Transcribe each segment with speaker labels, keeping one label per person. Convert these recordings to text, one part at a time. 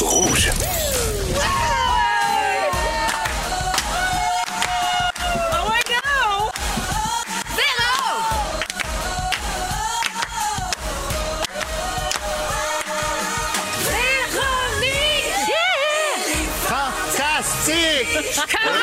Speaker 1: Rouge.
Speaker 2: Oh Fantastique!
Speaker 3: Ah!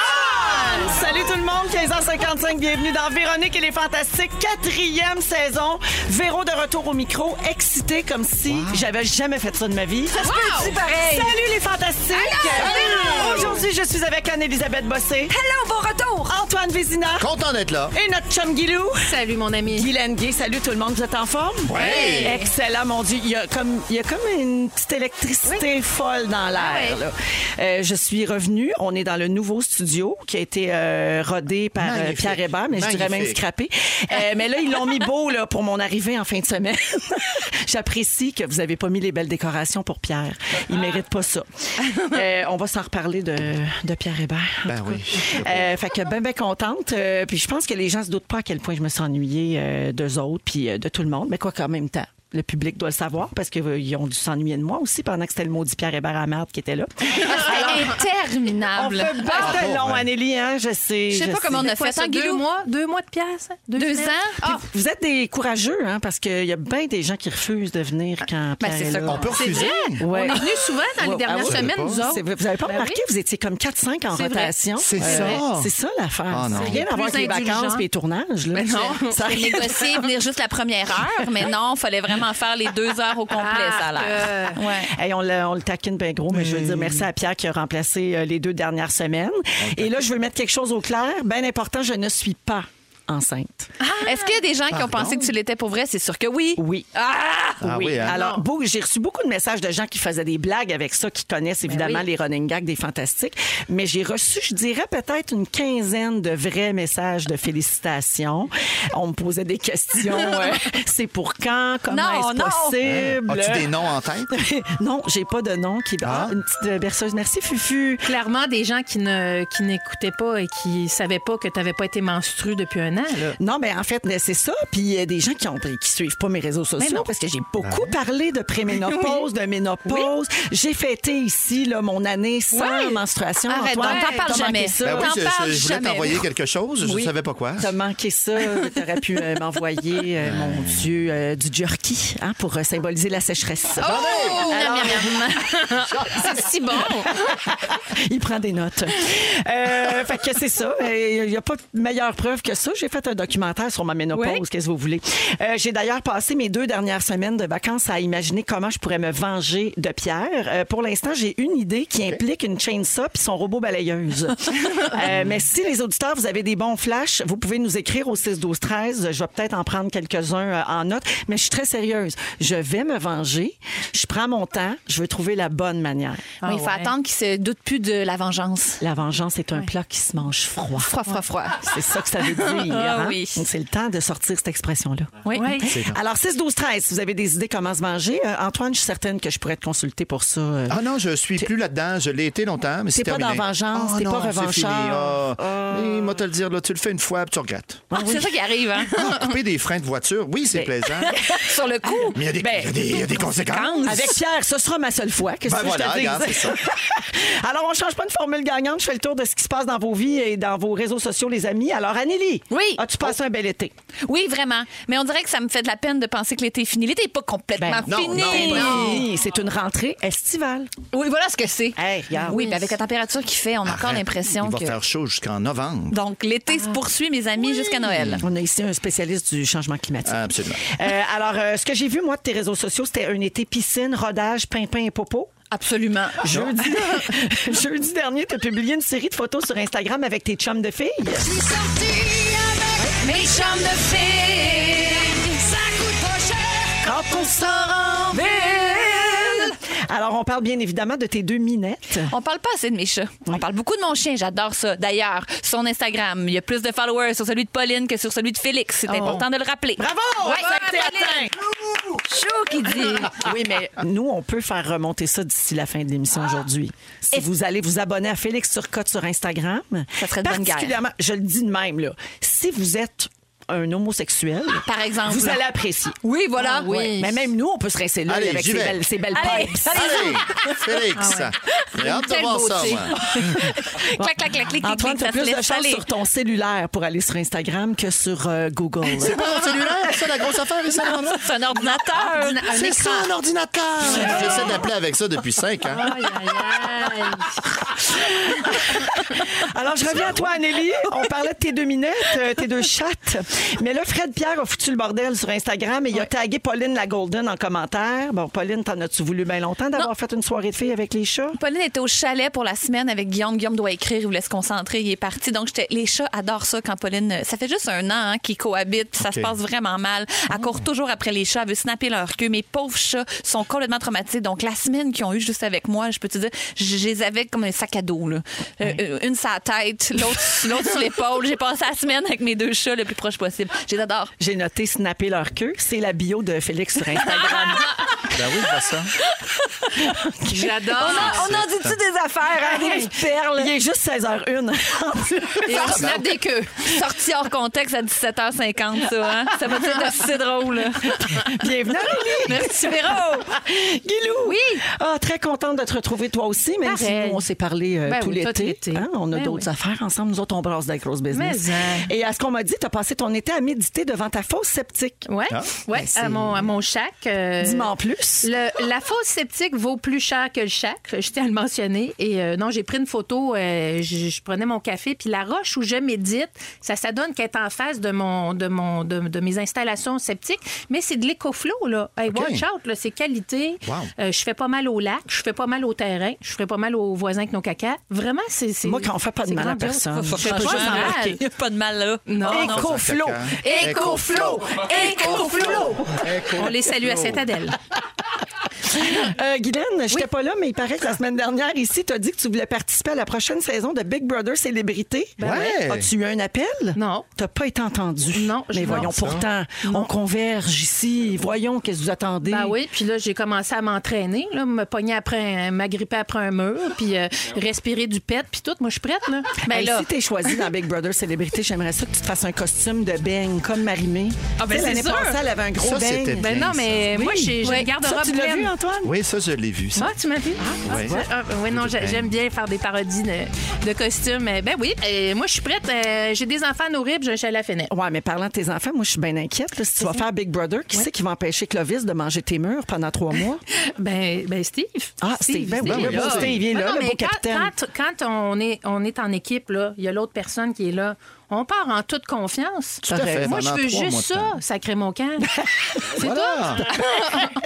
Speaker 3: Salut tout le monde, 15h55, bienvenue dans Véronique et les Fantastiques, quatrième saison. Véro de retour au micro, excitée comme si j'avais jamais fait ça de ma vie. Ça se peut-tu pareil? Salut les Fantastiques!
Speaker 4: Allô!
Speaker 3: Aujourd'hui, je suis avec Anne-Elisabeth Bossé,
Speaker 4: Hello, bon retour!
Speaker 3: Antoine Vézina
Speaker 2: Content d'être là.
Speaker 3: et notre chum Guilou.
Speaker 4: Salut, mon ami.
Speaker 3: Guylaine Gay, salut tout le monde, vous êtes en forme?
Speaker 2: Oui.
Speaker 3: Excellent, mon Dieu. Il y a comme, il y a comme une petite électricité folle dans
Speaker 2: Ah
Speaker 3: l'air. là. Euh, je suis revenue, on est dans le nouveau studio qui a été euh, rodé par euh,
Speaker 2: Magnifique.
Speaker 3: Pierre Hébert, mais je dirais même
Speaker 2: Magnifique.
Speaker 3: scrappé. Euh, mais là, ils l'ont mis beau là, pour mon arrivée en fin de semaine. J'apprécie que vous n'avez pas mis les belles décorations pour Pierre. Il mérite pas ça. Euh, on va s'en reparler de, de Pierre Hébert. en
Speaker 2: Ben
Speaker 3: tout
Speaker 2: oui.
Speaker 3: cas. Euh, fait que ben ben contente. Euh, puis je pense que les gens se doutent pas à quel point je me suis ennuyée euh, d'eux autres puis euh, de tout le monde. Mais quoi qu'en même temps, le public doit le savoir parce qu'ils ont dû s'ennuyer de moi aussi pendant que c'était le maudit Pierre Hébert à merde qui était là. on fait
Speaker 4: Interminable.
Speaker 3: bien
Speaker 5: Ah,
Speaker 3: long, Anélie, hein? Je sais.
Speaker 4: Ah, ben. Je sais pas comment on a fait ça. Deux mois, deux mois de pièces, deux, ans. Ah,
Speaker 3: Vous êtes des courageux, hein, parce qu'il y a bien des gens qui refusent de venir quand
Speaker 4: ben,
Speaker 3: Pierre
Speaker 4: c'est
Speaker 3: est
Speaker 4: ça
Speaker 3: là.
Speaker 4: qu'on
Speaker 2: On peut refuser.
Speaker 3: Ouais.
Speaker 4: on est venu souvent dans les
Speaker 3: Ouais,
Speaker 4: dernières
Speaker 3: ah oui.
Speaker 4: semaines, nous
Speaker 3: C'est
Speaker 4: autres. Ben
Speaker 3: vrai, Vous n'avez pas remarqué, vous étiez comme 4-5 en
Speaker 4: C'est vrai.
Speaker 3: rotation. Euh,
Speaker 2: C'est ça.
Speaker 3: C'est ça l'affaire.
Speaker 2: Ah, non.
Speaker 3: Ça n'a rien à voir avec
Speaker 4: Plus
Speaker 3: les vacances
Speaker 4: indulgent.
Speaker 3: et les tournages. Là.
Speaker 4: Mais non.
Speaker 3: Ça-
Speaker 5: C'est négocier, venir juste la première heure, mais non, fallait vraiment faire les deux heures au complet, ça a l'air.
Speaker 4: Ah,
Speaker 5: Ouais.
Speaker 3: Hey, on, le, on le taquine bien gros, mais je veux dire merci à Pierre qui a remplacé euh, les deux dernières semaines. Et là, je veux mettre quelque chose au clair. Bien important, je ne suis pas enceinte.
Speaker 4: euh,
Speaker 5: Est-ce qu'il y a des gens qui ont pensé que tu l'étais pour vrai? C'est sûr que oui.
Speaker 3: Oui.
Speaker 5: Ah!
Speaker 2: Ah oui, hein?
Speaker 3: Alors, beau- j'ai reçu beaucoup de messages de gens qui faisaient des blagues avec ça, qui connaissent
Speaker 5: Ben
Speaker 3: évidemment
Speaker 4: oui.
Speaker 3: les running gags des Fantastiques. Mais j'ai reçu, je dirais, peut-être une quinzaine de vrais messages de félicitations. On me posait des questions. euh, c'est pour quand? Comment
Speaker 5: Non, non.
Speaker 3: est-ce possible?
Speaker 2: Hein? As-tu des noms en tête?
Speaker 3: non, j'ai pas de nom qui. Ah,
Speaker 2: Ah.
Speaker 3: une petite euh, berceuse. Merci, Fufu.
Speaker 4: Clairement, des gens qui ne qui n'écoutaient pas et qui savaient pas que tu n'avais pas été menstru depuis un an. là.
Speaker 3: Non, mais en fait, mais c'est ça. Puis il y a des gens qui ont qui suivent pas mes réseaux sociaux parce que j'ai beaucoup
Speaker 2: Ah.
Speaker 3: parlé de préménopause, de ménopause. J'ai fêté ici là, mon année sans menstruation.
Speaker 5: Arrête
Speaker 3: Antoine,
Speaker 5: donc, t'en parles
Speaker 3: T'as manqué
Speaker 5: jamais.
Speaker 3: ça.
Speaker 2: Ben oui,
Speaker 5: T'en
Speaker 2: je, je-
Speaker 5: parles
Speaker 2: je voulais
Speaker 5: jamais.
Speaker 2: t'envoyer quelque chose, je ne
Speaker 3: Oui.
Speaker 2: savais pas quoi.
Speaker 3: T'as manqué ça, t'aurais pu euh, m'envoyer, euh, mon Dieu, euh, du jerky hein, pour euh, symboliser la sécheresse.
Speaker 5: Oh! Miam, miam, miam. C'est si bon.
Speaker 3: Il prend des notes. Euh, fait que c'est ça. Et Il n'y a pas de meilleure preuve que ça. J'ai fait un documentaire sur ma ménopause.
Speaker 4: Oui.
Speaker 3: Qu'est-ce que vous voulez? Euh, J'ai d'ailleurs passé mes deux dernières semaines de vacances à imaginer comment je pourrais me venger de Pierre. Euh, pour l'instant, j'ai une idée qui implique une chainsaw puis son robot balayeuse. Euh, mais si les auditeurs, vous avez des bons flashs, vous pouvez nous écrire au 6 12 13. Je vais peut-être en prendre quelques-uns euh, en note. Mais je suis très sérieuse. Je vais me venger. Je prends mon temps. Je veux trouver la bonne manière.
Speaker 5: Mais il faut
Speaker 4: Ah, ouais.
Speaker 5: attendre qu'ils se doutent plus de la vengeance.
Speaker 3: La vengeance est un plat qui se mange froid.
Speaker 5: Froid, froid, froid.
Speaker 3: C'est ça que ça veut dire.
Speaker 5: Ah
Speaker 3: hein?
Speaker 5: oui.
Speaker 3: C'est le temps de sortir cette expression-là.
Speaker 5: Oui.
Speaker 4: Ouais.
Speaker 3: Alors, 6, 12, 13, si vous avez des idées comment se manger, euh, Antoine, je suis certaine que je pourrais te consulter pour ça. euh.
Speaker 2: Ah non, je suis plus là-dedans. Je l'ai été longtemps, mais c'est
Speaker 3: pas
Speaker 2: terminé.
Speaker 3: dans Vengeance,
Speaker 2: Ah
Speaker 3: t'es pas
Speaker 2: non, c'est
Speaker 3: revanchard.
Speaker 2: fini. Ah, mais moi, te le dire, là, tu le fais une fois, puis tu regrettes.
Speaker 5: Ah, C'est ça qui arrive, hein?
Speaker 2: Ah, couper des freins de voiture, oui, c'est plaisant.
Speaker 5: Sur le coup.
Speaker 2: Mais il y a des, il y a des- il y a des conséquences.
Speaker 3: Avec Pierre, ce sera ma seule fois. Qu'est-ce
Speaker 2: Ben
Speaker 3: que
Speaker 2: voilà,
Speaker 3: je
Speaker 2: regarde,
Speaker 3: te dis?
Speaker 2: c'est ça.
Speaker 3: Alors, on change pas de formule gagnante. Je fais le tour de ce qui se passe dans vos vies et dans vos réseaux sociaux, les amis. Alors, Anneli,
Speaker 5: Oui.
Speaker 3: as-tu
Speaker 2: Oh.
Speaker 3: passé un bel été?
Speaker 5: Oui, vraiment. Mais on dirait que ça me fait de la peine de penser que l'été est fini. L'été n'est pas complètement
Speaker 3: Ben,
Speaker 2: non,
Speaker 5: fini.
Speaker 2: non,
Speaker 3: Oui, C'est une rentrée estivale.
Speaker 5: Oui, voilà ce que c'est.
Speaker 3: Hey, regarde.
Speaker 5: oui, mais avec la température qu'il fait, on a encore
Speaker 2: Arrête.
Speaker 5: l'impression
Speaker 2: Il va
Speaker 5: que.
Speaker 2: faire chaud jusqu'en novembre.
Speaker 5: Donc, l'été
Speaker 3: Ah.
Speaker 5: se poursuit, mes amis, jusqu'à Noël.
Speaker 3: On a ici un spécialiste du changement climatique.
Speaker 2: Absolument.
Speaker 3: Euh, alors, euh, ce que j'ai vu, moi, de tes réseaux sociaux, c'était un été piscine, rodage, pimpin et popo.
Speaker 5: Absolument.
Speaker 3: Ah. Jeudi, jeudi dernier, tu as publié une série de photos sur Instagram avec tes chums de filles.
Speaker 5: Mes chambres de filles, ça coûte pas cher.
Speaker 3: Quand on s- Alors, on parle bien évidemment de tes deux minettes.
Speaker 5: On parle pas assez de mes chats. On parle beaucoup de mon chien, j'adore ça. D'ailleurs, son Instagram, il y a plus de followers sur celui de Pauline que sur celui de Félix. C'est important de le rappeler.
Speaker 3: Oh. Bravo!
Speaker 5: Ouais,
Speaker 3: Ça a été
Speaker 5: Pauline.
Speaker 3: atteint.
Speaker 5: Chou qui qui dit.
Speaker 3: Oui,
Speaker 5: Eh.
Speaker 3: mais nous, on peut faire remonter ça d'ici la fin de
Speaker 5: Ah.
Speaker 3: l'émission aujourd'hui. Si vous allez vous abonner à Félix Turcotte sur Instagram,
Speaker 5: Ça serait de bonne guerre.
Speaker 3: particulièrement, je le dis de même, là, si vous êtes un homosexuel,
Speaker 5: Par exemple.
Speaker 3: vous allez apprécier.
Speaker 5: Oui, voilà.
Speaker 4: Ah oui.
Speaker 3: Ouais. Mais même nous, on peut se rincer là
Speaker 2: Allez,
Speaker 3: avec
Speaker 2: j'y
Speaker 3: ces
Speaker 2: vais.
Speaker 3: belles, ces belles
Speaker 5: Allez,
Speaker 3: pipes.
Speaker 2: Allez, Félix, j'ai hâte de
Speaker 5: Telle
Speaker 2: voir ça,
Speaker 5: beauté.
Speaker 2: moi.
Speaker 5: clac, clac, clac, clic, clic,
Speaker 3: Antoine,
Speaker 5: clic,
Speaker 3: t'as
Speaker 5: ça se
Speaker 3: plus de
Speaker 5: laisse
Speaker 3: chance
Speaker 5: aller.
Speaker 3: sur ton cellulaire pour aller sur Instagram que sur euh, Google.
Speaker 2: C'est pas mon cellulaire, c'est la grosse affaire, ici, non, non?
Speaker 5: C'est un ordinateur.
Speaker 3: Ah,
Speaker 5: Un
Speaker 2: C'est ça,
Speaker 5: écran.
Speaker 2: un ordinateur! J'essaie d'appeler avec ça depuis hein. 5 ans.
Speaker 4: Aïe, aïe, aïe.
Speaker 3: Alors, je reviens à toi, Anélie. On parlait de tes deux minettes, euh, tes deux chattes. Mais là, Fred Pierre a foutu le bordel sur Instagram et il a tagué Pauline la Golden en commentaire. Bon, Pauline, t'en as-tu voulu bien longtemps d'avoir fait une soirée de filles avec les chats?
Speaker 5: Pauline était au chalet pour la semaine avec Guillaume. Guillaume doit écrire, il voulait se concentrer, il est parti. Donc, j'étais- les chats adorent ça quand Pauline. euh, Ça fait juste un an hein, qu'ils cohabitent, puis ça se passe vraiment mal. Elle court toujours après les chats, elle veut snapper leur queue. Mes pauvres chats sont complètement traumatisés. Donc, la semaine qu'ils ont eu juste avec moi, je peux te dire, je je les avais comme un sac à dos. là. Euh, euh, Une sur la tête, l'autre l'autre sur l'épaule. J'ai passé la semaine avec mes deux chats le plus proche possible. Je les adore.
Speaker 3: J'ai noté snapper leur queue. C'est la bio de Félix sur Instagram.
Speaker 2: Ben oui, je vois ça.
Speaker 4: J'adore.
Speaker 5: On en dit-tu des affaires,
Speaker 3: Hey, Il est juste 16h01.
Speaker 4: Et on snap des queues.
Speaker 5: Sorti hors contexte à 17h50, ça, hein? Ça va être assez drôle.
Speaker 3: Bienvenue, Anélie.
Speaker 5: Merci, Véro.
Speaker 3: Guilou!
Speaker 5: Oui.
Speaker 3: Ah, très contente de te retrouver toi aussi, même
Speaker 4: Pareil.
Speaker 3: si nous, on s'est parlé euh,
Speaker 4: Ben
Speaker 3: tout
Speaker 4: oui, tout
Speaker 3: l'été.
Speaker 4: l'été.
Speaker 3: hein, on a
Speaker 4: Ben
Speaker 3: d'autres
Speaker 4: oui.
Speaker 3: affaires ensemble. Nous autres, on brasse de la grosse business.
Speaker 4: Mais, euh,
Speaker 3: Et à ce qu'on m'a dit, tu as passé ton été à méditer devant ta fosse sceptique.
Speaker 4: Ouais, ouais, à mon, à mon chac. euh,
Speaker 3: Dis-moi en plus.
Speaker 4: le- la fausse sceptique vaut plus cher que le chac, je tiens à le mentionner. Et euh, non, j'ai pris une photo, euh, je, je prenais mon café, puis la roche où je médite, ça s'adonne qu'elle est en face de, mon, de, mon, de, de mes installations sceptiques, mais c'est de l'écoflow, là. Hey,
Speaker 2: OK.
Speaker 4: Watch out, là, c'est qualité.
Speaker 2: Wow.
Speaker 4: Euh, je fais pas mal au lac, je fais pas mal au terrain, je fais pas mal aux voisins avec nos cacas. Vraiment, c'est... c'est-
Speaker 3: Moi, quand on fait pas de
Speaker 4: c'est
Speaker 3: mal à
Speaker 4: grandiose.
Speaker 3: personne,
Speaker 4: Faut- faut-
Speaker 3: je
Speaker 4: faut
Speaker 3: peux
Speaker 4: pas
Speaker 3: juste
Speaker 4: faire mal.
Speaker 3: embarquer.
Speaker 5: Il n'y a pas de mal, là.
Speaker 4: Non, non.
Speaker 3: Écoflow.
Speaker 2: hein. Écoflow.
Speaker 4: Écoflow. On les salue à cette Adèle.
Speaker 3: Euh, Guylaine, je n'étais pas là, mais il paraît que la semaine dernière, ici, tu as dit que tu voulais participer à la prochaine saison de Big Brother Célébrité.
Speaker 2: ouais.
Speaker 3: As-tu eu un appel?
Speaker 4: Ben Non.
Speaker 3: T'as pas été entendu.
Speaker 4: Non, je-
Speaker 3: Mais voyons,
Speaker 4: non.
Speaker 3: pourtant, on converge ici. Voyons, qu'est-ce que vous attendez?
Speaker 4: Ben oui, puis là, j'ai commencé à m'entraîner, là, me pogner après, un- m'agripper après un mur, puis euh, respirer du pet, puis tout. Moi, je suis prête, là. Ben
Speaker 3: Hey,
Speaker 4: là,
Speaker 3: Si t'es choisie dans Big Brother Célébrité, j'aimerais ça que tu te fasses un costume de beigne comme Marimé.
Speaker 4: Ah,
Speaker 3: Tu
Speaker 4: ben,
Speaker 3: sais,
Speaker 4: c'est
Speaker 3: L'année
Speaker 4: sûr.
Speaker 3: passée, elle avait un gros
Speaker 2: Ça, c'était
Speaker 3: beigne.
Speaker 2: bien.
Speaker 4: ben non, mais moi, j'ai j'ai
Speaker 5: Ouais.
Speaker 4: une
Speaker 3: Ça,
Speaker 4: garde-robe
Speaker 3: tu l'as
Speaker 4: pleine.
Speaker 3: vu, Antoine?
Speaker 2: Oui, ça, je l'ai vu. ça.
Speaker 4: Ah, tu m'as vu? Ah,
Speaker 2: Oui.
Speaker 4: ah, ah, oui, non, j'a- j'aime bien faire des parodies de, de costumes. Euh, Ben oui, euh, moi, je suis prête. Euh, j'ai des enfants à nourrir, puis j'ai un chalet à finir.
Speaker 3: Ouais, mais parlant de tes enfants, moi, je suis bien inquiète. là. si tu vas faire Big Brother, qui c'est qui va empêcher Clovis de manger tes murs pendant trois mois?
Speaker 4: Ben, ben Steve.
Speaker 3: Ah, Steve, ben oui,
Speaker 2: le beau Steve,
Speaker 3: il est là,
Speaker 4: Non, non,
Speaker 3: le beau
Speaker 4: mais quand-
Speaker 3: capitaine.
Speaker 4: Quand, quand on, est, on est en équipe, là, il y a l'autre personne qui est là. On part en toute confiance.
Speaker 2: à fait,
Speaker 4: Moi, je
Speaker 2: pendant
Speaker 4: veux
Speaker 2: trois
Speaker 4: juste
Speaker 2: mois de
Speaker 4: ça,
Speaker 2: temps.
Speaker 4: sacré mon camp. C'est tout.
Speaker 2: Voilà.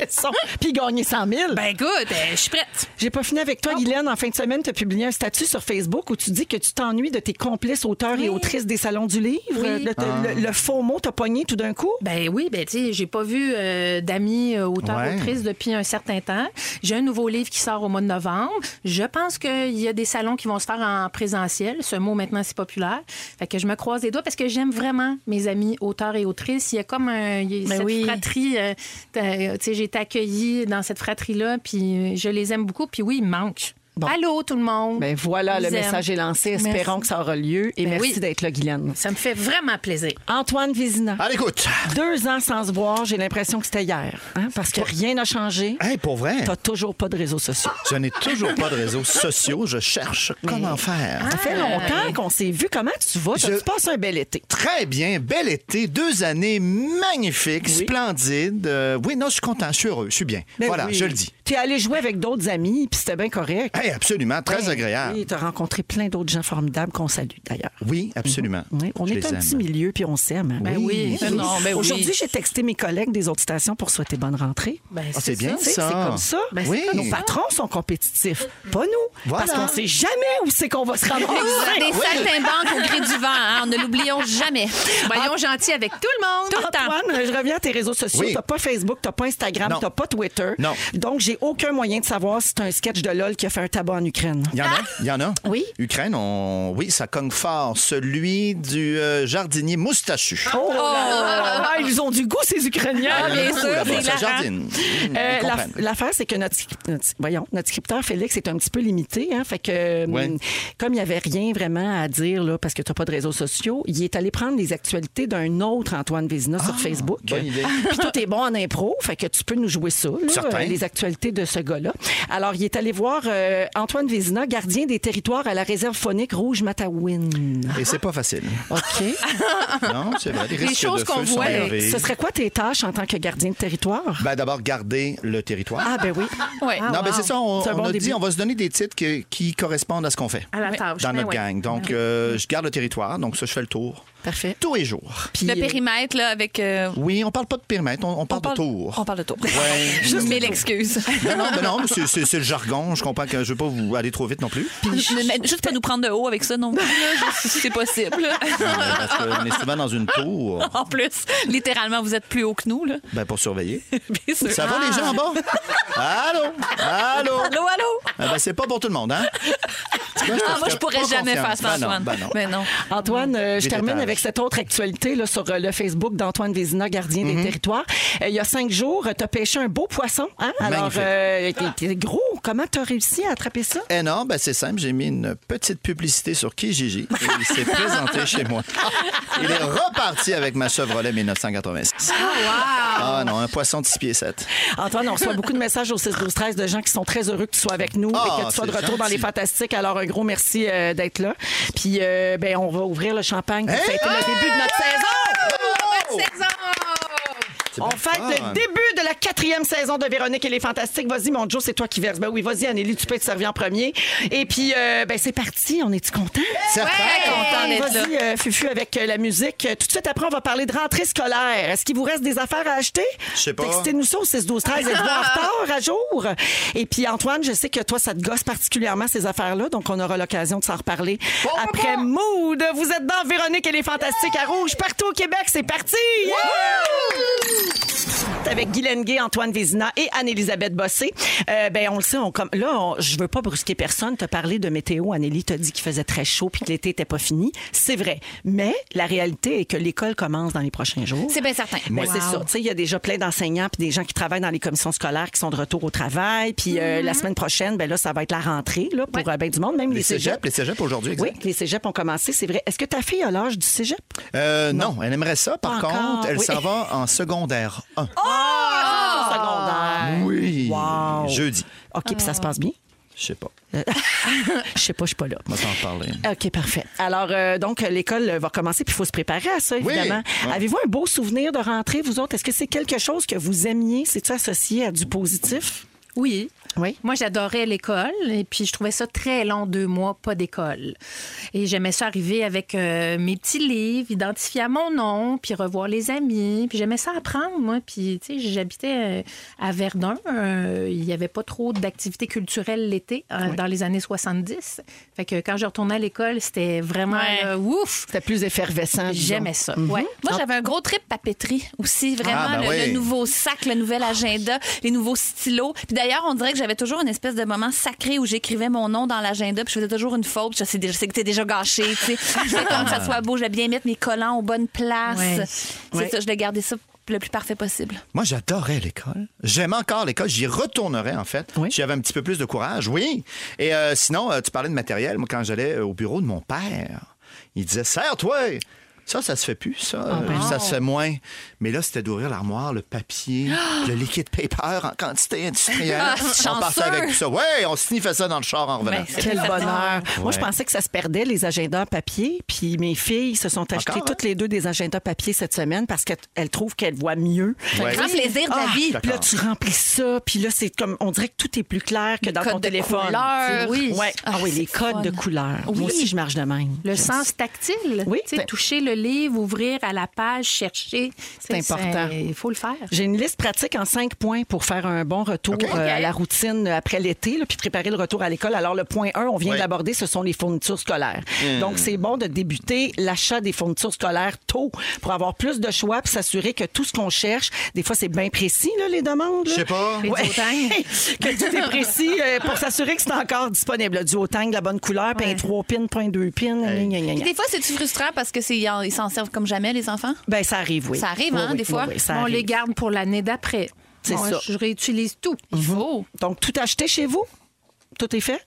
Speaker 3: Son- Puis gagner 100 000.
Speaker 4: Ben Ah écoute, euh, je suis prête.
Speaker 3: J'ai pas fini avec toi, Guylaine. En fin de semaine, tu as publié un statut sur Facebook où tu dis que tu t'ennuies de tes complices auteurs et autrices des salons du livre. Le, te-
Speaker 2: Ah.
Speaker 3: le- le faux mot t'a pogné tout d'un coup.
Speaker 4: Ben oui, ben tu sais, j'ai pas vu euh, d'amis euh, auteurs
Speaker 2: Ouais.
Speaker 4: autrices depuis un certain temps. J'ai un nouveau livre qui sort au mois de novembre. Je pense qu'il y a des salons qui vont se faire en présentiel. Ce mot maintenant c'est populaire. Fait que je me croise les doigts parce que j'aime vraiment mes amis auteurs et autrices. Il y a comme un, il y a
Speaker 5: Ben
Speaker 4: cette
Speaker 5: oui.
Speaker 4: fratrie. euh, t'as- tu sais, j'ai été accueillie dans cette fratrie là, puis euh, je les aime beaucoup. Puis oui, ils me manquent.
Speaker 3: Bon.
Speaker 4: Allô tout le monde.
Speaker 3: Ben voilà,
Speaker 4: Je
Speaker 3: le
Speaker 4: vous aime.
Speaker 3: message est lancé. Espérons
Speaker 4: Merci.
Speaker 3: que ça aura lieu. Et
Speaker 4: Ben
Speaker 3: merci
Speaker 4: oui.
Speaker 3: d'être là, Guylaine.
Speaker 4: Ça me fait vraiment plaisir.
Speaker 3: Antoine Vézina.
Speaker 2: Allez, écoute.
Speaker 3: Deux ans sans se voir, j'ai l'impression que c'était hier. hein, parce que rien n'a changé.
Speaker 2: Hey, pour vrai,
Speaker 3: T'as toujours pas de réseaux sociaux.
Speaker 2: je n'ai toujours pas de réseaux sociaux. Je cherche
Speaker 3: hein?
Speaker 2: comment faire.
Speaker 3: Ça fait longtemps qu'on s'est vu. Comment tu vas?
Speaker 2: Je-
Speaker 3: Tu passes un bel été.
Speaker 2: Très bien, bel été, deux années magnifiques, splendides. Euh, oui, non, je suis content, je suis heureux, je suis bien.
Speaker 3: Ben
Speaker 2: voilà,
Speaker 3: oui.
Speaker 2: je le dis.
Speaker 3: T'es allé jouer avec d'autres amis, puis c'était bien correct. Ben
Speaker 2: Hey, absolument, très agréable.
Speaker 3: Oui,
Speaker 2: Oui,
Speaker 3: t'as rencontré plein d'autres gens formidables qu'on salue d'ailleurs.
Speaker 2: absolument.
Speaker 3: Oui, on
Speaker 2: Je
Speaker 3: est
Speaker 2: les
Speaker 3: un
Speaker 2: aime.
Speaker 3: petit milieu, puis on s'aime. hein?
Speaker 4: Ben oui.
Speaker 5: Ben non, ben oui.
Speaker 3: Aujourd'hui, j'ai texté mes collègues des autres stations pour souhaiter bonne rentrée.
Speaker 4: Ben,
Speaker 2: Ah, c'est bien
Speaker 3: Tu sais,
Speaker 2: ça.
Speaker 3: C'est comme ça.
Speaker 4: Ben, c'est
Speaker 2: oui.
Speaker 3: Nos patrons sont compétitifs, pas nous.
Speaker 2: Voilà.
Speaker 3: Parce qu'on sait jamais où c'est qu'on va se
Speaker 5: Des
Speaker 3: ramasser.
Speaker 5: saltimbanques au gré du vent, hein? On ne l'oublions jamais.
Speaker 4: Voyons gentil avec tout le monde.
Speaker 5: Ah. Tout le temps.
Speaker 3: Antoine, je reviens à tes réseaux sociaux.
Speaker 2: Oui.
Speaker 3: T'as pas Facebook, t'as pas Instagram,
Speaker 2: Non.
Speaker 3: t'as pas Twitter.
Speaker 2: Non.
Speaker 3: Donc, j'ai aucun moyen de savoir si c'est un sketch de LOL qui a fait un tabac en Ukraine.
Speaker 2: Il y en a, il y en a.
Speaker 3: Oui.
Speaker 2: Ukraine, on... oui, ça cogne fort. Celui du euh, jardinier moustachu. Ah,
Speaker 3: Oh, Ah, là là, ils ont du goût, ces Ukrainiens.
Speaker 2: Il y en a
Speaker 5: bien
Speaker 2: beaucoup
Speaker 5: sûr,
Speaker 2: là-bas,
Speaker 5: c'est
Speaker 2: ça
Speaker 5: hilarant.
Speaker 2: jardine. Hum,
Speaker 3: Euh,
Speaker 2: ils
Speaker 3: la-
Speaker 2: comprennent.
Speaker 3: L'affaire, c'est que notre, notre- voyons, notre scripteur Félix est un petit peu limité. Hein, fait que,
Speaker 2: Ouais.
Speaker 3: hum, comme il n'y avait rien vraiment à dire, là, parce que tu n'as pas de réseaux sociaux, il est allé prendre les actualités d'un autre Antoine Vézina sur Facebook.
Speaker 2: Ah, bonne idée.
Speaker 3: Puis tout est bon en impro, fait que tu peux nous jouer ça, là,
Speaker 2: Certain.
Speaker 3: euh, les actualités de ce gars-là. Alors, il est allé voir euh, Antoine Vézina, gardien des territoires à la réserve phonique Rouge-Matawin.
Speaker 2: Et c'est pas facile.
Speaker 3: OK.
Speaker 2: Non, c'est vrai. Les, risques
Speaker 4: choses
Speaker 2: de
Speaker 4: qu'on
Speaker 2: feu sont
Speaker 4: voit,
Speaker 2: élevés.
Speaker 3: Ce serait quoi tes tâches en tant que gardien de territoire?
Speaker 2: Ben, D'abord, garder le territoire.
Speaker 3: Ah, ben oui.
Speaker 5: Oui.
Speaker 2: non, mais
Speaker 4: wow.
Speaker 2: c'est ça, on,
Speaker 3: C'est un
Speaker 2: on
Speaker 3: bon
Speaker 2: a
Speaker 3: début.
Speaker 2: dit, on va se donner des titres que- qui correspondent à ce qu'on fait
Speaker 4: À la tâche.
Speaker 2: dans
Speaker 4: ben
Speaker 2: notre
Speaker 4: ouais.
Speaker 2: gang. Donc, euh, je garde le territoire, donc ça, je fais le tour.
Speaker 3: Parfait.
Speaker 2: Tous les jours.
Speaker 3: Puis,
Speaker 5: Le
Speaker 3: euh,
Speaker 5: périmètre, là, avec. euh,
Speaker 2: Oui, on parle pas de périmètre, on, on parle
Speaker 5: on parle-
Speaker 2: de tour.
Speaker 5: On parle de tour.
Speaker 2: Ouais.
Speaker 5: Juste mille excuses.
Speaker 2: Non, non, mais non, mais c'est- c'est c'est le jargon. Je comprends que je veux pas vous aller trop vite non plus.
Speaker 5: Mais Juste pas nous prendre de haut avec ça non plus, là, juste si c'est possible. là.
Speaker 2: Non, mais Euh, parce qu'on est souvent dans une tour
Speaker 5: En plus, littéralement, vous êtes plus haut que nous. Là.
Speaker 2: ben, pour surveiller.
Speaker 5: Bien sûr.
Speaker 2: Ça va les gens en bas? Allô? Allô?
Speaker 5: Allô, allô?
Speaker 2: Ah, ben, c'est pas pour tout le monde, hein? Moi, te
Speaker 5: Ah, moi,
Speaker 2: ferais
Speaker 5: je pourrais
Speaker 2: pas
Speaker 5: jamais faire
Speaker 2: confiance.
Speaker 5: ça,
Speaker 2: Ben non,
Speaker 5: Antoine.
Speaker 2: ben non.
Speaker 5: Mais non.
Speaker 3: Antoine, euh, je
Speaker 2: Des
Speaker 3: termine
Speaker 2: étages.
Speaker 3: avec cette autre actualité là, sur euh, le Facebook d'Antoine Vézina, gardien
Speaker 2: Mm-hmm.
Speaker 3: des territoires. Euh, il y a cinq jours, tu as pêché un beau poisson. Hein? Alors,
Speaker 2: Magnifique.
Speaker 3: euh, t'es- t'es gros, comment tu as réussi à attraper ça?
Speaker 2: Eh non, ben c'est simple, j'ai mis une petite publicité sur Kijiji et il s'est présenté chez moi. Il est reparti avec ma Chevrolet 1986. Ah non, un poisson de 6 pieds 7.
Speaker 3: Antoine, on reçoit beaucoup de messages au 6 12 13 de gens qui sont très heureux que tu sois avec nous
Speaker 2: Ah,
Speaker 3: et que tu sois de
Speaker 2: c'est
Speaker 3: retour dans
Speaker 2: gentil.
Speaker 3: les fantastiques. Alors, un gros merci euh, d'être là. Puis, euh, ben, on va ouvrir le champagne pour
Speaker 2: Hey!
Speaker 3: fêter le début de notre saison.
Speaker 4: Oh!
Speaker 3: On fête le début de la quatrième saison de Véronique et les Fantastiques. Vas-y, mon Joe, c'est toi qui verse. Ben oui, vas-y, Anneli, tu peux te servir en premier. Et puis, euh, ben c'est parti. On est-tu content?
Speaker 5: content d'être là.
Speaker 3: Vas-y, euh, Fufu, avec euh, la musique. Euh, Tout de suite après, on va parler de rentrée scolaire. Est-ce qu'il vous reste des affaires à acheter?
Speaker 2: Je sais pas.
Speaker 3: Textez-nous ça au 6 12 13 Êtes-vous en retard à jour? Et puis, Antoine, je sais que toi, ça te gosse particulièrement, ces affaires-là. Donc, on aura l'occasion de s'en reparler après Mood. Vous êtes dans Véronique et les Fantastiques à Rouge, partout au Québec. C'est parti! avec Guylaine Gay, Antoine Vézina et Anne-Élisabeth Bossé. Euh, ben, on le sait, on, comme, là, on- je veux pas brusquer personne, te parler de météo. Annélie t'a dit qu'il faisait très chaud puis que l'été était pas fini. C'est vrai. Mais la réalité est que l'école commence dans les prochains jours.
Speaker 5: C'est bien certain.
Speaker 3: Ben, c'est ça. Tu sais, il y a déjà plein d'enseignants puis des gens qui travaillent dans les commissions scolaires qui sont de retour au travail. Puis euh,
Speaker 5: Mm-hmm.
Speaker 3: la semaine prochaine, ben là, ça va être la rentrée là, pour euh, ben, du monde, même les,
Speaker 2: Les cégeps, les cégeps aujourd'hui,
Speaker 3: Oui,
Speaker 2: exact.
Speaker 3: les cégeps ont commencé, c'est vrai. Est-ce que ta fille a l'âge du cégep?
Speaker 2: Euh, non. elle aimerait ça. Par
Speaker 3: Pas encore,
Speaker 2: contre, elle
Speaker 3: oui. Oh!
Speaker 2: s'en va en secondaire 1.
Speaker 5: Ah!
Speaker 3: Au secondaire.
Speaker 2: oui.
Speaker 3: Wow.
Speaker 2: Jeudi.
Speaker 3: OK, puis
Speaker 5: Ah.
Speaker 3: ça se passe bien?
Speaker 2: Je sais pas.
Speaker 3: Je sais pas, je suis pas là.
Speaker 2: On va t'en parler.
Speaker 3: OK, parfait. Alors, euh, donc, l'école va commencer, puis il faut se préparer à ça, évidemment.
Speaker 2: Ouais.
Speaker 3: Avez-vous un beau souvenir de rentrée, vous autres? Est-ce que c'est quelque chose que vous aimiez? C'est-tu associé à du positif?
Speaker 4: Oui.
Speaker 3: Oui.
Speaker 4: Moi, j'adorais l'école et puis je trouvais ça très long, deux mois, pas d'école. Et j'aimais ça arriver avec euh, mes petits livres, identifier à mon nom, puis revoir les amis. Puis j'aimais ça apprendre, moi. Puis, tu sais, j'habitais euh, à Verdun. Euh, Il n'y avait pas trop d'activités culturelles l'été euh, dans les années 70. Fait que quand je retournais à l'école, c'était vraiment
Speaker 5: Ouais.
Speaker 4: euh, ouf.
Speaker 3: C'était plus effervescent. disons.
Speaker 4: J'aimais ça. Ouais.
Speaker 5: Moi, j'avais un gros trip papeterie aussi, vraiment.
Speaker 2: Ah, ben
Speaker 5: le,
Speaker 2: oui.
Speaker 5: le nouveau sac, le nouvel agenda, les nouveaux stylos. Puis d'ailleurs, on dirait que j'avais toujours une espèce de moment sacré où j'écrivais mon nom dans l'agenda, puis je faisais toujours une faute. puis Je sais déjà, je sais que t'es déjà gâché, tu sais. Je fais comme que ça soit beau, je vais bien mettre mes collants aux bonnes places.
Speaker 4: Ouais.
Speaker 5: C'est
Speaker 3: Ouais.
Speaker 5: ça, je l'ai gardé ça le plus parfait possible.
Speaker 2: Moi, j'adorais l'école. J'aime encore l'école. J'y retournerais, en fait.
Speaker 3: Oui.
Speaker 2: Si j'avais un petit peu plus de courage, oui. Et euh, sinon, euh, tu parlais de matériel. Moi, quand j'allais euh, au bureau de mon père, il disait Serre-toi ça, ça se fait plus, ça.
Speaker 3: Ah,
Speaker 2: Euh,
Speaker 3: ben
Speaker 2: ça se fait moins. Mais là, c'était d'ouvrir l'armoire, le papier, le liquide paper en quantité industrielle.
Speaker 5: Ah,
Speaker 2: on partait
Speaker 5: chanceux.
Speaker 2: avec tout ça. Ouais, on sniffait ça dans le char en revenant.
Speaker 5: Ben, c'est
Speaker 3: Quel
Speaker 5: Ouais.
Speaker 3: bonheur. Moi, je
Speaker 2: Ouais.
Speaker 3: pensais que ça se perdait, les agendas papier. Puis mes filles se sont achetées
Speaker 2: Encore, hein?
Speaker 3: toutes les deux des agendas papier cette semaine parce qu'elles elles trouvent qu'elles voient mieux.
Speaker 2: Ouais.
Speaker 5: Grand plaisir de la vie.
Speaker 3: Ah, Puis là, tu remplis ça. Puis là, c'est comme, on dirait que tout est plus clair que dans
Speaker 5: codes
Speaker 3: ton
Speaker 5: de
Speaker 3: téléphone.
Speaker 5: couleurs.
Speaker 3: Oui.
Speaker 5: Oui.
Speaker 3: Ah, oui,
Speaker 5: Ah,
Speaker 3: les
Speaker 5: c'est
Speaker 3: codes
Speaker 5: fun.
Speaker 3: de couleurs. Moi aussi, je marche de même. J'aime
Speaker 4: Le
Speaker 3: ça.
Speaker 4: sens tactile.
Speaker 3: Oui,
Speaker 4: Tu sais,
Speaker 3: ben-
Speaker 4: toucher le le livre, ouvrir à la page, chercher.
Speaker 3: C'est important.
Speaker 4: Il faut le faire.
Speaker 3: J'ai une liste pratique en cinq points pour faire un bon retour
Speaker 2: OK.
Speaker 3: euh, à la routine après l'été, là, puis préparer le retour à l'école. Alors, le point 1, on vient
Speaker 2: Oui. Hmm.
Speaker 3: de l'aborder, ce sont les fournitures scolaires. Donc, c'est bon de débuter l'achat des fournitures scolaires tôt pour avoir plus de choix puis s'assurer que tout ce qu'on cherche, des fois, c'est bien précis, là, les demandes. là.
Speaker 2: Je sais pas.
Speaker 4: Les duotangs.
Speaker 3: que tout est précis euh, pour s'assurer que c'est encore disponible. Du haut la bonne couleur, puis un
Speaker 4: Ouais.
Speaker 3: 3 pins, point 2 pins. gna, gna, gna,
Speaker 5: Puis
Speaker 3: gna.
Speaker 5: des fois, c'est-tu frustrant parce que c'est, ils s'en servent comme jamais, les enfants?
Speaker 3: Ben, ça arrive, oui.
Speaker 5: Ça arrive,
Speaker 3: Oui,
Speaker 5: hein,
Speaker 3: oui,
Speaker 5: des fois.
Speaker 3: oui, oui, ça
Speaker 4: on
Speaker 3: arrive.
Speaker 4: les garde pour l'année d'après.
Speaker 3: C'est
Speaker 4: Bon,
Speaker 3: ça.
Speaker 4: Je réutilise tout.
Speaker 5: Faut.
Speaker 3: Donc, tout acheté chez vous? Tout est fait?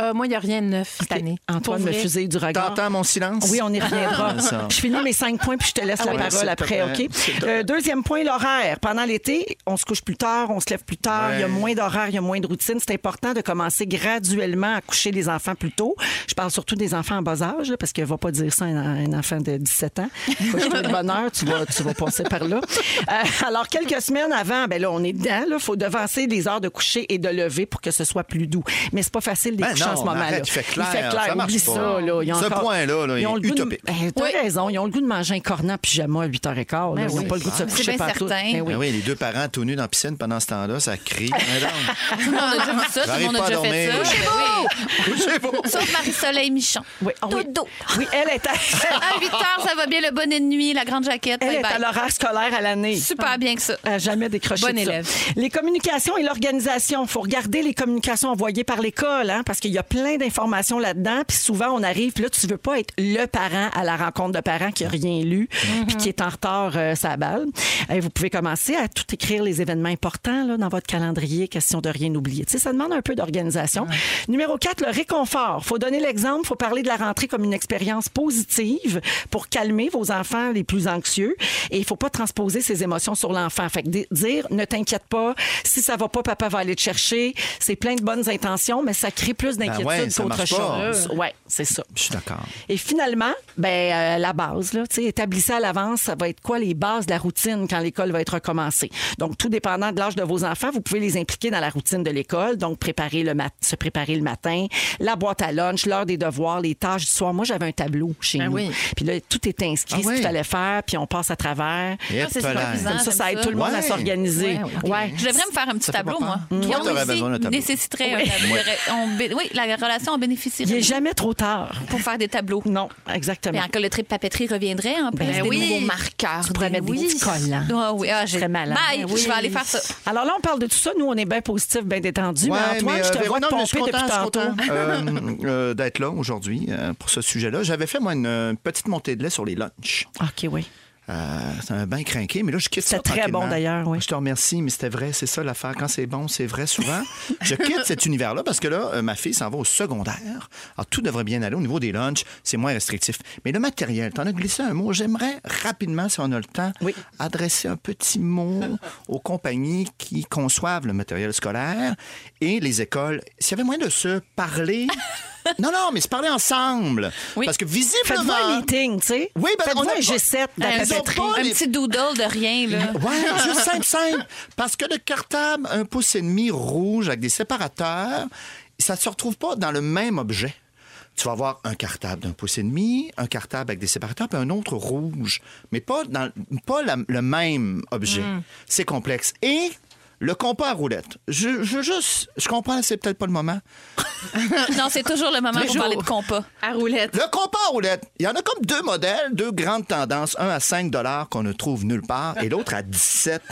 Speaker 4: Euh, moi, il n'y a rien de neuf cette année.
Speaker 3: Antoine
Speaker 4: Pour
Speaker 3: me
Speaker 4: vrai.
Speaker 3: fusille du regard.
Speaker 2: T'entends mon silence?
Speaker 3: Oui, on y
Speaker 2: Ah, ça.
Speaker 3: reviendra. je finis mes cinq points, puis je te laisse la
Speaker 2: Ah oui, s'il
Speaker 3: parole
Speaker 2: te
Speaker 3: après,
Speaker 2: plaît,
Speaker 3: OK?
Speaker 2: s'il te
Speaker 3: Euh, deuxième point, l'horaire. Pendant l'été, on se couche plus tard, on se lève plus tard, il y a
Speaker 2: Ouais.
Speaker 3: moins d'horaire, il y a moins de routine. C'est important de commencer graduellement à coucher les enfants plus tôt. Je parle surtout des enfants en bas âge, là, parce qu'il ne va pas dire ça à un, un enfant de 17 ans. Couche-toi de bonne heure, tu vas, tu vas passer par là. Euh, alors, quelques semaines avant, ben là, on est dedans, il faut devancer les heures de coucher et de lever pour que ce soit plus doux. Mais c'est pas facile de les
Speaker 2: Ben
Speaker 3: coucher
Speaker 2: non,
Speaker 3: en ce moment-là.
Speaker 2: arrête, il fait clair, ça marche
Speaker 3: oublie
Speaker 2: pas.
Speaker 3: ça, là. Ils ont
Speaker 2: Ce
Speaker 3: encore-
Speaker 2: point-là, là,
Speaker 3: Ils ont
Speaker 2: est
Speaker 3: le goût de-
Speaker 2: utopique.
Speaker 3: Ben, T'as
Speaker 5: Oui.
Speaker 3: raison. Ils ont le goût de manger un cornet en pyjama à 8h15. là.
Speaker 4: Ben
Speaker 3: ils n'ont
Speaker 4: oui.
Speaker 3: pas le goût de se
Speaker 5: C'est
Speaker 3: coucher
Speaker 5: bien
Speaker 3: partout.
Speaker 5: certain.
Speaker 3: Ben oui.
Speaker 2: Ben oui, les deux parents tout nus dans la piscine pendant ce temps-là, ça crie. Madame,
Speaker 5: Tout le monde a déjà vu ça, tout le
Speaker 2: J'arrive
Speaker 5: monde a
Speaker 2: pas à
Speaker 5: déjà fait ça.
Speaker 2: dormir. Chez
Speaker 5: Ben oui.
Speaker 2: couchez-vous.
Speaker 5: Sauf Marie-Soleil Michon.
Speaker 3: Oui, ah oui.
Speaker 5: Dodo.
Speaker 3: Oui, elle est à,
Speaker 5: À 8 heures, ça va bien, le bonnet de nuit, la grande jaquette.
Speaker 3: elle est à
Speaker 5: bye-bye.
Speaker 3: l'horaire scolaire à l'année.
Speaker 5: Super bien que ça.
Speaker 3: À jamais décroché
Speaker 4: Bonne
Speaker 3: de ça.
Speaker 4: élève.
Speaker 3: Les communications et l'organisation. faut regarder les communications envoyées par l'école, hein, parce qu'il y a plein d'informations là-dedans. Puis souvent, on arrive, puis là, tu veux pas être le parent à la rencontre de parents qui a rien lu, puis qui est en retard euh, sa balle. Et vous pouvez commencer à tout écrire les événements importants là, dans votre calendrier, question de rien oublier. Tu sais, ça demande un peu d'organisation. Numéro 4, le réconfort. faut donner l'exemple, faut parler de la rentrée comme une expérience positive pour calmer vos enfants les plus anxieux. Et il faut pas transposer ses émotions sur l'enfant. Fait que di- dire, ne t'inquiète pas, si ça va pas, papa va aller te chercher. C'est plein de bonnes intentions, mais ça crée plus d'inquiétude
Speaker 2: Ben ouais, ça
Speaker 3: qu'autre
Speaker 2: marche pas.
Speaker 3: chose. Ouais, c'est ça.
Speaker 2: Je suis d'accord.
Speaker 3: Et finalement, ben euh, la base là, tu sais, établissez à l'avance, ça va être quoi les bases de la routine quand l'école va être recommencée. Donc tout dépendant de l'âge de vos enfants, vous pouvez les impliquer dans la routine de l'école, donc préparer le mat- se préparer le matin, la boîte à lunch, l'heure des devoirs, les tâches du soir. Moi, j'avais un tableau chez
Speaker 4: Ah
Speaker 3: nous.
Speaker 4: oui.
Speaker 3: Puis là tout était inscrit
Speaker 2: Ah
Speaker 3: ce
Speaker 2: oui.
Speaker 3: qu'il fallait faire, puis on passe à travers.
Speaker 2: Et
Speaker 5: c'est
Speaker 2: polaire.
Speaker 5: supervisant.
Speaker 3: Comme ça, ça aide
Speaker 5: j'aime ça.
Speaker 3: tout le monde à
Speaker 2: Ouais.
Speaker 3: s'organiser.
Speaker 4: Ouais, ouais.
Speaker 3: Ouais.
Speaker 5: Je devrais me faire un petit
Speaker 2: Ça fait
Speaker 5: tableau,
Speaker 2: pas
Speaker 5: moi.
Speaker 2: peur. Mmh. Toi,
Speaker 5: Guillaume
Speaker 2: t'aurais
Speaker 5: aussi
Speaker 2: besoin d'un tableau.
Speaker 5: nécessiterait un tableau. On bé- Oui, la relation en
Speaker 3: Il
Speaker 5: bénéficierait
Speaker 3: est jamais trop tard.
Speaker 5: pour faire des tableaux.
Speaker 3: Non,
Speaker 5: Et
Speaker 3: exactement.
Speaker 5: encore le trip papeterie reviendrait en plus.
Speaker 3: Ben
Speaker 5: des
Speaker 3: oui.
Speaker 5: nouveaux marqueurs.
Speaker 3: Tu pourrais
Speaker 5: des-
Speaker 3: mettre des
Speaker 5: oui.
Speaker 3: petits collants.
Speaker 5: Ah oui, ah, j'ai
Speaker 3: serais malin.
Speaker 5: Bye,
Speaker 3: Ben oui.
Speaker 5: je vais aller faire ça.
Speaker 3: Alors là, on parle de tout ça. Nous, on est bien positif, bien détendu.
Speaker 2: Ouais,
Speaker 3: mais Antoine,
Speaker 2: mais,
Speaker 3: je te
Speaker 2: euh,
Speaker 3: vois
Speaker 2: Véro-
Speaker 3: te
Speaker 2: non, mais je suis
Speaker 3: pomper depuis
Speaker 2: content,
Speaker 3: tantôt.
Speaker 2: je suis content, euh, euh, d'être là aujourd'hui euh, pour ce sujet-là. J'avais fait, moi, une euh, petite montée de lait sur les lunchs.
Speaker 3: Ah, OK, oui.
Speaker 2: Euh, c'est un bain crinqué, mais là, je quitte ça.
Speaker 3: C'était très
Speaker 2: tranquillement.
Speaker 3: bon, d'ailleurs, oui.
Speaker 2: Je te remercie, mais c'était vrai, c'est ça l'affaire. Quand c'est bon, c'est vrai souvent. je quitte cet univers-là parce que là, euh, ma fille s'en va au secondaire. Alors, tout devrait bien aller au niveau des lunchs, c'est moins restrictif. Mais le matériel, t'en as glissé un mot. J'aimerais rapidement, si on a le temps,
Speaker 3: Oui.
Speaker 2: adresser un petit mot aux compagnies qui conçoivent le matériel scolaire et les écoles. S'il y avait moyen de se parler. non, non, mais se parler ensemble.
Speaker 5: Oui.
Speaker 2: Parce que visiblement.
Speaker 3: Faites-vous un meeting, tu sais.
Speaker 2: Oui, ben,
Speaker 3: Faites-vous
Speaker 2: on a
Speaker 3: un
Speaker 2: pas-
Speaker 3: G7 de la
Speaker 2: Ben, ils ont
Speaker 3: papeterie.
Speaker 2: pas
Speaker 5: Euh, Un
Speaker 2: les-
Speaker 5: petit doodle de rien, là.
Speaker 2: Ouais, juste simple, simple. Parce que le cartable, un pouce et demi rouge avec des séparateurs, ça ne se retrouve pas dans le même objet. Tu vas avoir un cartable d'un pouce et demi, un cartable avec des séparateurs, puis un autre rouge. Mais pas, dans, pas la- le même objet. C'est complexe. Et le compas à roulette. Je, je veux juste. Je comprends, c'est peut-être pas le moment.
Speaker 5: Non, c'est toujours le moment pour
Speaker 4: Toujours.
Speaker 5: parler de compas.
Speaker 4: À roulette.
Speaker 2: Le compas à roulette, il y en a comme deux modèles, deux grandes tendances. Un à 5 qu'on ne trouve nulle part et l'autre à 17.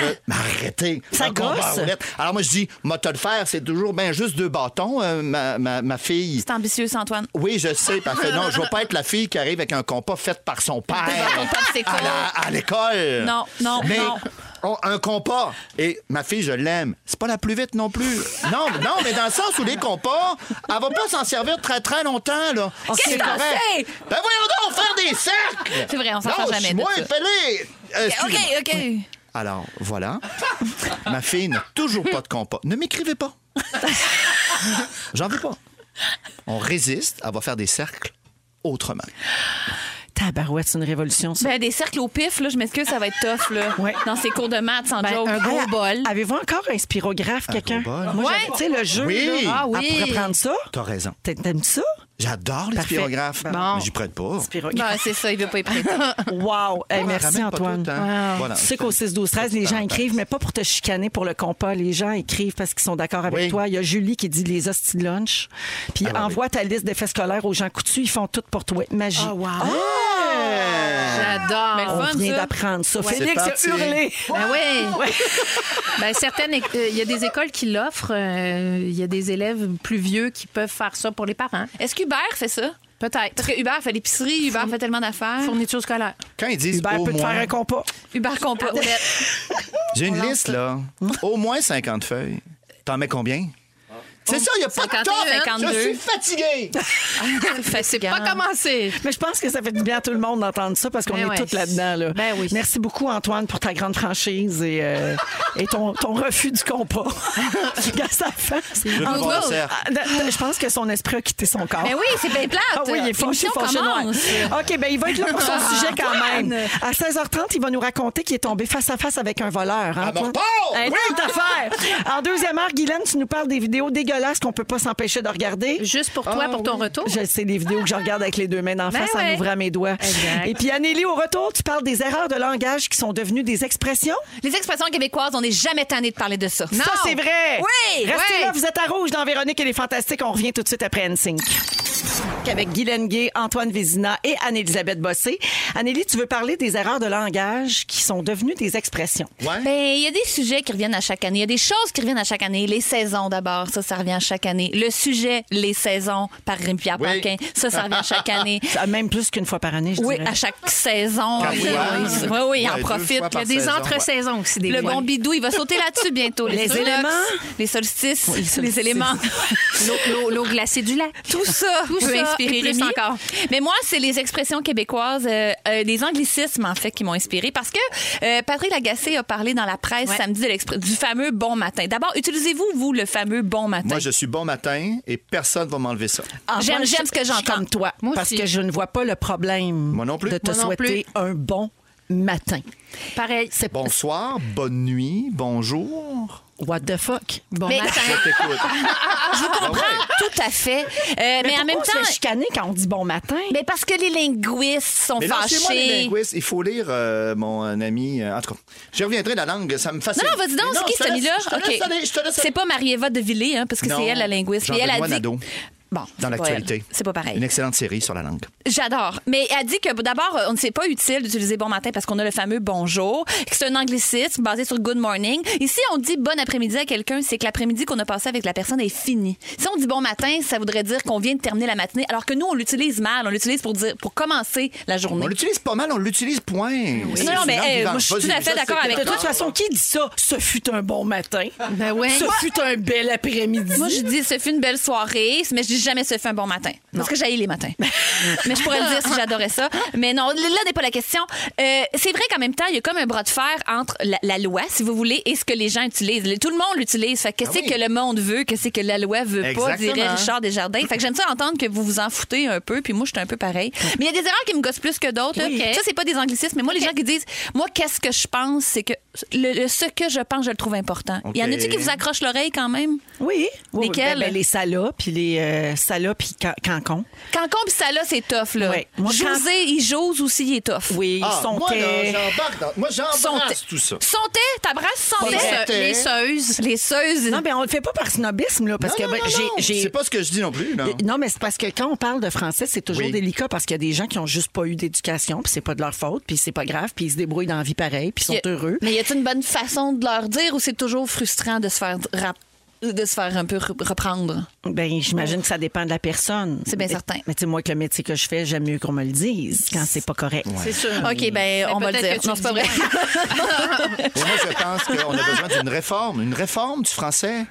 Speaker 2: Je- Mais arrêtez.
Speaker 3: Ah! Ça
Speaker 2: Un compas
Speaker 3: gosse.
Speaker 2: à roulette. Alors moi, je dis, moi, te le faire, c'est toujours bien juste deux bâtons, euh, ma, ma- ma fille.
Speaker 5: C'est ambitieux, ça, Antoine.
Speaker 2: Oui, je sais, parce que non, je veux pas être la fille qui arrive avec un compas fait par son père
Speaker 5: Devant ton popsicle.
Speaker 2: à la- à l'école.
Speaker 5: Non, non,
Speaker 2: Mais
Speaker 5: non.
Speaker 2: on- un compas. Et ma fille, je l'aime. C'est pas la plus vite non plus. Non, mais- non, mais dans le sens où les compas, elle va pas s'en servir très, très longtemps, là.
Speaker 5: Qu'est-ce
Speaker 2: C'est
Speaker 5: que t'en
Speaker 2: correct.
Speaker 5: sais?
Speaker 2: Ben voyons donc, faire des cercles!
Speaker 5: C'est vrai, on s'en sort jamais de
Speaker 2: Moi,
Speaker 5: ça.
Speaker 2: fais-les! Euh,
Speaker 5: OK,
Speaker 2: excusez-moi.
Speaker 5: OK.
Speaker 2: Alors, voilà. ma fille n'a toujours pas de compas. Ne m'écrivez pas. J'en veux pas. On résiste, elle va faire des cercles autrement.
Speaker 3: Tabarouette, c'est une révolution, ça.
Speaker 5: Ben, des cercles au pif, là, je m'excuse, ça va être tough, là.
Speaker 3: Ouais.
Speaker 5: Dans ces cours de maths, sans
Speaker 4: Ben,
Speaker 5: joke.
Speaker 4: un gros
Speaker 3: Ah,
Speaker 4: bol.
Speaker 3: Avez-vous encore un spirographe, quelqu'un?
Speaker 2: gros bol.
Speaker 3: Moi, j'avais- tu sais, le jeu,
Speaker 2: Oui.
Speaker 3: là,
Speaker 2: Ah
Speaker 3: elle
Speaker 4: oui.
Speaker 3: pourrait prendre ça.
Speaker 2: T'as raison.
Speaker 3: T'a- T'aimes ça?
Speaker 2: J'adore les
Speaker 3: Parfait.
Speaker 2: spirographes.
Speaker 4: Bon.
Speaker 2: Mais j'y prête pas.
Speaker 5: Ben, c'est ça, il veut pas y prêter.
Speaker 3: Wow! Hey,
Speaker 2: Ah,
Speaker 3: merci,
Speaker 2: ramène pas
Speaker 3: Antoine.
Speaker 2: tout le temps.
Speaker 3: Wow.
Speaker 2: Voilà.
Speaker 3: Tu sais qu'au 6-12-13, les gens écrivent, mais pas pour te chicaner pour le compas. Les gens écrivent parce qu'ils sont d'accord avec
Speaker 2: Oui.
Speaker 3: toi. Il y a Julie qui dit les hosties de lunch. Puis
Speaker 2: Ah, ben
Speaker 3: envoie ta liste d'effets scolaires aux gens coutus. Ils font tout pour toi. Magie.
Speaker 4: Ah,
Speaker 3: Ah, Ben,
Speaker 4: J'adore.
Speaker 5: Mais le
Speaker 3: On
Speaker 5: fun,
Speaker 3: vient
Speaker 5: ça.
Speaker 3: d'apprendre ça.
Speaker 2: Ouais.
Speaker 3: Félix
Speaker 2: C'est
Speaker 3: a
Speaker 2: parti.
Speaker 3: hurlé.
Speaker 4: Ben oui. Ben, certaines, éc- euh, il y a des écoles qui l'offrent. euh, Il y a des élèves plus vieux qui peuvent faire ça pour les parents.
Speaker 5: Est-ce qu'Hubert fait ça?
Speaker 4: Peut-être.
Speaker 5: Parce que Hubert fait l'épicerie, Hubert fait tellement
Speaker 3: Ah.
Speaker 5: d'affaires.
Speaker 4: Fourniture scolaire.
Speaker 2: Quand ils disent
Speaker 3: Hubert
Speaker 2: au
Speaker 3: Ben, peut te faire
Speaker 2: moins,
Speaker 3: un compas.
Speaker 5: Hubert compote.
Speaker 2: j'ai une liste là, au moins 50 feuilles. T'en mets combien? C'est ça, il n'y a pas de
Speaker 5: 51,
Speaker 2: top.
Speaker 5: 52.
Speaker 2: Je suis fatigué.
Speaker 5: C'est
Speaker 4: Pas commencé.
Speaker 3: Mais je pense que ça fait du bien à tout le monde d'entendre ça parce qu'on
Speaker 4: Ben
Speaker 3: est
Speaker 4: ouais.
Speaker 3: tous là-dedans. Là.
Speaker 4: Ben oui.
Speaker 3: Merci beaucoup, Antoine, pour ta grande franchise et, euh, et ton, ton refus du compas. Regarde sa face.
Speaker 2: Je veux
Speaker 5: En
Speaker 2: plus voir
Speaker 5: gros,
Speaker 2: ça.
Speaker 3: Ah, non, Je pense que son esprit a quitté son corps.
Speaker 5: Mais Ben oui, c'est bien plate.
Speaker 3: Ah oui, il est fâché,
Speaker 5: L'émission
Speaker 3: fâché.
Speaker 5: commence.
Speaker 3: ouais. OK, ben il va être là pour son
Speaker 4: Ah,
Speaker 3: sujet quand même. À 16h30, il va nous raconter qu'il est tombé face à face avec un voleur. hein,
Speaker 2: À mon
Speaker 3: toi?
Speaker 2: port!
Speaker 3: Hey,
Speaker 2: Oui!
Speaker 3: tant d'affaires. En deuxième heure, Guylaine, tu nous parles des vidéos dégueulasses qu'on peut pas s'empêcher de regarder.
Speaker 4: Juste pour
Speaker 3: Ah
Speaker 4: toi, pour ton retour.
Speaker 3: Je sais des vidéos que je regarde avec les deux mains d'en
Speaker 4: Ben
Speaker 3: face en
Speaker 4: ouais.
Speaker 3: ouvrant mes doigts.
Speaker 4: Exact.
Speaker 3: Et puis Anneli, au retour, tu parles des erreurs de langage qui sont devenues des expressions.
Speaker 5: Les expressions québécoises, on n'est jamais tanné de parler de ça.
Speaker 3: Ça, c'est vrai.
Speaker 5: Oui,
Speaker 3: Restez
Speaker 5: oui.
Speaker 3: là, vous êtes à rouge dans Véronique et les Fantastiques. On revient tout de suite après NSYNC. Avec Guylaine Gay, Antoine Vézina et Anne-Élisabeth Bossé. Anneli, tu veux parler des erreurs de langage qui sont devenues des expressions.
Speaker 2: Ouais.
Speaker 5: Ben, il y a des sujets qui reviennent à chaque année. Il y a des choses qui reviennent à chaque année. Les saisons, d'abord, ça, ça revient à chaque année. Le sujet, les saisons, par Rémi-Pierre
Speaker 2: Oui.
Speaker 5: Paquin, ça, ça revient à chaque année.
Speaker 3: Ça, Ah, Même plus qu'une fois par année, je
Speaker 5: Oui, ah,
Speaker 3: dirais.
Speaker 5: à chaque saison.
Speaker 2: Quand
Speaker 5: Ah, Oui,
Speaker 2: il
Speaker 5: oui,
Speaker 2: voit.
Speaker 5: oui, il en
Speaker 2: Ouais, deux
Speaker 5: profite.
Speaker 2: fois
Speaker 5: Il y a
Speaker 2: par
Speaker 5: des
Speaker 2: saison.
Speaker 4: Entre-saisons aussi, des
Speaker 5: Le
Speaker 4: fois.
Speaker 5: bon bidou, il va sauter là-dessus bientôt.
Speaker 3: Les
Speaker 5: solstices,
Speaker 3: éléments.
Speaker 5: Les solstices,
Speaker 3: solstices.
Speaker 5: les éléments.
Speaker 4: L'eau- l'eau- L'eau glacée du lac.
Speaker 5: Tout ça
Speaker 4: Tout
Speaker 5: peut
Speaker 4: ça
Speaker 5: inspirer
Speaker 4: et plus
Speaker 5: Rémi.
Speaker 4: encore.
Speaker 5: Mais moi, c'est les expressions québécoises, euh, euh, les anglicismes, en fait, qui m'ont inspiré. Parce que euh, Patrick Lagacé a parlé dans la presse
Speaker 4: Ouais.
Speaker 5: samedi de l'expr- du fameux bon matin. D'abord, utilisez-vous, vous, le fameux bon matin?
Speaker 2: Moi, je suis bon matin et personne ne va m'enlever ça.
Speaker 3: Antoine,
Speaker 5: J'aime- j'aime
Speaker 3: Ah, je-
Speaker 5: ce que
Speaker 3: je suis
Speaker 5: j'entends.
Speaker 3: Comme toi,
Speaker 4: Moi
Speaker 3: parce
Speaker 4: aussi.
Speaker 3: que je ne vois pas le problème
Speaker 2: Moi non plus.
Speaker 3: de te
Speaker 4: Moi non
Speaker 3: souhaiter un bon matin.
Speaker 4: Pareil.
Speaker 3: C'est
Speaker 2: Bonsoir, bonne nuit, bonjour.
Speaker 3: What the fuck?
Speaker 4: Bon
Speaker 5: Mais-
Speaker 4: matin.
Speaker 2: Je t'écoute.
Speaker 5: Je vous comprends tout à fait. Euh, mais, en même
Speaker 3: pourquoi on se fait
Speaker 5: temps,
Speaker 3: chicaner quand on dit bon matin.
Speaker 5: mais parce que les linguistes sont
Speaker 2: Mais là, c'est moi les
Speaker 5: fâchés.
Speaker 2: linguistes. Il faut lire euh, mon euh, ami. euh, en tout cas, je reviendrai de la langue, ça me fascine.
Speaker 5: Non, non, vas-y
Speaker 2: Mais
Speaker 5: donc, c'est qui
Speaker 2: je te laisse-
Speaker 5: cet ami-là?
Speaker 2: Je te laisse
Speaker 5: OK.
Speaker 2: aller, je te laisse
Speaker 5: C'est
Speaker 2: aller.
Speaker 5: pas Marieva de Villiers, hein, parce que c'est
Speaker 2: Non.
Speaker 5: elle, la linguiste. Puis elle a
Speaker 2: Jean-Benoît
Speaker 5: dit-
Speaker 2: Nadeau.
Speaker 5: Bon, c'est
Speaker 2: dans
Speaker 5: pas
Speaker 2: l'actualité.
Speaker 5: elle. C'est pas pareil.
Speaker 2: Une excellente série sur la langue.
Speaker 5: J'adore. Mais elle dit que d'abord, on ne sait pas utile d'utiliser bon matin parce qu'on a le fameux bonjour, que c'est un anglicisme basé sur good morning. Ici, on dit bon après-midi à quelqu'un, c'est que l'après-midi qu'on a passé avec la personne est fini. Si on dit bon matin, ça voudrait dire qu'on vient de terminer la matinée, alors que nous, on l'utilise mal. On l'utilise pour dire, pour commencer la journée.
Speaker 2: On l'utilise pas mal, on l'utilise point. C'est
Speaker 5: non,
Speaker 2: une
Speaker 5: mais,
Speaker 2: langue
Speaker 5: eh,
Speaker 2: vivante.
Speaker 5: moi, je suis
Speaker 2: Vas-y,
Speaker 5: tout à fait
Speaker 2: ça,
Speaker 5: d'accord
Speaker 2: c'est
Speaker 5: avec
Speaker 3: De
Speaker 2: correct.
Speaker 3: toute façon, qui dit ça? Ce fut un bon matin.
Speaker 4: Ben ouais.
Speaker 3: Ce fut un bel après-midi.
Speaker 5: Moi, je dis, ce fut une belle soirée, mais je dis jamais ce fut un bon matin. Parce que j'haïs les matins. mais je pourrais le dire si j'adorais ça. Mais non, là n'est pas la question. Euh, c'est vrai qu'en même temps, il y a comme un bras de fer entre la, la loi, si vous voulez, et ce que les gens utilisent. Le- Tout le monde l'utilise. Fait que
Speaker 2: Ah
Speaker 5: qu'est-ce
Speaker 2: oui.
Speaker 5: que le monde veut, qu'est-ce que la loi veut pas,
Speaker 2: Exactement.
Speaker 5: dirait Richard Desjardins. Fait que j'aime ça entendre que vous vous en foutez un peu, puis moi, je suis un peu pareil. Mais il y a des erreurs qui me gossent plus que d'autres. là.
Speaker 4: Oui.
Speaker 5: Ça, c'est pas des anglicismes, mais moi, les gens qui disent, moi, qu'est-ce que je pense, c'est que le, le- ce que je pense, je le trouve important. Il y en a-tu
Speaker 2: Ok.
Speaker 5: qui vous accrochent l'oreille quand même?
Speaker 3: Oui. oui,
Speaker 5: Lesquels?
Speaker 3: ben, ben, les salopes, puis les euh, salopes, puis can- cancons.
Speaker 5: Cancon pis ça là, c'est tough là.
Speaker 3: Ouais. Moi,
Speaker 5: José,
Speaker 3: quand-
Speaker 5: il jose aussi, il est tough.
Speaker 3: Oui,
Speaker 2: Ah,
Speaker 3: ils sont
Speaker 2: moi, là,
Speaker 3: tais.
Speaker 2: j'embarque dans... Moi, j'embrasse
Speaker 5: Sontait.
Speaker 2: tout ça.
Speaker 5: Sontait, t'abrasses
Speaker 4: Les,
Speaker 5: Sontait.
Speaker 2: vrai.
Speaker 4: seu- les seuses.
Speaker 5: Les seuses.
Speaker 3: Non, mais on le fait pas par snobisme, là, parce
Speaker 2: Non,
Speaker 3: que
Speaker 2: non,
Speaker 3: ben,
Speaker 2: non,
Speaker 3: j'ai-
Speaker 2: non,
Speaker 3: j'ai. Euh,
Speaker 2: C'est pas ce que je dis non plus. là.
Speaker 3: Non, mais c'est parce que quand on parle de français, c'est toujours
Speaker 2: Oui.
Speaker 3: délicat parce qu'il y a des gens qui ont juste pas eu d'éducation, puis c'est pas de leur faute, puis c'est pas grave, puis ils se débrouillent dans la vie pareil, puis ils sont
Speaker 5: Y a-
Speaker 3: heureux.
Speaker 5: Mais y a-t-il une bonne façon de leur dire ou c'est toujours frustrant de se faire rap- de se faire un peu re- reprendre?
Speaker 3: Ben, j'imagine que ça dépend de la personne.
Speaker 5: C'est bien
Speaker 3: Mais-
Speaker 5: certain.
Speaker 3: Mais tu sais, moi, avec le métier que je fais, j'aime mieux qu'on me le dise quand c'est pas correct.
Speaker 4: C'est sûr.
Speaker 3: Ah,
Speaker 5: OK, ben, on va le
Speaker 4: peut-être
Speaker 5: dire.
Speaker 4: que tu
Speaker 5: Non,
Speaker 4: le
Speaker 5: c'est pas
Speaker 4: dis
Speaker 5: vrai.
Speaker 2: Moi, je pense qu'on a besoin d'une réforme, une réforme du français,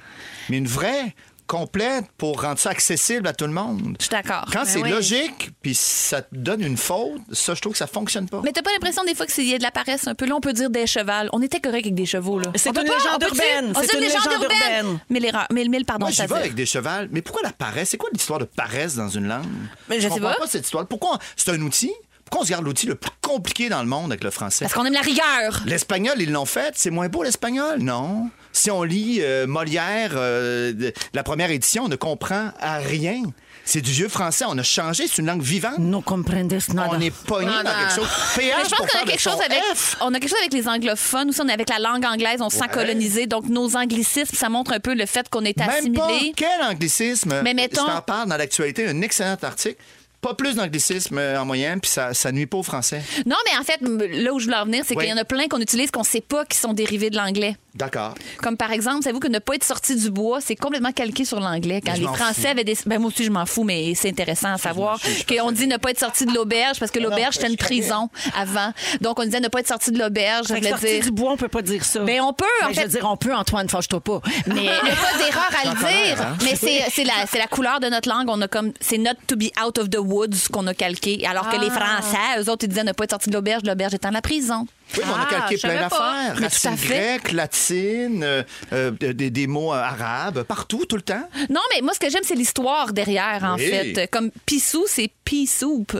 Speaker 2: mais une vraie, complète, pour rendre ça accessible à tout le monde.
Speaker 5: Je suis d'accord. Ben
Speaker 2: Quand c'est
Speaker 4: oui.
Speaker 2: logique, puis ça te donne une faute, ça, je trouve que ça fonctionne pas.
Speaker 5: Mais t'as pas l'impression des fois qu'il y a de la paresse un peu? Là, on peut dire des chevals. On était correct avec des chevaux, là.
Speaker 3: C'est
Speaker 5: On peut
Speaker 3: une
Speaker 5: pas-
Speaker 3: légende
Speaker 5: on peut dire-
Speaker 3: urbaine.
Speaker 5: on
Speaker 3: C'est
Speaker 5: dit
Speaker 3: une légende urbaine.
Speaker 5: Mais l'erreur, mais le mille, pardon,
Speaker 2: Moi, j'y vais
Speaker 5: c'est-à-dire.
Speaker 2: avec des chevals. Mais pourquoi la paresse? C'est quoi l'histoire de paresse dans une langue?
Speaker 5: Mais je sais
Speaker 2: comprends
Speaker 5: pas.
Speaker 2: pas cette histoire. Pourquoi? on- C'est un outil. Pourquoi on se garde l'outil le plus compliqué dans le monde avec le français?
Speaker 5: Parce qu'on aime la rigueur.
Speaker 2: L'espagnol, ils l'ont fait. C'est moins beau, l'espagnol? Non. Si on lit euh, Molière, euh, de- la première édition, on ne comprend à rien. C'est du vieux français. On a changé. C'est une langue vivante.
Speaker 3: No comprendes nada.
Speaker 2: On est pogné
Speaker 5: Non,
Speaker 2: dans
Speaker 5: non.
Speaker 2: quelque chose.
Speaker 5: Mais
Speaker 2: PH
Speaker 5: je pense
Speaker 2: pour
Speaker 5: qu'on a
Speaker 2: faire
Speaker 5: quelque
Speaker 2: le son
Speaker 5: chose avec
Speaker 2: F.
Speaker 5: on a quelque chose avec les anglophones aussi on est avec la langue anglaise on se sent
Speaker 2: Ouais.
Speaker 5: colonisé donc nos anglicismes ça montre un peu le fait qu'on est
Speaker 2: Même pas.
Speaker 5: assimilé
Speaker 2: Quel anglicisme?
Speaker 5: Mais mettons-
Speaker 2: Je t'en parle dans l'actualité, un excellent article. Pas plus d'anglicisme euh, en moyenne, puis ça, ça nuit pas au français.
Speaker 5: non mais en fait m- là où je voulais en venir c'est
Speaker 2: Oui.
Speaker 5: qu'il y en a plein qu'on utilise qu'on sait pas qui sont dérivés de l'anglais
Speaker 2: D'accord.
Speaker 5: comme par exemple savez-vous que ne pas être sorti du bois c'est complètement calqué sur l'anglais quand
Speaker 2: Mais je
Speaker 5: les
Speaker 2: m'en
Speaker 5: français
Speaker 2: fous.
Speaker 5: avaient des ben moi aussi je m'en fous mais c'est intéressant à savoir qu'on dit ne pas être sorti de l'auberge parce que l'auberge c'était une prison avant donc on disait ne pas être sorti de l'auberge ça
Speaker 3: Fait que
Speaker 5: voulait
Speaker 3: sortir
Speaker 5: dire
Speaker 3: du bois, on peut pas dire ça.
Speaker 5: Ben, on peut, en
Speaker 3: Ben, Je
Speaker 5: fait-
Speaker 3: veux dire, on peut, Antoine, fâche-toi pas. Mais
Speaker 5: Mais il n'y a pas d'erreur à
Speaker 2: J'entends
Speaker 5: le dire.
Speaker 2: l'air, hein?
Speaker 5: Mais c'est c'est la, c'est la couleur de notre langue. On a comme c'est not to be out of the woods qu'on a calqué. Alors que les
Speaker 4: Ah.
Speaker 5: Français, eux autres, ils disaient ne pas être sorti de l'auberge, l'auberge étant la prison.
Speaker 2: Oui, mais on a
Speaker 4: Ah,
Speaker 2: calqué
Speaker 4: je
Speaker 2: plein
Speaker 4: savais pas.
Speaker 2: d'affaires.
Speaker 5: Mais tout à
Speaker 2: Racines
Speaker 5: fait.
Speaker 2: grecques, latines, euh, euh, des, des mots euh, arabes, partout, tout le temps.
Speaker 5: Non, mais moi, ce que j'aime, c'est l'histoire derrière, en
Speaker 2: Oui.
Speaker 5: fait. Comme pissou, c'est pea soup.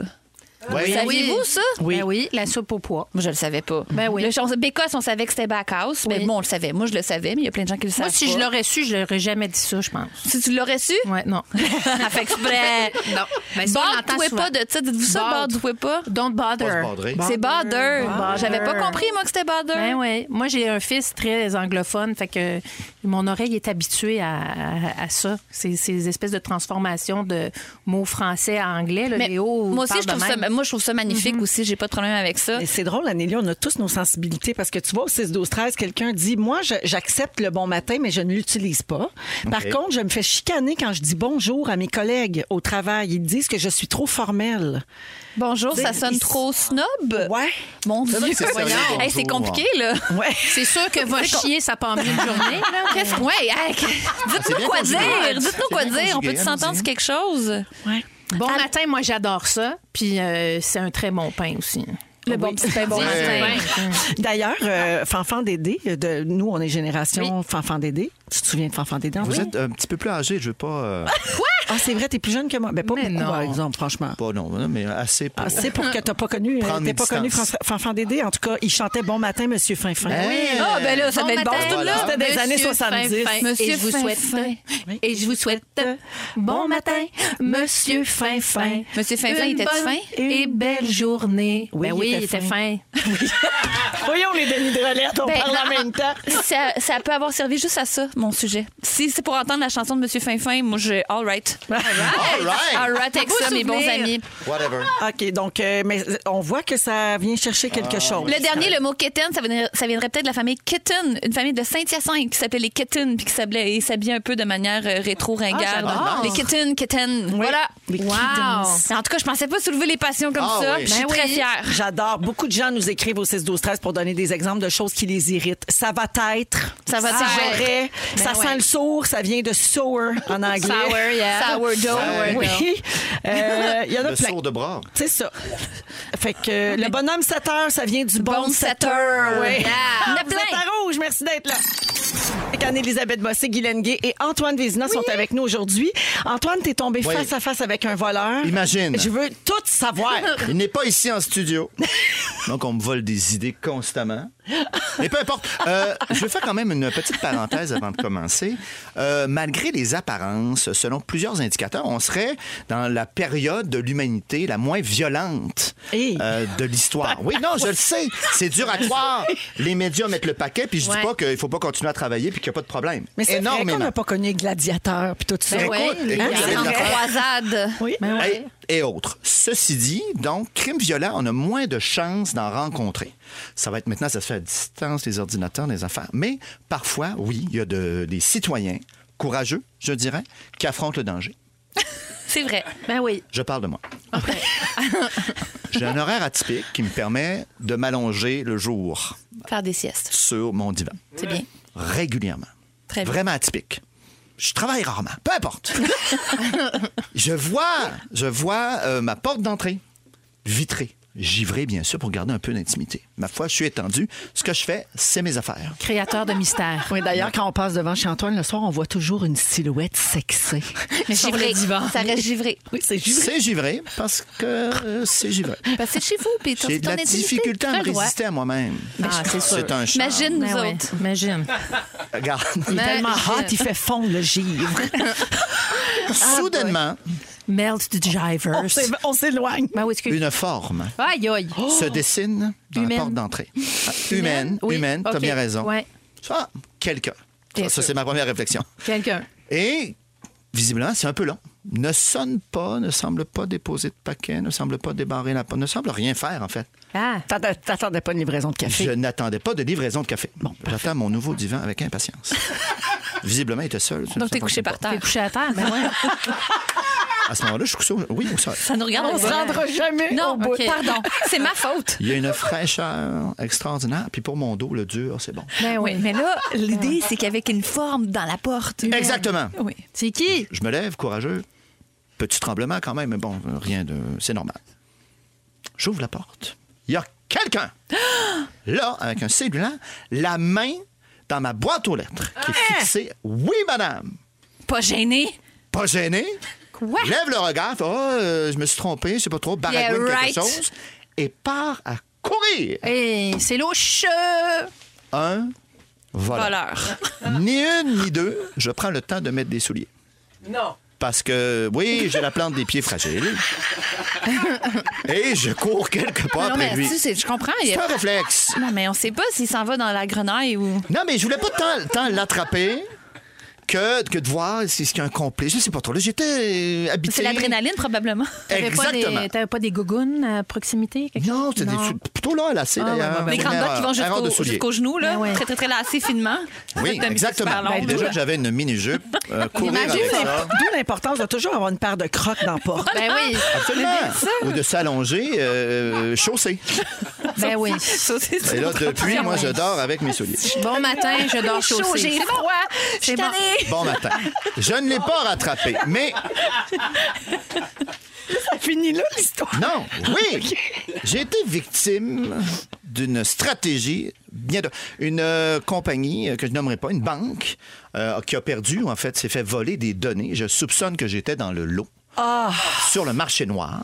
Speaker 2: Oui.
Speaker 5: Saviez-vous ça?
Speaker 4: Oui. Ben oui, la soupe au poids.
Speaker 5: Moi, je le savais pas.
Speaker 4: Ben oui.
Speaker 5: Le chance- Bécosse, on savait que c'était backhouse. Mais
Speaker 4: Oui.
Speaker 5: bon, on le savait. Moi, je le savais, mais il y a plein de gens qui le savent.
Speaker 4: Moi, si
Speaker 5: pas.
Speaker 4: je l'aurais su, je l'aurais jamais dit ça, je pense.
Speaker 5: Si tu l'aurais su?
Speaker 4: Ouais, non.
Speaker 5: Elle fait exprès.
Speaker 4: Non. Ben, ça, on l'entend
Speaker 5: Borde-toi
Speaker 4: souvent.
Speaker 5: pas de ça. Dites-vous ça,
Speaker 4: Borde.
Speaker 5: borde-toi pas.
Speaker 4: Don't
Speaker 2: Pas
Speaker 4: bother.
Speaker 2: se bordrer.
Speaker 5: C'est bother.
Speaker 4: Bother.
Speaker 5: J'avais pas compris, moi, que c'était bother.
Speaker 4: Ben ouais. Moi, j'ai un fils très anglophone, fait que mon oreille est habituée à, à- à ça, ces, ces espèces de transformations de mots français à anglais. là.
Speaker 5: Mais
Speaker 4: Léo
Speaker 5: moi aussi,
Speaker 4: parle
Speaker 5: je
Speaker 4: de
Speaker 5: trouve, ça,
Speaker 4: même.
Speaker 5: moi, je trouve ça magnifique aussi. J'ai pas de problème avec ça.
Speaker 3: Mais c'est drôle, Anélie, on a tous nos sensibilités parce que tu vois, au 6, 12, 13, quelqu'un dit Moi, je- j'accepte le bon matin, mais je ne l'utilise pas. Par
Speaker 2: Ok.
Speaker 3: contre, je me fais chicaner quand je dis bonjour à mes collègues au travail. Ils disent que je suis trop formelle.
Speaker 5: Bonjour, ça
Speaker 3: C'est-
Speaker 5: sonne
Speaker 3: il-
Speaker 5: trop snob.
Speaker 3: Euh, Ouais.
Speaker 5: Mon Dieu.
Speaker 2: vrai que c'est sérieux,
Speaker 5: Voyons. Hey, c'est
Speaker 2: bonjour.
Speaker 5: compliqué, là.
Speaker 3: Euh, Ouais.
Speaker 4: C'est sûr que va chier, ça part mieux une journée. là.
Speaker 5: Qu'est-ce que. Ouais, hey, que-
Speaker 2: C'est
Speaker 5: dites-nous
Speaker 2: bien
Speaker 5: quoi
Speaker 2: conjugué.
Speaker 5: dire. Dites-nous
Speaker 2: C'est
Speaker 5: quoi
Speaker 2: bien
Speaker 5: dire. On
Speaker 2: conjugué,
Speaker 5: peut-tu s'entendre
Speaker 2: allons-y.
Speaker 5: sur quelque chose?
Speaker 3: ouais.
Speaker 4: Bon matin, moi, j'adore ça. Puis euh, c'est un très bon pain aussi.
Speaker 5: Le bon petit pain, bon
Speaker 4: Dis-
Speaker 5: matin.
Speaker 3: D'ailleurs, euh, Fanfan Dédé, de, nous, on est génération Fanfan Dédé. Tu te souviens de Fanfan Dédé?
Speaker 2: Vous
Speaker 3: Antoine?
Speaker 2: êtes un petit peu plus âgé, je veux pas. euh,
Speaker 3: Ah, c'est vrai, t'es plus jeune que moi. Ben, pas
Speaker 4: Mais
Speaker 3: beaucoup,
Speaker 4: non.
Speaker 3: par exemple, franchement.
Speaker 2: pas non, mais assez pour.
Speaker 3: Ah, c'est pour que t'as pas connu, euh,
Speaker 2: Prendre
Speaker 3: t'as
Speaker 2: mes
Speaker 3: pas connu
Speaker 2: distances.
Speaker 3: Fran- Fanfan Dédé. En tout cas, il chantait Bon matin, Monsieur Finfin.
Speaker 2: Hey!
Speaker 5: Ah, ben là, ça
Speaker 4: Bon
Speaker 5: devait être bon,
Speaker 4: matin,
Speaker 5: ce tout là.
Speaker 3: C'était des
Speaker 4: Monsieur
Speaker 3: années 70.
Speaker 4: Finfin.
Speaker 5: Monsieur
Speaker 4: et je vous
Speaker 5: Finfin.
Speaker 4: souhaite et je vous souhaite bon matin, Monsieur Finfin.
Speaker 5: Monsieur Finfin, il
Speaker 4: Une
Speaker 5: était
Speaker 4: bonne
Speaker 5: fin?
Speaker 4: et belle journée.
Speaker 3: Oui,
Speaker 4: ben
Speaker 3: il
Speaker 4: oui,
Speaker 3: était
Speaker 4: il était
Speaker 3: fin.
Speaker 4: fin.
Speaker 3: Voyons les Denis Drolet, on
Speaker 5: Ben,
Speaker 3: parle en
Speaker 5: non.
Speaker 3: même temps.
Speaker 5: Ça, ça peut avoir servi juste à ça, mon sujet. Si c'est pour entendre la chanson de Monsieur Finfin, moi, j'ai all right.
Speaker 2: All right.
Speaker 5: All Ah, right avec
Speaker 4: beau
Speaker 5: ça, mes bons
Speaker 4: souvenir.
Speaker 5: amis.
Speaker 2: Whatever.
Speaker 3: OK, donc, euh, mais on voit que ça vient chercher
Speaker 2: Ah,
Speaker 3: quelque chose.
Speaker 5: Le dernier, le mot kitten, ça viendrait, ça viendrait peut-être de la famille Kitten, une famille de Saint-Hyacinthe qui s'appelait les Kitten, puis qui s'ablait- et s'habillait un peu de manière euh, rétro-ringarde.
Speaker 4: Ah, j'adore.
Speaker 5: les Kitten, Kitten.
Speaker 3: Oui.
Speaker 5: Voilà.
Speaker 3: Les
Speaker 4: Wow.
Speaker 3: kittens.
Speaker 5: En tout cas, je pensais pas soulever les passions comme
Speaker 2: Ah
Speaker 5: ça.
Speaker 2: oui.
Speaker 5: Je suis
Speaker 4: Ben
Speaker 5: très
Speaker 4: oui.
Speaker 5: fière.
Speaker 3: J'adore. Beaucoup de gens nous écrivent au 6 12 13 pour donner des exemples de choses qui les irritent. Ça va être.
Speaker 5: Ça va Ben
Speaker 3: si
Speaker 5: être.
Speaker 3: j'aurais. Ça
Speaker 4: ouais.
Speaker 3: sent le sourd. Ça vient de sour en anglais.
Speaker 4: Sour, yeah.
Speaker 5: Sourdough.
Speaker 3: Oui. Euh, Il y en a
Speaker 2: Le
Speaker 3: plein.
Speaker 2: sourd de bras.
Speaker 3: C'est ça. Fait que euh, le bonhomme 7 heures, ça vient du bon,
Speaker 5: Bon
Speaker 3: 7
Speaker 5: setter.
Speaker 3: heures. Oui.
Speaker 5: Yeah. Il y en Ah, a
Speaker 3: Vous êtes
Speaker 5: plein.
Speaker 3: à rouge, merci d'être là. Avec Anne-Elisabeth Bossé, Guylaine Gay et Antoine Vézina sont avec nous aujourd'hui. Antoine, t'es tombé
Speaker 2: Oui.
Speaker 3: face à face avec un voleur.
Speaker 2: Imagine.
Speaker 3: Je veux tout savoir.
Speaker 2: Il n'est pas ici en studio. Donc, on me vole des idées constamment. Mais peu importe. Euh, je vais faire quand même une petite parenthèse avant de commencer. Euh, malgré les apparences, selon plusieurs indicateurs, on serait dans la période de l'humanité la moins violente
Speaker 3: Hey.
Speaker 2: euh, de l'histoire. Oui, non, je le sais. C'est dur à croire. Les médias mettent le paquet, puis je dis
Speaker 4: Ouais.
Speaker 2: pas qu'il ne faut pas continuer à travailler puis qu'il n'y a pas de problème.
Speaker 3: Mais c'est vrai qu'on
Speaker 2: Énormément.
Speaker 3: n'a pas connu les gladiateurs puis tout ça. hein?
Speaker 4: Ben ouais,
Speaker 2: Écoute,
Speaker 4: les
Speaker 2: écoute,
Speaker 4: gars.
Speaker 2: c'est
Speaker 5: En
Speaker 2: de la-
Speaker 5: croisade.
Speaker 3: Oui.
Speaker 4: Ben ouais.
Speaker 2: Hey, et autres. Ceci dit, donc, crime violent, on a moins de chances d'en rencontrer. Ça va être maintenant, ça se fait à distance, les ordinateurs, les affaires. Mais parfois, oui, il y a de- des citoyens courageux, je dirais, qui affrontent le danger.
Speaker 5: C'est vrai.
Speaker 4: Ben oui.
Speaker 2: Je parle de moi. J'ai un horaire atypique qui me permet de m'allonger le jour
Speaker 5: Faire des siestes.
Speaker 2: sur mon divan
Speaker 5: C'est bien.
Speaker 2: régulièrement.
Speaker 5: Très bien.
Speaker 2: Vraiment atypique. Je travaille rarement, peu importe. je vois, je vois euh, ma porte d'entrée vitrée. givré, bien sûr, pour garder un peu d'intimité. Ma foi, je suis étendu. Ce que je fais, c'est mes affaires.
Speaker 4: Créateur de mystère.
Speaker 3: Oui, d'ailleurs, quand on passe devant chez Antoine le soir, on voit toujours une silhouette sexée.
Speaker 5: givré. Ça reste givré.
Speaker 3: Oui, c'est juste.
Speaker 2: C'est givré parce que euh, c'est givré.
Speaker 5: Parce que c'est chez vous, puis t'as
Speaker 2: J'ai de
Speaker 5: ton
Speaker 2: la
Speaker 5: intimité.
Speaker 2: difficulté à
Speaker 5: T'as
Speaker 2: me
Speaker 5: le droit.
Speaker 2: résister à moi-même.
Speaker 4: Ah, c'est sûr.
Speaker 2: C'est un char.
Speaker 5: Imagine, nous
Speaker 4: Ben ouais,
Speaker 5: autres.
Speaker 4: Imagine.
Speaker 2: Regarde.
Speaker 3: Tellement
Speaker 4: je-
Speaker 3: hot, il fait fondre le givre.
Speaker 5: Ah,
Speaker 2: Soudainement,
Speaker 4: Melt the Jivers.
Speaker 3: On s'é- on s'éloigne.
Speaker 4: Oh, Ben oui, excuse.
Speaker 2: une forme
Speaker 4: Aïe, aïe.
Speaker 2: se dessine dans
Speaker 4: Humaine.
Speaker 2: la porte d'entrée. Ah, Humaine,
Speaker 4: Oui,
Speaker 2: humaine, t'as
Speaker 4: ok,
Speaker 2: bien raison.
Speaker 4: ouais.
Speaker 2: Ah, quelqu'un.
Speaker 4: Bien
Speaker 2: Ça, ça,
Speaker 4: sûr.
Speaker 2: c'est ma première réflexion.
Speaker 4: Quelqu'un.
Speaker 2: Et visiblement, c'est un peu long. Ne sonne pas, ne semble pas déposer de paquet, ne semble pas débarrer la porte, ne semble rien faire, en fait.
Speaker 4: Ah.
Speaker 3: T'attendais- T'attendais pas une livraison de
Speaker 2: Je
Speaker 3: café.
Speaker 2: n'attendais pas de livraison de café. Bon, j'attends mon nouveau divan avec impatience. visiblement, il était seul.
Speaker 5: Donc,
Speaker 2: Ça
Speaker 5: t'es couché
Speaker 2: fonctionne pas.
Speaker 5: par
Speaker 4: T'es
Speaker 5: terre.
Speaker 4: couché à terre, ben ouais.
Speaker 2: À ce moment-là, je suis couché au- oui, au sol.
Speaker 5: Ça nous regarde.
Speaker 3: On
Speaker 5: au
Speaker 3: se
Speaker 5: bas.
Speaker 3: rendra jamais au
Speaker 5: Non,
Speaker 3: bout.
Speaker 5: OK, pardon. C'est ma faute.
Speaker 2: Il y a une fraîcheur extraordinaire. Puis pour mon dos, le dur, c'est bon.
Speaker 4: Ben
Speaker 5: Oui,
Speaker 4: oui.
Speaker 5: mais là, l'idée, c'est qu'avec une forme dans la porte.
Speaker 2: Exactement.
Speaker 5: Oui.
Speaker 4: C'est qui?
Speaker 2: Je me lève, courageux. Petit tremblement quand même, mais bon, rien de. C'est normal. J'ouvre la porte. Il y a quelqu'un! Là, avec un cellulaire, la main dans ma boîte aux lettres qui est fixée. Oui, madame!
Speaker 5: Pas gêné.
Speaker 2: Pas gêné.
Speaker 5: Quoi?
Speaker 2: Lève le regard, fait, Ah, euh, je me suis trompé, c'est pas trop, baragouine
Speaker 5: Yeah, right.
Speaker 2: quelque chose. Et part à courir.
Speaker 4: Hey, c'est louche! Euh,
Speaker 2: Un voleur.
Speaker 5: Voleur.
Speaker 2: Ni une, ni deux, je prends le temps de mettre des souliers.
Speaker 3: Non.
Speaker 2: Parce que, oui, j'ai la plante des pieds fragile. Et je cours quelque part
Speaker 5: non, mais
Speaker 2: après lui.
Speaker 5: tu sais, je comprends. il y
Speaker 2: C'est
Speaker 5: a-
Speaker 2: un réflexe.
Speaker 5: Non, mais on sait pas s'il s'en va dans la grenaille ou.
Speaker 2: Non, mais je voulais pas tant, tant l'attraper que, que de voir si c'est un complice. Je sais pas trop. Là, j'étais euh, habité.
Speaker 5: C'est l'adrénaline, probablement.
Speaker 4: T'avais pas des-
Speaker 2: Exactement.
Speaker 4: T'avais pas des gougounes à proximité? quelque
Speaker 2: Non,
Speaker 4: chose?
Speaker 2: c'est des sou- plutôt là, lacé
Speaker 4: Ah, ouais,
Speaker 2: d'ailleurs.
Speaker 4: ouais, ouais.
Speaker 5: Les grandes bottes qui vont
Speaker 2: Erreur euh, de
Speaker 5: jusqu'au
Speaker 2: souliers.
Speaker 5: jusqu'au genou, là,
Speaker 4: Ah ouais.
Speaker 5: très, très, très lassées finement.
Speaker 2: Oui,
Speaker 5: T'as mis
Speaker 2: exactement.
Speaker 5: super long,
Speaker 2: Ben, déjà
Speaker 5: là.
Speaker 2: que j'avais une mini-jupe, euh, courir
Speaker 3: D'où
Speaker 2: avec ça.
Speaker 3: l'imp- d'où l'importance de toujours avoir une paire de crocs dans la porte.
Speaker 4: Ben oui,
Speaker 2: Absolument. Ou de s'allonger euh, chaussé.
Speaker 4: ben oui.
Speaker 5: Ça, c'est
Speaker 2: Et là,
Speaker 5: une
Speaker 2: depuis, moi, je
Speaker 5: proposition.
Speaker 2: dors avec mes souliers.
Speaker 4: Bon matin, je dors
Speaker 5: Chaud,
Speaker 4: chaussée.
Speaker 5: j'ai
Speaker 4: C'est bon.
Speaker 5: froid. Je suis
Speaker 4: C'est bon.
Speaker 5: tannée.
Speaker 2: Bon matin. Je ne l'ai pas rattrapé, mais
Speaker 3: Fini là l'histoire.
Speaker 2: non, oui, j'ai été victime d'une stratégie, bien de, une euh, compagnie euh, que je nommerai pas, une banque euh, qui a perdu, en fait, s'est fait voler des données. Je soupçonne que j'étais dans le lot. Sur le marché noir.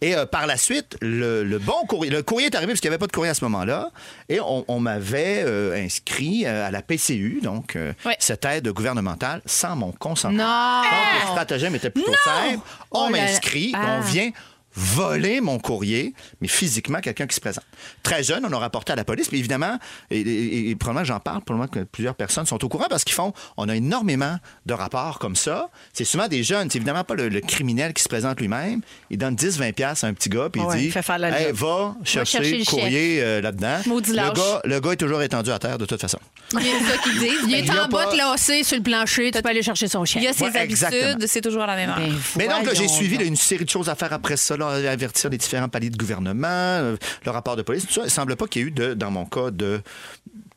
Speaker 2: Et euh, par la suite, le, le bon courrier, le courrier est arrivé parce qu'il n'y avait pas de courrier à ce moment-là. Et on, on m'avait euh, inscrit euh, à la PCU, donc euh,
Speaker 5: Ouais.
Speaker 2: cette aide gouvernementale, sans mon consentement.
Speaker 4: Non!
Speaker 2: Donc, le stratagème était plutôt simple. On
Speaker 4: Oh là là.
Speaker 2: m'inscrit,
Speaker 4: Ah.
Speaker 2: on vient voler mon courrier, mais physiquement, quelqu'un qui se présente. Très jeune, on a rapporté à la police, mais évidemment, et, et- et probablement j'en parle, probablement que plusieurs personnes sont au courant parce qu'ils font, on a énormément de rapports comme ça. C'est souvent des jeunes, c'est évidemment pas le, le criminel qui se présente lui-même. Il donne 10-20$ piastres à un petit gars, puis
Speaker 3: Ouais,
Speaker 2: il dit,
Speaker 3: il fait faire la
Speaker 2: Hey,
Speaker 3: job.
Speaker 2: va chercher,
Speaker 4: chercher
Speaker 2: le
Speaker 4: le
Speaker 2: courrier euh, là-dedans.
Speaker 5: Maudit
Speaker 2: Le
Speaker 5: lâche.
Speaker 2: gars, le gars est toujours étendu à terre de toute façon.
Speaker 5: Il y a ça qu'ils disent.
Speaker 4: Il
Speaker 5: mais
Speaker 4: est
Speaker 2: Ben, y a
Speaker 4: en bas
Speaker 2: pas- Hein?
Speaker 4: de lacé sur le plancher, tu peux aller chercher son chien.
Speaker 5: Il y a ses
Speaker 2: Ouais, exactement.
Speaker 5: habitudes, c'est toujours la même heure.
Speaker 2: Mais donc, là, j'ai suivi là, une série de choses à faire après ça, là, avertir les différents paliers de gouvernement, euh, le rapport de police, tout ça. Il semble pas qu'il y ait eu, de, dans mon cas, de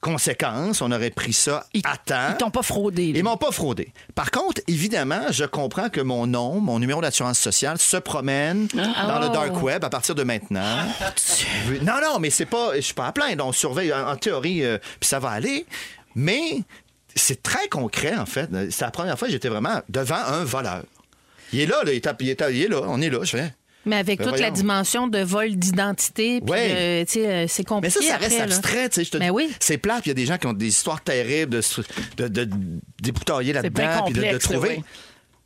Speaker 2: conséquences. On aurait pris ça à temps.
Speaker 3: Ils t'ont pas fraudé. là.
Speaker 2: Ils m'ont pas fraudé. Par contre, évidemment, je comprends que mon nom, mon numéro d'assurance sociale se promène
Speaker 3: Ah.
Speaker 2: dans le dark web à partir de maintenant.
Speaker 3: Oh,
Speaker 2: non, non, mais c'est pas. Je suis pas à plaindre. On surveille en, en théorie, euh, puis ça va aller. Mais c'est très concret, en fait. C'est la première fois que j'étais vraiment devant un voleur. Il est là, là, il, tape- il est, il est là, on est là, je fais.
Speaker 4: Mais avec
Speaker 2: Ben
Speaker 4: toute la
Speaker 2: voyons.
Speaker 4: dimension de vol d'identité, puis
Speaker 2: Ouais.
Speaker 4: de- tu sais, euh, c'est
Speaker 2: Mais
Speaker 4: compliqué
Speaker 2: ça, ça reste
Speaker 4: après, là.
Speaker 2: abstrait, tu sais. je te
Speaker 4: Mais
Speaker 2: dis.
Speaker 4: oui.
Speaker 2: C'est plat, puis il y a des gens qui ont des histoires terribles de se- de, de, déboutoyer
Speaker 3: bien
Speaker 2: là-dedans, puis de, de
Speaker 3: complexe,
Speaker 2: trouver.
Speaker 3: oui.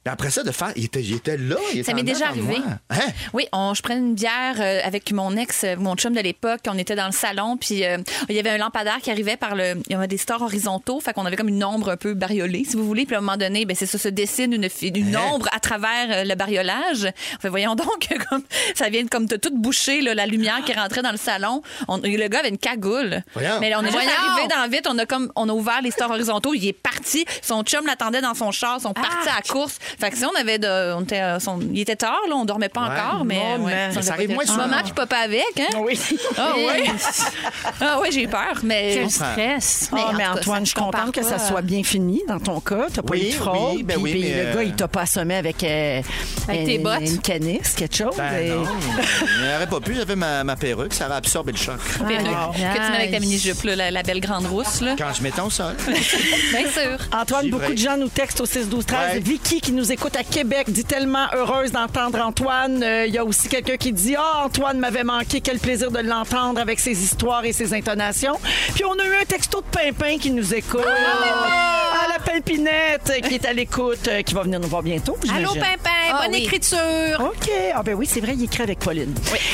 Speaker 2: Mais après ça, de faire, il était, il était là, il était
Speaker 5: Ça m'est
Speaker 2: en
Speaker 5: déjà
Speaker 2: avant de moi.
Speaker 5: arrivé.
Speaker 2: Hein?
Speaker 5: Oui, on, je prenais une bière euh, avec mon ex, euh, mon chum de l'époque. On était dans le salon, puis euh, il y avait un lampadaire qui arrivait par le. Il y avait des stores horizontaux, fait qu'on avait comme une ombre un peu bariolée, si vous voulez. Puis à un moment donné, ben, c'est ça, se dessine une, fi- une
Speaker 2: Hein?
Speaker 5: ombre à travers euh, le bariolage. Fait, voyons donc, comme, ça vient comme de tout boucher, là, la lumière qui rentrait dans le salon. On- et le gars avait une cagoule.
Speaker 2: Voyons.
Speaker 5: Mais là, on est
Speaker 4: Voyons.
Speaker 5: juste arrivé dans Ah! vite, on a, comme, on a ouvert les stores horizontaux, il est parti. Son chum l'attendait dans son char, ils sont partis à la course. Fait que si on avait de, on était, euh, son- il était tard, là, on dormait pas
Speaker 2: Ouais.
Speaker 5: encore, mais
Speaker 3: Bon,
Speaker 5: ouais,
Speaker 3: mais
Speaker 2: ça arrive moins souvent.
Speaker 5: Maman puis papa avec, hein?
Speaker 3: Oui.
Speaker 5: Ah ouais. ah ouais, j'ai eu peur, mais
Speaker 4: Quel stress.
Speaker 5: Mais
Speaker 3: Ah, mais
Speaker 5: en tout cas,
Speaker 3: Antoine,
Speaker 5: ça
Speaker 3: je suis
Speaker 5: se compare
Speaker 3: contente que ça
Speaker 5: pas à-
Speaker 3: soit bien fini dans ton cas. T'as pas
Speaker 2: Oui,
Speaker 3: eu de fraude.
Speaker 2: oui, ben
Speaker 3: puis-
Speaker 2: oui,
Speaker 3: puis
Speaker 2: mais,
Speaker 3: le
Speaker 2: euh,
Speaker 3: gars, il t'a pas assommé avec, euh,
Speaker 5: Avec tes
Speaker 3: une-
Speaker 5: bottes.
Speaker 3: une canisse, quelque chose.
Speaker 2: Ben
Speaker 3: Et-
Speaker 2: non, il n'y aurait pas pu. J'avais ma, ma perruque, ça aurait absorbé le choc.
Speaker 5: perruque que tu mets avec ta mini-jupe, là, la, la belle grande rousse, là.
Speaker 2: Quand je mettais au sol.
Speaker 5: Bien sûr.
Speaker 3: Antoine,
Speaker 2: J'y
Speaker 3: beaucoup
Speaker 2: vais.
Speaker 3: de gens nous textent au 6 12 13
Speaker 2: Ouais.
Speaker 3: Vicky qui nous écoute à Québec dit tellement heureuse d'entendre Antoine. Euh, Il y a aussi quelqu'un qui dit Ah, Antoine m'avait manqué, quel plaisir de l'entendre avec ses histoires et ses intonations. Puis on a eu un texto de Pimpin qui nous écoute. Ah, la Pimpinette euh, qui est à l'écoute, euh, qui va venir nous voir bientôt.
Speaker 4: Allô,
Speaker 3: j'imagine.
Speaker 4: Pimpin,
Speaker 5: Ah,
Speaker 4: bonne
Speaker 5: oui.
Speaker 4: écriture.
Speaker 3: OK. Ah ben oui, c'est vrai, il écrit avec Pauline.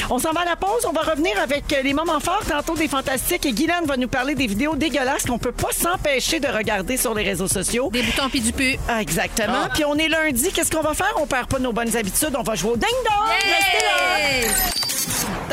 Speaker 3: On s'en va à la pause. On va revenir avec euh, les moments forts tantôt des fantastiques. Et Guylaine va nous parler des vidéos dégueulasses qu'on peut pas s'empêcher de regarder sur les réseaux sociaux.
Speaker 4: Des boutons pis du pu.
Speaker 3: Ah, exactement. Puis on est lundi. Qu'est-ce qu'on va faire? On perd pas nos bonnes habitudes. On va jouer au ding-dong. Restez là.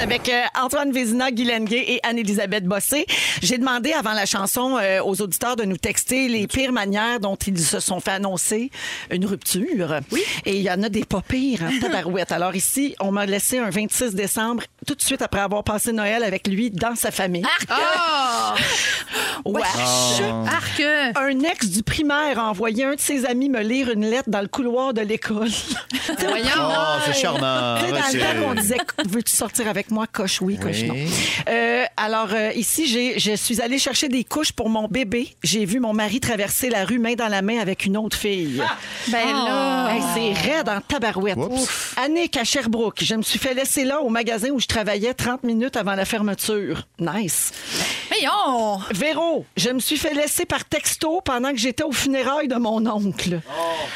Speaker 3: Avec euh, Antoine Vézina, Guylaine Gay et Anne-Élisabeth Bossé. J'ai demandé avant la chanson euh, aux auditeurs de nous texter les pires manières dont ils se sont fait annoncer une rupture. Oui. Et il y en a des pas pires, hein, tabarouette. Alors ici, on m'a laissé un 26 décembre, tout de suite après avoir passé Noël avec lui dans sa famille.
Speaker 4: Ah!
Speaker 3: Wesh!
Speaker 2: Ah.
Speaker 4: Arc!
Speaker 3: un ex du primaire a envoyé un de ses amis me lire une lettre dans le couloir de l'école.
Speaker 4: Voyons!
Speaker 2: Oh, c'est charmant.
Speaker 3: Tu sais, dans le
Speaker 2: monsieur.
Speaker 3: temps, on disait Veux-tu sortir avec moi Coche oui, coche
Speaker 2: Oui.
Speaker 3: non. Euh, alors, euh, ici, j'ai- je suis allée chercher des couches pour mon bébé. J'ai vu mon mari traverser la rue main dans la main avec une autre fille.
Speaker 4: Ben là!
Speaker 3: Hey, c'est raide en tabarouette.
Speaker 2: Oups.
Speaker 3: Ouf. Annick à Sherbrooke. Je me suis fait laisser là au magasin où je travaillais 30 minutes avant la fermeture. Nice.
Speaker 5: Mais on...
Speaker 3: Véro, je me suis fait laisser par texto pendant que j'étais au funérailles de mon oncle.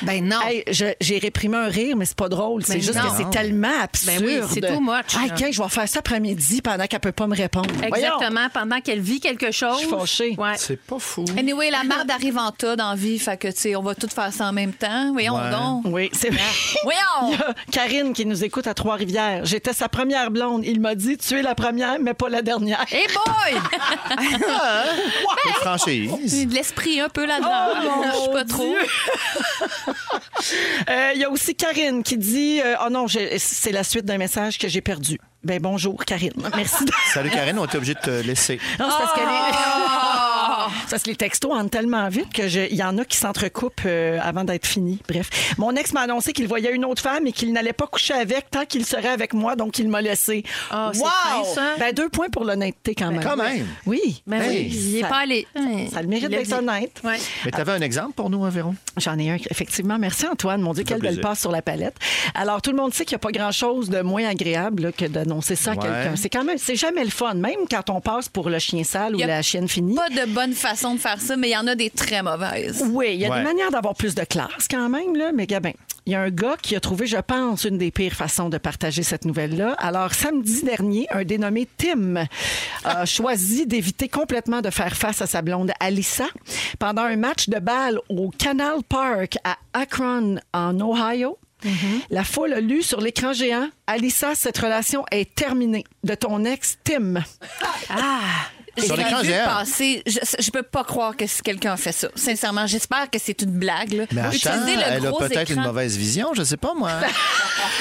Speaker 4: Ben non!
Speaker 3: Hey, je- j'ai réprimé un rire, mais c'est pas drôle. C'est
Speaker 4: Ben
Speaker 3: juste
Speaker 4: non.
Speaker 3: que c'est tellement absurde.
Speaker 4: Ben oui, c'est too much,
Speaker 3: Hey,
Speaker 4: là.
Speaker 3: quand je vais faire ça après-midi pendant qu'elle peut pas me répondre. Voyons.
Speaker 4: Exactement, pendant qu'elle vit quelque chose.
Speaker 3: Je suis fâchée.
Speaker 4: Ouais.
Speaker 2: C'est pas fou.
Speaker 5: Anyway, la marde arrive en tas dans la vie, fait que, tu sais, on va tout faire ça en même temps. Voyons
Speaker 2: Ouais.
Speaker 5: donc.
Speaker 3: Oui, c'est vrai. Il y
Speaker 5: Voyons!
Speaker 4: Ah.
Speaker 3: a Karine qui nous écoute à Trois-Rivières. J'étais sa première blonde. Il m'a dit Tu es la première, mais pas la dernière.
Speaker 4: Eh.
Speaker 5: Hey boy!
Speaker 2: Peu de franchise.
Speaker 5: J'ai de l'esprit un peu là-dedans. Je suis pas trop.
Speaker 3: Euh, Il y a aussi Karine qui dit euh, Oh non, j'ai- c'est la suite d'un message que j'ai perdu. Ben bonjour, Karine.
Speaker 4: Ah.
Speaker 3: Merci. de-
Speaker 2: Salut Karine, on était obligé de te laisser.
Speaker 3: Non, c'est parce que
Speaker 4: Oh!
Speaker 3: les... Ça, c'est les textos entrent tellement vite que je- il y en a qui s'entrecoupent euh, avant d'être finis. Bref, mon ex m'a annoncé qu'il voyait une autre femme et qu'il n'allait pas coucher avec tant qu'il serait avec moi, donc il m'a laissé.
Speaker 4: Ah, c'est
Speaker 3: Wow!
Speaker 4: fin, ça.
Speaker 3: Ben, deux points pour l'honnêteté quand même.
Speaker 2: Quand même.
Speaker 3: Oui.
Speaker 4: Ben oui,
Speaker 2: Hey.
Speaker 4: il est
Speaker 3: Ça-
Speaker 4: pas allé.
Speaker 3: Ça a le mérite
Speaker 4: Il a
Speaker 3: d'être
Speaker 4: dit.
Speaker 3: honnête.
Speaker 4: Ouais.
Speaker 2: Mais t'avais un exemple pour nous, hein, Véron?
Speaker 3: J'en ai un, effectivement. Merci, Antoine. Mon Dieu,
Speaker 2: fait
Speaker 3: quelle belle
Speaker 2: plaisir.
Speaker 3: passe sur la palette. Alors, tout le monde sait qu'il n'y a pas grand-chose de moins agréable là, que d'annoncer ça à
Speaker 2: Ouais.
Speaker 3: quelqu'un. C'est quand même, c'est jamais le fun, même quand on passe pour le chien sale ou
Speaker 5: Y a
Speaker 3: la chienne finie.
Speaker 5: Pas de bonne façon de faire ça, mais il y en a des très mauvaises.
Speaker 3: Oui, il y a
Speaker 2: Ouais.
Speaker 3: des manières d'avoir plus de classe quand même, là, mais Gabin. Il y a un gars qui a trouvé, je pense, une des pires façons de partager cette nouvelle-là. Alors, samedi dernier, un dénommé Tim a choisi d'éviter complètement de faire face à sa blonde Alissa pendant un match de balle au Canal Park à Akron, en Ohio.
Speaker 4: Mhm.
Speaker 3: La foule a lu sur l'écran géant Alissa, cette relation est terminée de ton ex Tim.
Speaker 2: Sur
Speaker 5: J'ai
Speaker 2: l'écran
Speaker 5: vu
Speaker 2: géant.
Speaker 5: passer- Je, je peux pas croire que si quelqu'un a fait ça. Sincèrement, j'espère que c'est une blague. là.
Speaker 2: Mais
Speaker 5: Utiliser
Speaker 2: attends, elle a
Speaker 5: gros
Speaker 2: peut-être une
Speaker 5: écran.
Speaker 2: mauvaise vision, je sais pas, moi.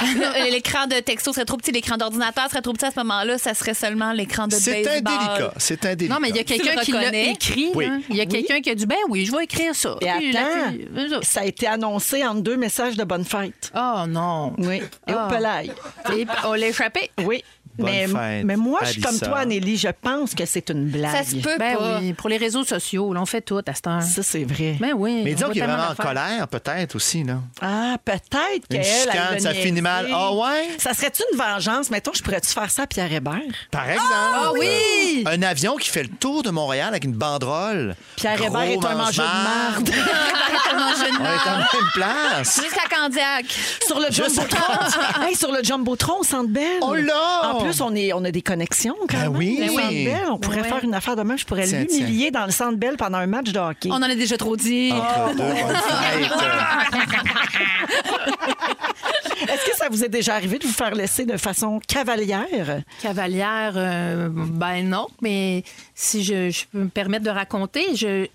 Speaker 5: Le- euh, L'écran de texto serait trop petit, l'écran d'ordinateur serait trop petit à ce moment-là, ça serait seulement l'écran de
Speaker 2: C'est
Speaker 5: baseball.
Speaker 2: indélicat. C'est indélicat.
Speaker 4: Non, mais il y a quelqu'un
Speaker 5: le
Speaker 4: qui l'a
Speaker 5: reconnais?
Speaker 4: écrit.
Speaker 2: Oui.
Speaker 4: hein. Il y a quelqu'un qui a dit Ben oui, je vais écrire ça.
Speaker 3: Et
Speaker 4: Puis
Speaker 3: attends,
Speaker 4: la- la-
Speaker 3: ça a été annoncé en deux messages de bonne fête.
Speaker 4: Oh non.
Speaker 3: Oui. Et au
Speaker 4: Ah.
Speaker 3: pelaille.
Speaker 4: Et on l'a échappé.
Speaker 3: Oui.
Speaker 2: Bonne
Speaker 3: mais,
Speaker 2: fête,
Speaker 3: mais moi, je suis comme
Speaker 2: Alissa.
Speaker 3: toi, Nelly. Je pense que c'est une blague.
Speaker 5: Ça se peut
Speaker 4: Ben
Speaker 5: pas.
Speaker 4: oui, pour les réseaux sociaux, là, on fait tout à cette heure.
Speaker 3: Ça, c'est vrai.
Speaker 4: Ben oui.
Speaker 2: Mais
Speaker 4: on
Speaker 2: disons
Speaker 4: voit
Speaker 2: qu'il est
Speaker 4: tellement
Speaker 2: vraiment en
Speaker 4: d'affaires.
Speaker 2: colère, peut-être aussi, là.
Speaker 3: Ah, peut-être qu'elle.
Speaker 2: Une
Speaker 3: elle
Speaker 2: chicane,
Speaker 3: l'a
Speaker 2: ça
Speaker 3: niaisé.
Speaker 2: finit mal. Ah ouais?
Speaker 3: Ça serait-tu une vengeance? Mettons, je pourrais-tu faire ça à Pierre Hébert?
Speaker 2: Par exemple. Ah oui! Un avion qui fait le tour de Montréal avec une banderole.
Speaker 3: Pierre
Speaker 2: Gros
Speaker 3: Hébert est un mangeur de
Speaker 2: mange-marde.
Speaker 3: merde.
Speaker 2: On est en même place.
Speaker 5: Jusqu'à Candiac.
Speaker 3: sur le
Speaker 2: Juste-
Speaker 3: Jumbotron. Hey, sur le Jumbotron, au Centre Bell.
Speaker 2: On l'a!
Speaker 3: En plus, on, est, on a des connexions quand
Speaker 2: Oh Ben
Speaker 3: même.
Speaker 2: oui.
Speaker 3: Le Centre
Speaker 2: Oui.
Speaker 3: Bell, on pourrait
Speaker 4: Ouais.
Speaker 3: faire une affaire demain. Je pourrais
Speaker 2: Tiens,
Speaker 3: l'humilier dans le Centre Bell pendant un match de hockey.
Speaker 5: On en a déjà trop dit.
Speaker 2: Entre deux bonnes fêtes.
Speaker 3: Est-ce que ça vous est déjà arrivé de vous faire laisser de façon cavalière?
Speaker 4: Cavalière, euh, ben non, mais si je, je peux me permettre de raconter, je,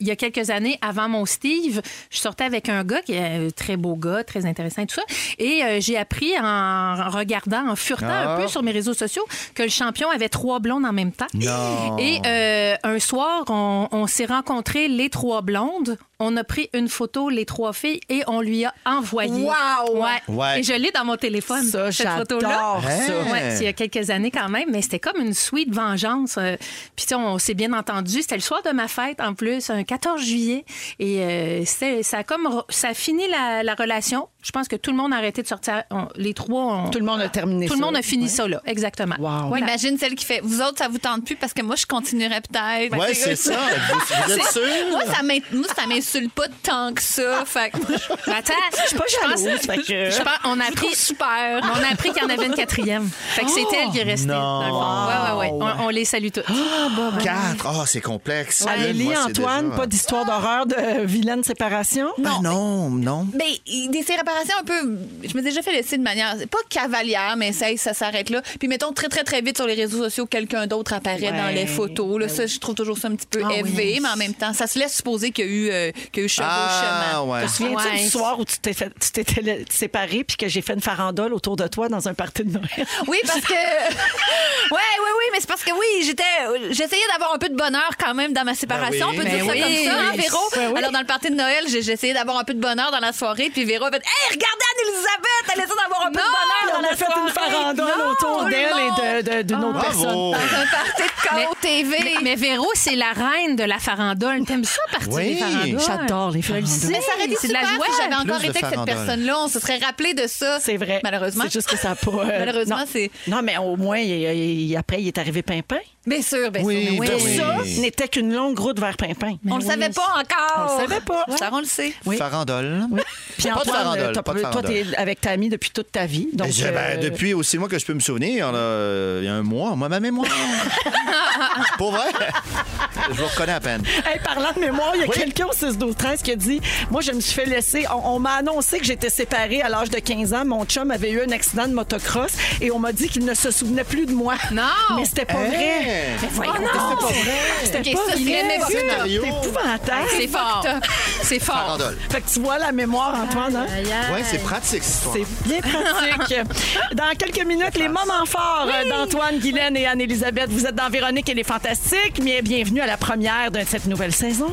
Speaker 4: il y a quelques années, avant mon Steve, je sortais avec un gars qui est un très beau gars, très intéressant et tout ça. Et euh, j'ai appris en regardant, en furtant
Speaker 2: Ah.
Speaker 4: un peu sur mes réseaux sociaux, que le champion avait trois blondes en même temps.
Speaker 2: Non.
Speaker 4: Et euh, un soir, on, on s'est rencontrés les trois blondes. On a pris une photo, les trois filles, et on lui a envoyé.
Speaker 3: Wow!
Speaker 4: Ouais.
Speaker 2: Ouais.
Speaker 4: Et je l'ai dans mon téléphone,
Speaker 3: Ça,
Speaker 4: cette
Speaker 3: j'adore
Speaker 4: photo-là.
Speaker 2: ça.
Speaker 4: Ouais, c'est il y a quelques années quand même, mais c'était comme une suite vengeance. Euh, Puis tu sais, on s'est bien entendu. C'était le soir de ma fête en plus, un 14 juillet. Et euh, c'était- ça a comme re- ça a fini la, la relation. Je pense que tout le monde a arrêté de sortir. On- les trois, on-
Speaker 3: Tout le monde a terminé
Speaker 4: tout
Speaker 3: ça.
Speaker 4: le monde a fini ça là, exactement.
Speaker 3: Wow.
Speaker 4: Voilà.
Speaker 5: Imagine celle qui fait Vous autres, ça vous tente plus parce que moi, je continuerais peut-être.
Speaker 2: Ouais, c'est ça. Vous, vous êtes sûr?
Speaker 5: Moi, ça m'in- moi, ça m'insulte pas tant que ça. Fait que moi, je-
Speaker 4: Mais attends, je suis
Speaker 3: pas jalouse, fait que-
Speaker 4: je pense- on a appris super. On a appris qu'il y en avait une quatrième. Fait que c'est elle qui est restée.
Speaker 2: non.
Speaker 4: dans le fond. Ouais, ouais, ouais. On, on les salue tous.
Speaker 3: ben.
Speaker 2: Quatre. Ah, c'est complexe. Une,
Speaker 3: Amélie,
Speaker 2: moi, c'est
Speaker 3: Antoine,
Speaker 2: déjà- euh,
Speaker 3: pas d'histoire d'horreur de euh, vilaine séparation?
Speaker 2: Ah, non, non.
Speaker 5: Ben, il- des séparations un peu. Je me suis déjà fait laisser de manière. c'est Pas cavalière, mais ça, ça s'arrête là. Puis mettons très, très, très vite sur les réseaux sociaux, quelqu'un d'autre apparaît dans les photos.
Speaker 2: Ben
Speaker 5: Là, ça, je trouve toujours ça un petit peu
Speaker 2: Ah
Speaker 5: élevé, mais en même temps, ça se laisse supposer qu'il y a eu, euh, qu'il y a eu chevauchement.
Speaker 2: Ah, ouais.
Speaker 3: Te souviens-tu
Speaker 4: Ouais.
Speaker 3: du soir où tu t'es fait- tu t'étais le- séparé puis que j'ai fait une farandole autour de toi dans un party de Noël?
Speaker 5: Oui, parce que. ouais, oui, oui, mais c'est parce que oui, j'étais. J'essayais d'avoir un peu de bonheur quand même dans ma séparation.
Speaker 2: Ben oui.
Speaker 5: On peut dire
Speaker 4: Ben
Speaker 5: ça
Speaker 4: oui.
Speaker 5: comme ça, hein,
Speaker 4: Oui.
Speaker 5: Véro? Alors, dans le party de Noël, j'ai- j'essayais d'avoir un peu de bonheur dans la soirée, puis Véro a fait Hey, regardez Anne-Elisabeth, elle essaie d'avoir un peu de bonheur dans
Speaker 3: on a
Speaker 5: la
Speaker 3: fait
Speaker 5: soirée.
Speaker 3: une farandole
Speaker 5: Non, Ah, tout
Speaker 3: autour
Speaker 5: le
Speaker 3: d'elle et de- de- d'une autre personne.
Speaker 2: Bravo.
Speaker 5: Dans un party de
Speaker 4: Mais-
Speaker 5: Côte TV.
Speaker 4: Mais Véro, c'est la reine de la farandole. T'aimes ça partir
Speaker 2: Oui.
Speaker 4: des farandoles?
Speaker 3: J'adore les
Speaker 4: Je le
Speaker 3: farandoles.
Speaker 4: sais.
Speaker 5: Mais ça aurait été
Speaker 4: C'est de la
Speaker 5: super
Speaker 4: joie.
Speaker 5: si j'avais
Speaker 2: Plus
Speaker 5: encore
Speaker 2: de
Speaker 5: été avec cette
Speaker 2: farandole.
Speaker 5: personne-là. On se serait rappelé de ça.
Speaker 3: C'est vrai.
Speaker 5: Malheureusement.
Speaker 3: C'est juste que ça n'a pas. euh,
Speaker 5: Malheureusement,
Speaker 3: non.
Speaker 5: c'est-
Speaker 3: Non, mais au moins, il- il- il- après, il est arrivé Pimpin.
Speaker 5: Bien sûr, bien
Speaker 2: Oui,
Speaker 5: sûr. mais
Speaker 2: ben oui.
Speaker 3: Ça n'était qu'une longue route vers Pimpin.
Speaker 5: On le savait pas encore.
Speaker 3: On le savait pas.
Speaker 5: Ça, Ben on le sait.
Speaker 3: Oui.
Speaker 2: Farandole.
Speaker 3: Puis
Speaker 2: Pas de
Speaker 3: Antoine,
Speaker 2: farandole,
Speaker 3: t'as
Speaker 2: pas de
Speaker 3: pas- toi,
Speaker 2: farandole.
Speaker 3: t'es avec ta amie depuis toute ta vie. Donc,
Speaker 2: Je- ben,
Speaker 3: euh,
Speaker 2: depuis aussi, moi, que je peux me souvenir, là, il y a un mois, moi, ma mémoire. Pour vrai? Je vous reconnais à peine.
Speaker 3: Hey, parlant de mémoire, il y a
Speaker 2: Oui.
Speaker 3: quelqu'un au 6 12 13 qui a dit Moi, je me suis fait laisser. On, on m'a annoncé que j'étais séparée à l'âge de 15 ans. Mon chum avait eu un accident de motocross et on m'a dit qu'il ne se souvenait plus de moi.
Speaker 4: Non!
Speaker 3: Mais c'était pas
Speaker 2: Hey!
Speaker 3: vrai.
Speaker 2: Eh.
Speaker 3: Mais voyons,
Speaker 2: Ah,
Speaker 3: c'était pas vrai. C'était
Speaker 5: Ok,
Speaker 3: pas
Speaker 5: ça, c'est
Speaker 3: vrai.
Speaker 5: mémorable.
Speaker 2: Scénario.
Speaker 3: C'est épouvantable.
Speaker 4: C'est fort. C'est fort.
Speaker 2: Farandole.
Speaker 3: Fait que tu vois la mémoire, Antoine. Hein?
Speaker 2: Ouais, c'est pratique, cette histoire.
Speaker 3: C'est bien pratique. Dans quelques minutes, les moments forts euh, d'Antoine, Guylaine et Anne-Élisabeth. Vous êtes dans Véronique et les Fantastiques, mais bienvenue à la première de cette nouvelle saison.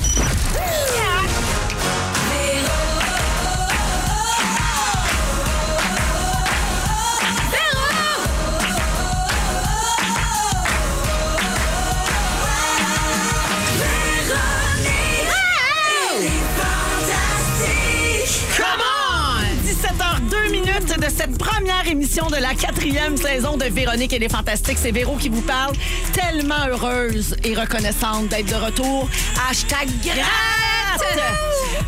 Speaker 1: et les Fantastiques.
Speaker 3: 17h02 minutes de cette première émission de la quatrième saison de Véronique et les Fantastiques. C'est Véro qui vous parle. Tellement heureuse et reconnaissante d'être de retour. Hashtag gratte!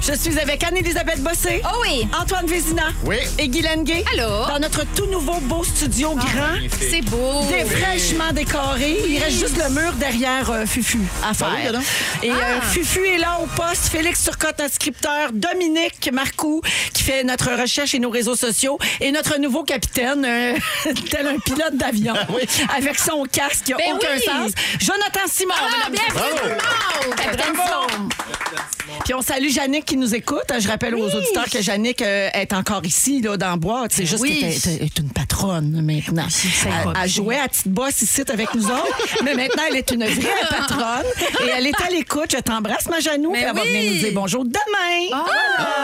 Speaker 3: Je suis avec Anne-Elisabeth Bossé.
Speaker 5: Oh oui.
Speaker 3: Antoine Vézina.
Speaker 2: Oui.
Speaker 3: Et Guylaine Gay.
Speaker 5: Allô. Ah.
Speaker 3: Dans notre tout nouveau beau studio grand.
Speaker 5: C'est beau.
Speaker 3: Des fraîchement décoré. Il reste juste le mur derrière euh, Fufu à faire.
Speaker 2: Ah oui, donc.
Speaker 3: Et euh, Fufu est là au poste. Félix Turcotte, notre scripteur. Dominique Marcoux, qui fait notre recherche et nos réseaux sociaux. Et notre nouveau capitaine, euh, tel un pilote d'avion, avec son casque qui n'a
Speaker 5: Ben
Speaker 3: aucun
Speaker 5: oui.
Speaker 3: sens. Jonathan Simon.
Speaker 5: Ah,
Speaker 4: ben
Speaker 3: mesdames et
Speaker 5: bienvenue
Speaker 2: Bravo.
Speaker 5: tout le monde. Capitaine Faume.
Speaker 3: puis on salue Jannick qui nous écoute. hein. Je rappelle aux auditeurs que Jannick euh, est encore ici, là, dans Boîte. C'est juste
Speaker 4: Ben oui.
Speaker 3: qu'elle est- est, est une patronne maintenant. Elle,
Speaker 4: incroyable.
Speaker 3: elle jouait à petite bosse ici avec nous autres, mais maintenant elle est une vraie patronne et elle est à l'écoute. Je t'embrasse, ma Janou.
Speaker 4: Mais
Speaker 3: puis Elle va
Speaker 4: Ben oui. Ah,
Speaker 3: venir nous dire bonjour demain.
Speaker 5: Ah,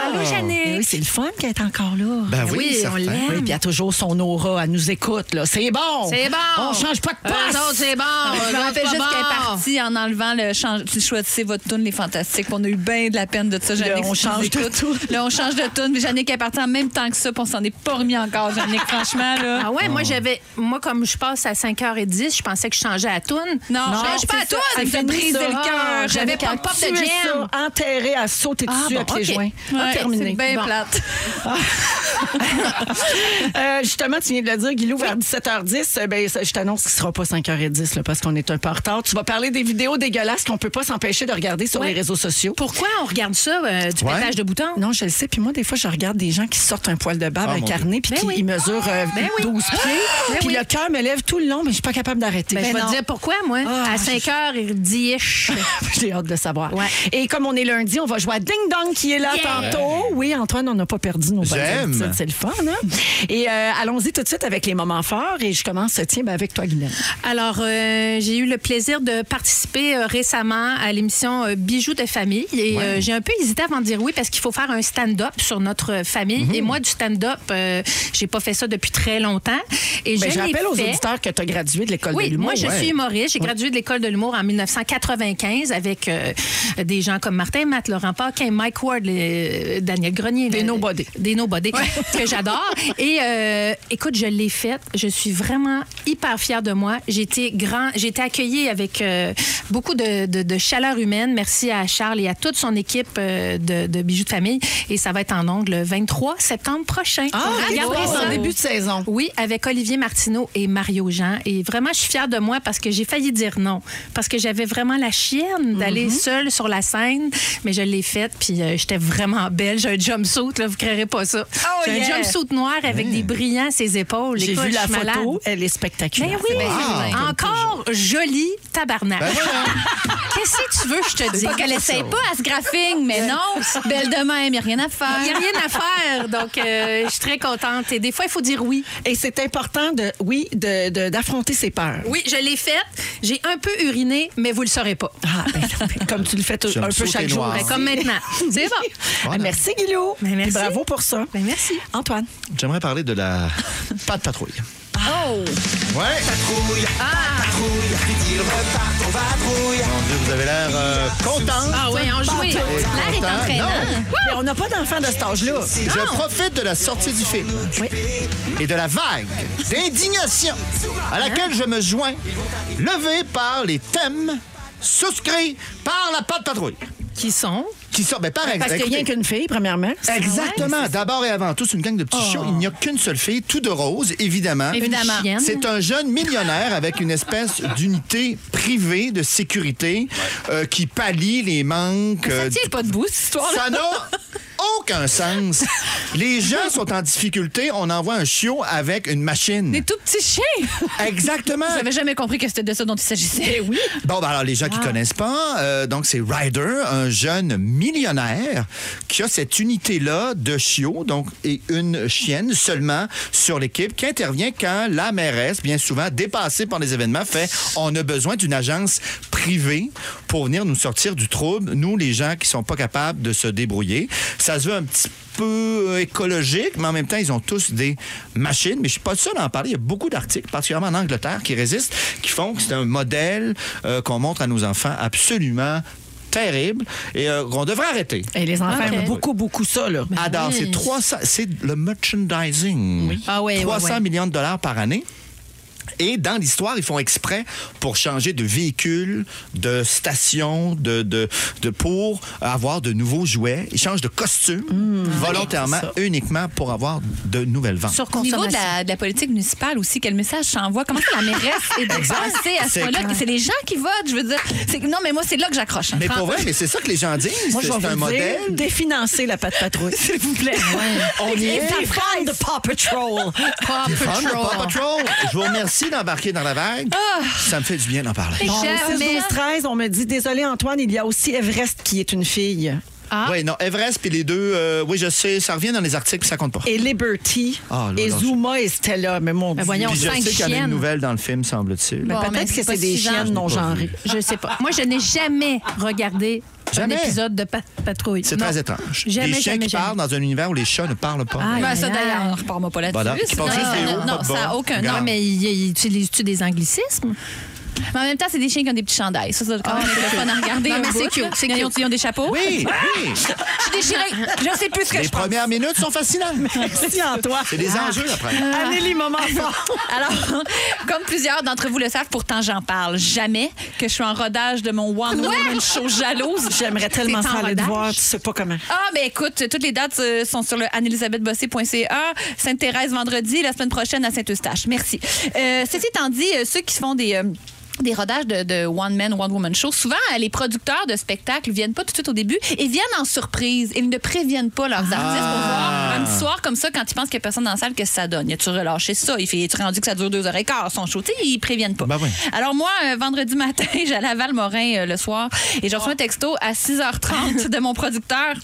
Speaker 4: Allô,
Speaker 3: Mais
Speaker 4: Janine.
Speaker 3: oui, c'est le fun qu'elle est encore là.
Speaker 2: Ben oui,
Speaker 4: Oui, on
Speaker 2: certain.
Speaker 3: Oui,
Speaker 4: l'aime.
Speaker 3: puis elle a toujours son aura, elle nous écoute. là. C'est bon.
Speaker 4: C'est bon.
Speaker 3: On change pas de
Speaker 4: Eux autres,
Speaker 3: poste.
Speaker 4: c'est bon.
Speaker 5: Je
Speaker 4: Eux
Speaker 5: me
Speaker 4: autres,
Speaker 5: rappelle
Speaker 4: pas
Speaker 5: juste
Speaker 4: bon.
Speaker 5: qu'elle est partie en enlevant le change. Tu choisissez votre tune, les fantastiques. On a eu bien de la peine de ça, Jannick.
Speaker 3: on
Speaker 5: si tu nous
Speaker 3: change de
Speaker 5: écoutes.
Speaker 3: tune.
Speaker 5: Là, on change de tune. Mais Jannick est partie en même temps que ça, puis on s'en est pas remis encore, Jannick, franchement, là.
Speaker 4: Ah ouais, moi j'avais moi comme je passe à 5h10, je pensais que je changeais à tune.
Speaker 5: Non, je
Speaker 3: Ah,
Speaker 5: change pas à
Speaker 4: c'est
Speaker 5: tune.
Speaker 4: ça.
Speaker 5: Ça me fait
Speaker 4: fini,
Speaker 5: briser
Speaker 4: ça.
Speaker 5: le cœur.
Speaker 4: Ah, J'avais
Speaker 5: Jannick
Speaker 4: pas de pop de
Speaker 3: Tuer
Speaker 4: jam.
Speaker 3: ça, enterré à sauter
Speaker 4: Ah,
Speaker 3: dessus
Speaker 4: bon,
Speaker 3: à pieds
Speaker 4: ok.
Speaker 3: joints.
Speaker 5: Ouais,
Speaker 3: Terminé.
Speaker 5: C'est bien
Speaker 3: Bon.
Speaker 5: plate.
Speaker 3: Euh, justement, tu viens de le dire, Guilou, vers 17h10, euh, ben, ça, je t'annonce qu'il ne sera pas 5h10 là, parce qu'on est un peu en retard. Tu vas parler des vidéos dégueulasses qu'on ne peut pas s'empêcher de regarder sur
Speaker 4: Ouais.
Speaker 3: les réseaux sociaux.
Speaker 4: Pourquoi on regarde ça, euh, du
Speaker 2: Ouais.
Speaker 4: pétage de boutons?
Speaker 3: Non, je le sais. Puis moi, des fois, je regarde des gens qui sortent un poil de barbe
Speaker 2: Ah, mon
Speaker 3: incarné puis
Speaker 4: Ben
Speaker 3: qui
Speaker 4: oui.
Speaker 3: ils mesurent euh,
Speaker 4: Ben oui.
Speaker 3: 12 pieds.
Speaker 4: Ben
Speaker 3: puis
Speaker 4: oui.
Speaker 3: le cœur me lève tout le long, mais je suis pas capable d'arrêter.
Speaker 4: Ben, je vais
Speaker 3: non.
Speaker 4: te dire pourquoi, moi.
Speaker 3: Ah,
Speaker 4: à 5h10-ish.
Speaker 3: J'ai hâte de savoir.
Speaker 4: Ouais.
Speaker 3: Et comme on est lundi, on va jouer à Ding Dong qui est là
Speaker 4: Yeah!
Speaker 3: tantôt. Oui, Antoine, on n'a pas perdu nos bonnes
Speaker 2: J'aime.
Speaker 3: habitudes. C'est le fun, hein? Et euh, allons-y tout de suite avec les moments forts. Et je commence, tiens, ben, avec toi, Guylaine.
Speaker 4: Alors, euh, j'ai eu le plaisir de participer euh, récemment à l'émission euh, Bijoux de famille. Et euh, j'ai un peu hésité avant de dire oui parce qu'il faut faire un stand-up sur notre euh, famille. Et moi, du stand-up, euh, j'ai pas fait ça depuis très longtemps. Et
Speaker 3: Ben,
Speaker 4: je
Speaker 3: je
Speaker 4: l'ai
Speaker 3: rappelle aux
Speaker 4: fait.
Speaker 3: auditeurs que tu as gradué de l'école de
Speaker 4: Oui,
Speaker 3: l'humour.
Speaker 4: moi, je
Speaker 3: Ouais.
Speaker 4: suis humoriste. J'ai gradué de l'école de l'humour en 1995 avec euh, des gens comme Martin Matt, Laurent Paquin, Mike Ward, le- euh, Daniel Grenier.
Speaker 3: Des
Speaker 4: le-
Speaker 3: nobody.
Speaker 4: Des nobody, que j'adore. Et euh, écoute, je l'ai faite. Je suis vraiment hyper fière de moi. J'ai été, grand, j'ai été accueillie avec euh, beaucoup de, de- de chaleur humaine. Merci à Charles et à toute son équipe euh, de, de bijoux de famille. Et ça va être en ongle le 23 septembre prochain.
Speaker 3: Ah,
Speaker 4: Regardez
Speaker 3: regardez, c'est
Speaker 4: ça.
Speaker 3: en début de saison.
Speaker 4: Oui, avec Olivier Martineau et Mario Jean. Et vraiment, je suis fière de moi parce que j'ai failli dire non. Parce que j'avais vraiment la chienne d'aller seule sur la scène, mais je l'ai faite, puis euh, j'étais vraiment belle. J'ai un jumpsuit, là, vous créerez pas ça. J'ai
Speaker 5: yeah!
Speaker 4: un jumpsuit noir avec des brillants à ses épaules.
Speaker 3: Mmh. J'ai
Speaker 4: Écoute,
Speaker 3: vu
Speaker 4: je
Speaker 3: la
Speaker 4: suis
Speaker 3: photo,
Speaker 4: malade.
Speaker 3: elle est
Speaker 4: Ben
Speaker 3: spectaculaire.
Speaker 4: oui, Ah,
Speaker 3: C'est bien. hein,
Speaker 4: encore joli tabarnak.
Speaker 2: Ben voilà.
Speaker 4: Qu'est-ce que tu veux que je te dise?
Speaker 5: Pas qu'elle essaye pas à ce graphing, mais non, belle de même, y a rien à
Speaker 4: Il n'y a
Speaker 5: faire.
Speaker 4: rien à faire, donc euh, je suis très contente. Et des fois, il faut dire oui.
Speaker 3: Et c'est important, de, oui, de- de- d'affronter ses peurs.
Speaker 4: Oui, je l'ai faite. J'ai un peu uriné, mais vous le saurez pas.
Speaker 3: Ah, ben, ben, comme tu le fais tout-
Speaker 2: J'aime
Speaker 3: un peu
Speaker 2: sauter
Speaker 3: chaque jour.
Speaker 2: noir.
Speaker 4: Ben, comme maintenant. C'est bon.
Speaker 3: Ah, Merci, Guillaume.
Speaker 4: Ben, merci.
Speaker 3: Bravo pour ça.
Speaker 4: Ben, merci.
Speaker 3: Antoine.
Speaker 2: J'aimerais parler de la pas de patrouille. Ah.
Speaker 5: Oh!
Speaker 2: Ouais.
Speaker 1: Patrouille, patrouille, ils repartent en vadrouille.
Speaker 2: Mon Dieu, vous avez l'air euh, content.
Speaker 4: Ah oui, on joue.
Speaker 5: L'air est
Speaker 2: Content.
Speaker 5: entraînant.
Speaker 3: Mais on n'a pas d'enfant de cet âge-là.
Speaker 2: Je profite de la sortie du film et de la vague d'indignation à laquelle je me joins, levée par les thèmes souscrits par la patte patrouille.
Speaker 4: Qui sont?
Speaker 2: Qui sort, ben, par
Speaker 3: Parce
Speaker 2: exemple.
Speaker 3: qu'il n'y a
Speaker 2: écoutez,
Speaker 3: qu'une fille, premièrement.
Speaker 2: Exactement. D'abord et avant tout, c'est une gang de petits
Speaker 4: Oh.
Speaker 2: chiots. Il n'y a qu'une seule fille, tout de rose, évidemment.
Speaker 5: Évidemment.
Speaker 4: Une chienne.
Speaker 2: C'est un jeune millionnaire avec une espèce d'unité privée de sécurité euh, qui pallie les manques. euh,
Speaker 4: Ça tient pas debout, cette histoire
Speaker 2: ça n'a aucun sens. Les gens sont en difficulté, on envoie un chiot avec une machine.
Speaker 5: Des tout petits chiens!
Speaker 2: Exactement.
Speaker 5: J'avais jamais compris que c'était de ça dont il s'agissait. Eh oui.
Speaker 2: Bon, ben alors, les gens qui connaissent pas, euh, donc c'est Ryder, un jeune millionnaire qui a cette unité-là de chiots, donc, et une chienne seulement sur l'équipe, qui intervient quand la mairesse, bien souvent dépassée par les événements, fait on a besoin d'une agence privée pour venir nous sortir du trouble, nous, les gens qui sont pas capables de se débrouiller. Ça se veut un petit peu euh, écologique, mais en même temps, ils ont tous des machines. Mais je suis pas le seul à en parler. Il y a beaucoup d'articles, particulièrement en Angleterre, qui résistent, qui font que c'est un modèle euh, qu'on montre à nos enfants absolument terrible et euh, qu'on devrait arrêter.
Speaker 3: Et les enfants
Speaker 4: Ok.
Speaker 3: aiment beaucoup, beaucoup ça, là.
Speaker 4: Ben,
Speaker 2: Adore, c'est 300, c'est le merchandising.
Speaker 4: Ah ouais, ouais,
Speaker 2: 300
Speaker 4: ouais.
Speaker 2: millions de dollars par année. Et dans l'histoire, ils font exprès pour changer de véhicule, de station, de, de, de- pour avoir de nouveaux jouets. Ils changent de costume volontairement, uniquement pour avoir de nouvelles ventes.
Speaker 4: Sur
Speaker 5: Au niveau de
Speaker 4: consommation.
Speaker 5: la, de la politique municipale aussi, quel message s'envoie? Comment ça, la mairesse est dépensée à ce
Speaker 2: C'est
Speaker 5: point-là?
Speaker 2: clair.
Speaker 5: que C'est les gens qui votent, je veux dire. C'est- Non, mais moi, c'est là que j'accroche. hein.
Speaker 2: Mais pour vrai, mais c'est ça que les gens disent.
Speaker 3: Moi, je
Speaker 2: c'est
Speaker 3: vais
Speaker 2: un
Speaker 3: vous dire,
Speaker 2: modèle.
Speaker 3: définancer la patte patrouille. S'il vous plaît.
Speaker 2: On y est.
Speaker 3: Défendre de Paw Patrol.
Speaker 4: Paw
Speaker 2: Fun,
Speaker 4: Patrol.
Speaker 2: Paw Patrol. Je vous remercie d'embarquer dans la vague. Ça me fait du bien d'en parler.
Speaker 3: Bon,
Speaker 4: Jamais.
Speaker 3: 12 13 on me dit, désolé Antoine, il y a aussi Everest qui est une fille.
Speaker 4: Ah.
Speaker 2: Oui, non, Everest puis les deux, euh, oui, je sais, ça revient dans les articles, ça compte pas.
Speaker 3: Et Liberty.
Speaker 2: Ah, là,
Speaker 3: et
Speaker 2: là,
Speaker 3: Zuma et Stella. Mais mon
Speaker 4: Ben
Speaker 3: Dieu. Ben,
Speaker 4: voyons,
Speaker 2: Puis je
Speaker 4: cinq
Speaker 2: sais qu'il y en a une
Speaker 4: chiennes.
Speaker 2: nouvelle dans le film, semble-t-il.
Speaker 5: Bon, mais
Speaker 3: Peut-être que
Speaker 5: pas
Speaker 3: c'est des
Speaker 5: suffisant.
Speaker 3: chiennes non genrées.
Speaker 4: Je sais pas. Moi, je n'ai jamais regardé
Speaker 2: Jamais.
Speaker 4: un épisode de Pa- Patrouille.
Speaker 2: C'est
Speaker 4: Non.
Speaker 2: très étrange.
Speaker 4: Jamais,
Speaker 2: les chiens
Speaker 4: jamais,
Speaker 2: qui
Speaker 4: jamais.
Speaker 2: parlent dans un univers où les chats ne parlent pas.
Speaker 4: Ah,
Speaker 5: Ben, ça,
Speaker 4: Aïe,
Speaker 5: d'ailleurs,
Speaker 4: aïe.
Speaker 5: on repart moi pas là-dessus.
Speaker 2: Voilà, qui
Speaker 5: c'est-
Speaker 2: pensait que c'était haut,
Speaker 5: non,
Speaker 2: pas
Speaker 5: non,
Speaker 2: de
Speaker 5: ça n'a
Speaker 2: bord.
Speaker 5: aucun.
Speaker 2: Regarde.
Speaker 5: Non, mais
Speaker 4: Mais y- y- utilises-tu des anglicismes?
Speaker 5: Mais en même temps, c'est des chiens qui ont des petits chandails. Ça, ça doit quand même être le fun à regarder. un
Speaker 4: mais c'est
Speaker 5: bout.
Speaker 4: cute, c'est
Speaker 5: Ils ont,
Speaker 4: cute.
Speaker 5: ils ont des chapeaux.
Speaker 2: Oui, oui.
Speaker 5: Je suis déchirée. Je sais plus ce que
Speaker 2: Les
Speaker 5: je pense.
Speaker 2: premières minutes sont fascinantes.
Speaker 3: Merci, Antoine. Ah.
Speaker 2: C'est
Speaker 4: Ah.
Speaker 2: des enjeux après.
Speaker 3: Amélie, moment fort.
Speaker 5: Alors, comme plusieurs d'entre vous le savent, pourtant j'en parle jamais que je suis en rodage de mon One Woman Show jalouse.
Speaker 3: J'aimerais tellement
Speaker 5: C'est en
Speaker 3: ça aller te
Speaker 5: rodage?
Speaker 3: voir, tu sais pas comment.
Speaker 5: Ah, ben écoute, toutes les dates euh, sont sur le anne-elisabethbossé.ca. Sainte-Thérèse vendredi, la semaine prochaine à Saint-Eustache. Merci. Euh, ceci étant dit, euh, ceux qui font des. euh, des rodages de, de One Man, One Woman Show. Souvent, euh, les producteurs de spectacles viennent pas tout de suite au début et viennent en surprise. Ils ne préviennent pas leurs artistes pour voir un petit soir comme ça, quand ils pensent qu'il n'y a personne dans la salle, qu'est-ce que ça donne? Y a-tu relâché ça? Il fait, tu rendu que ça dure deux heures et quart, son show? Tu sais, ils préviennent pas.
Speaker 2: Ben oui.
Speaker 5: Alors moi, euh, vendredi matin, j'allais à Valmorin euh, le soir et j'ai reçu un texto à 6h30 de mon producteur.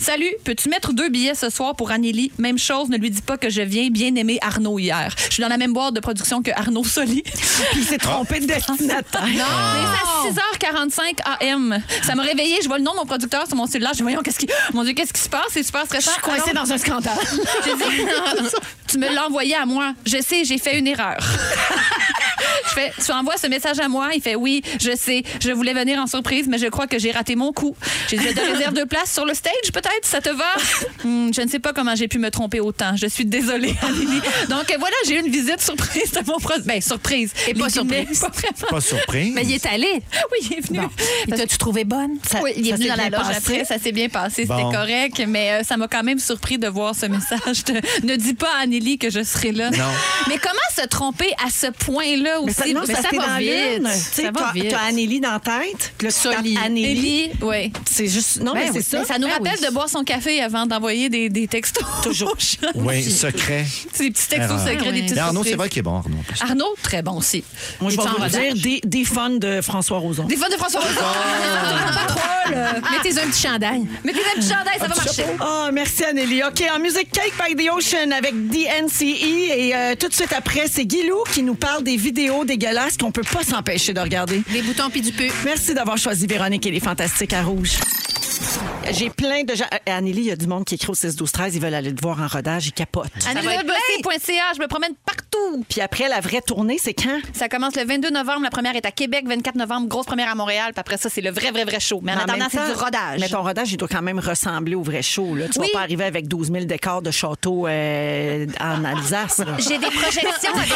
Speaker 5: Salut, peux-tu mettre deux billets ce soir pour Anneli? Même chose, ne lui dis pas que je viens bien aimer Arnaud hier. Je suis dans la même boîte de production que Arnaud Soli.
Speaker 3: Puis il s'est trompé de destinataire.
Speaker 5: Mais c'est à 6h45 AM. Ça m'a réveillée, je vois le nom de mon producteur sur mon cellulaire, je dis voyons qu'est-ce qui Mon dieu, qu'est-ce qui se passe? C'est super stressant.
Speaker 4: Ah,
Speaker 3: Coincé dans un scandale.
Speaker 5: J'ai dit, Non, tu me l'as envoyé à moi. Je sais, j'ai fait une erreur. Je fais, tu envoies ce message à moi. Il fait, oui, je sais, je voulais venir en surprise, mais je crois que j'ai raté mon coup. J'ai dit, je te réserve deux places sur le stage, peut-être, ça te va? Hum, je ne sais pas comment j'ai pu me tromper autant. Je suis désolée, Amélie. Donc euh, voilà, j'ai eu une visite surprise de mon produit. Ben, surprise. Et
Speaker 4: pas surprise.
Speaker 5: Pas vraiment.
Speaker 2: Pas surpris.
Speaker 4: Mais il est allé.
Speaker 5: Oui, il est venu.
Speaker 4: Et
Speaker 5: Parce-
Speaker 4: t'as-tu trouvé bonne?
Speaker 3: Ça-
Speaker 5: oui, il est
Speaker 3: ça
Speaker 5: venu
Speaker 3: s'est
Speaker 5: dans la
Speaker 3: bien
Speaker 5: loge
Speaker 3: passé.
Speaker 5: après, ça s'est bien passé,
Speaker 2: Bon.
Speaker 5: c'était correct, mais euh, ça m'a quand même surpris de voir ce message. de- ne dis pas à Anneli que je serai là.
Speaker 2: Non.
Speaker 5: Mais comment se tromper à ce point-là aussi?
Speaker 3: Mais ça, non, ça,
Speaker 5: va
Speaker 3: c'est dans
Speaker 5: vite.
Speaker 3: l'une. Tu
Speaker 5: Ça
Speaker 3: sais,
Speaker 5: va
Speaker 3: t'as-
Speaker 5: vite.
Speaker 3: T'as Anélie dans la tête. puis là, tu
Speaker 4: Soli.
Speaker 3: tapes Anélie.
Speaker 5: Anneli, oui.
Speaker 3: C'est juste. Non,
Speaker 4: Ben
Speaker 3: mais
Speaker 4: oui.
Speaker 3: c'est ça.
Speaker 5: Mais ça nous
Speaker 4: Ben
Speaker 5: rappelle
Speaker 4: oui.
Speaker 5: de boire son café avant d'envoyer des, des textos.
Speaker 3: Toujours.
Speaker 2: Oui, secret.
Speaker 5: Des petits textos
Speaker 2: Erreur.
Speaker 5: secrets, des petites
Speaker 2: Mais Arnaud, c'est
Speaker 5: surprises.
Speaker 2: vrai qu'il est bon, Arnaud. en plus.
Speaker 5: Arnaud, très bon aussi.
Speaker 3: Moi, je
Speaker 5: Es-tu
Speaker 3: vais
Speaker 5: en
Speaker 3: vous
Speaker 5: rodage?
Speaker 3: dire des, des fans de François Roson.
Speaker 5: Des fans de François Rousseau. pas trop, là.
Speaker 4: Mettez un petit chandail.
Speaker 5: Mettez un petit chandail, ça va marcher.
Speaker 3: Oh, merci Anélie. OK, en musique Cake by the Ocean avec DNCE. Et euh, tout de suite après, c'est Guilou qui nous parle des vidéos dégueulasses qu'on peut pas s'empêcher de regarder.
Speaker 4: Des boutons puis du peu.
Speaker 3: Merci d'avoir choisi Véronique et les Fantastiques à Rouge. J'ai plein de gens. Euh, Anélie, il y a du monde qui écrit au 6-12-13, ils veulent aller te voir en rodage, ils capotent.
Speaker 5: Anneli.ca, je me promène partout.
Speaker 3: Puis après, la vraie tournée, c'est quand?
Speaker 5: Ça commence le 22 novembre. La première est à Québec, 24 novembre, grosse première à Montréal. Puis après ça, c'est le vrai, vrai, vrai show. Mais en
Speaker 3: Mais en
Speaker 5: attendant,
Speaker 3: même
Speaker 5: c'est
Speaker 3: temps,
Speaker 5: du rodage.
Speaker 3: Mais ton rodage, il doit quand même ressembler au vrai show. Là. Tu
Speaker 5: Oui.
Speaker 3: vas pas arriver avec 12 000 décors de château euh, en Alsace. là.
Speaker 5: J'ai des projections, avec,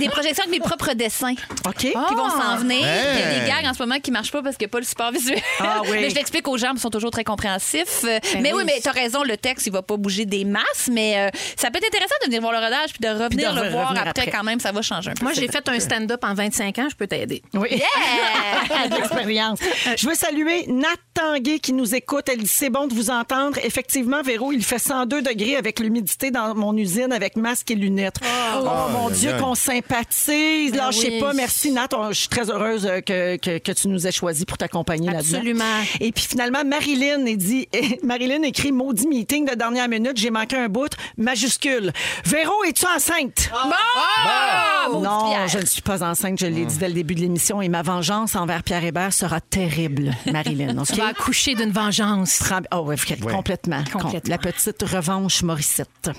Speaker 5: des projections avec mes propres dessins
Speaker 3: OK?
Speaker 5: qui vont s'en venir. Puis Il y a
Speaker 2: Hey.
Speaker 5: des gags en ce moment qui marchent pas parce qu'il n'y a pas le support visuel.
Speaker 3: Ah oui. Ben
Speaker 5: Mais je l'explique aux gens, ils sont toujours très compréhensifs. Euh, mais oui,
Speaker 4: oui.
Speaker 5: mais tu as raison, le texte, il va pas bouger des masses. Mais euh, ça peut être intéressant de venir voir le rodage puis de revenir
Speaker 3: re-
Speaker 5: le voir
Speaker 3: revenir
Speaker 5: après,
Speaker 3: après.
Speaker 5: quand même. Ça va changer un peu.
Speaker 4: Moi,
Speaker 5: c'est
Speaker 4: j'ai
Speaker 5: vrai.
Speaker 4: fait un stand-up en 25 ans. Je peux t'aider.
Speaker 3: Oui.
Speaker 5: Yeah!
Speaker 3: de l'expérience. Je veux saluer Nat Tanguay qui nous écoute. Elle dit c'est bon de vous entendre. Effectivement, Véro, il fait 102 degrés avec l'humidité dans mon usine avec masque et lunettes. Oh, mon
Speaker 2: aïe,
Speaker 3: Dieu,
Speaker 2: aïe.
Speaker 3: qu'on sympathise. Lâchez
Speaker 4: oui.
Speaker 3: pas. Merci, Nat. On- Je suis très heureuse euh, que, que, que tu nous aies choisi pour t'accompagner là-dedans.
Speaker 4: Absolument.
Speaker 3: Et puis finalement, Marilyn elle dit eh, Marilyn écrit maudit meeting de dernière minute, j'ai manqué un bout, majuscule. Véro, es-tu enceinte? Ah!
Speaker 5: Ah,
Speaker 3: Non, je ne suis pas enceinte, je l'ai dit dès le début de l'émission et ma vengeance envers Pierre Hébert sera terrible, Marilyn. OK?
Speaker 4: Tu vas accoucher d'une vengeance.
Speaker 3: Prends- Ah ouais, complètement.
Speaker 4: Complètement.
Speaker 3: La petite revanche Morissette.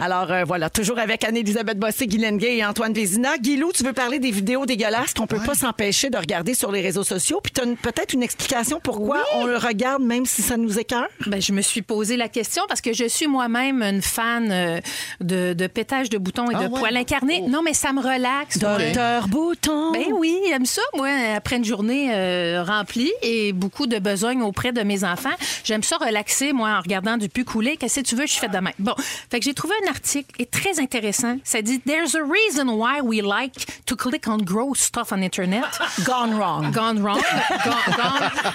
Speaker 3: Alors euh, voilà, toujours avec Anne-Elisabeth Bossé, Guylaine Gay et Antoine Vézina. Guilou, tu veux parler des vidéos dégueulasses qu'on peut pas s'empêcher de regarder sur les réseaux sociaux. Puis tu as peut-être une explication pourquoi on le regarde même si ça nous écœure.
Speaker 4: Ben, je me suis posé la question parce que je suis moi-même une fan euh, de, de pétage de boutons et de poils incarnés. Non, mais ça me relaxe.
Speaker 3: Docteur Bouton.
Speaker 4: Ben oui, j'aime ça, moi, après une journée euh, remplie et beaucoup de besogne auprès de mes enfants. J'aime ça relaxer, moi, en regardant du pu couler. Qu'est-ce que tu veux, je suis faite de même. Bon, fait que j'ai trouvé un article et très intéressant. Ça dit « There's a reason why we like to click on gross stuff on Internet.
Speaker 3: Gone wrong.
Speaker 4: Gone wrong. Gone, gone.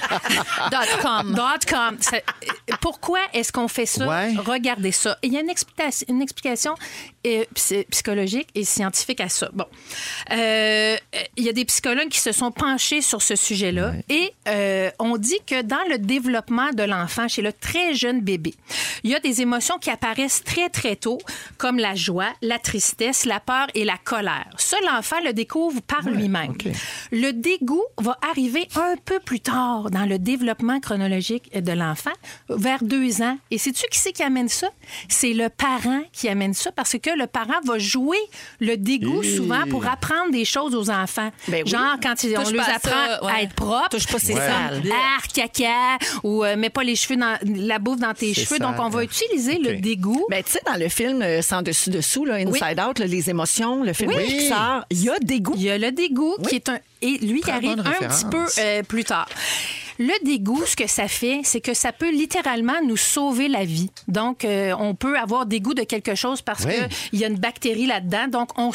Speaker 4: Dot com. Dot com. Ça- pourquoi est-ce qu'on fait ça?
Speaker 2: Ouais.
Speaker 4: Regardez ça. Et Il y a une explication, une explication euh, psy- psychologique et scientifique à ça. Bon. Euh, euh, il y a des psychologues qui se sont penchés sur ce sujet-là et euh, on dit que dans le développement de l'enfant, chez le très jeune bébé, il y a des émotions qui apparaissent très, très tôt, comme la joie, la tristesse, la peur et la colère. Ça, l'enfant le découvre par lui-même. Le dégoût va arriver un peu plus tard dans le développement chronologique psychologique de l'enfant vers deux ans. Et sais-tu qui c'est qui amène ça? C'est le parent qui amène ça parce que le parent va jouer le dégoût
Speaker 2: Hi.
Speaker 4: souvent pour apprendre des choses aux enfants.
Speaker 3: Ben oui.
Speaker 4: Genre quand ils- on
Speaker 5: Touche
Speaker 4: leur
Speaker 5: pas à
Speaker 4: apprend
Speaker 5: ça, ouais.
Speaker 4: à être propre.
Speaker 3: Touche pas ses
Speaker 4: c'est
Speaker 3: sales.
Speaker 4: comme Arr, caca, ou euh, mets pas les cheveux dans la bouffe dans tes
Speaker 2: C'est
Speaker 4: cheveux.
Speaker 2: sale.
Speaker 4: Donc on va utiliser le
Speaker 2: OK.
Speaker 4: dégoût.
Speaker 3: Ben, tu sais, dans le film euh, Sans dessus-dessous, là, Inside Out, là, les émotions, le film
Speaker 2: Oui.
Speaker 3: qui sort, il y a des goûts.
Speaker 4: Il y a le dégoût qui est un. Et lui, il
Speaker 2: Très
Speaker 4: arrive
Speaker 2: bonne
Speaker 4: un
Speaker 2: référence.
Speaker 4: petit peu euh, plus tard. Le dégoût, ce que ça fait, c'est que ça peut littéralement nous sauver la vie. Donc, euh, on peut avoir dégoût de quelque chose parce
Speaker 2: Oui.
Speaker 4: qu'il y a une bactérie là-dedans. Donc, on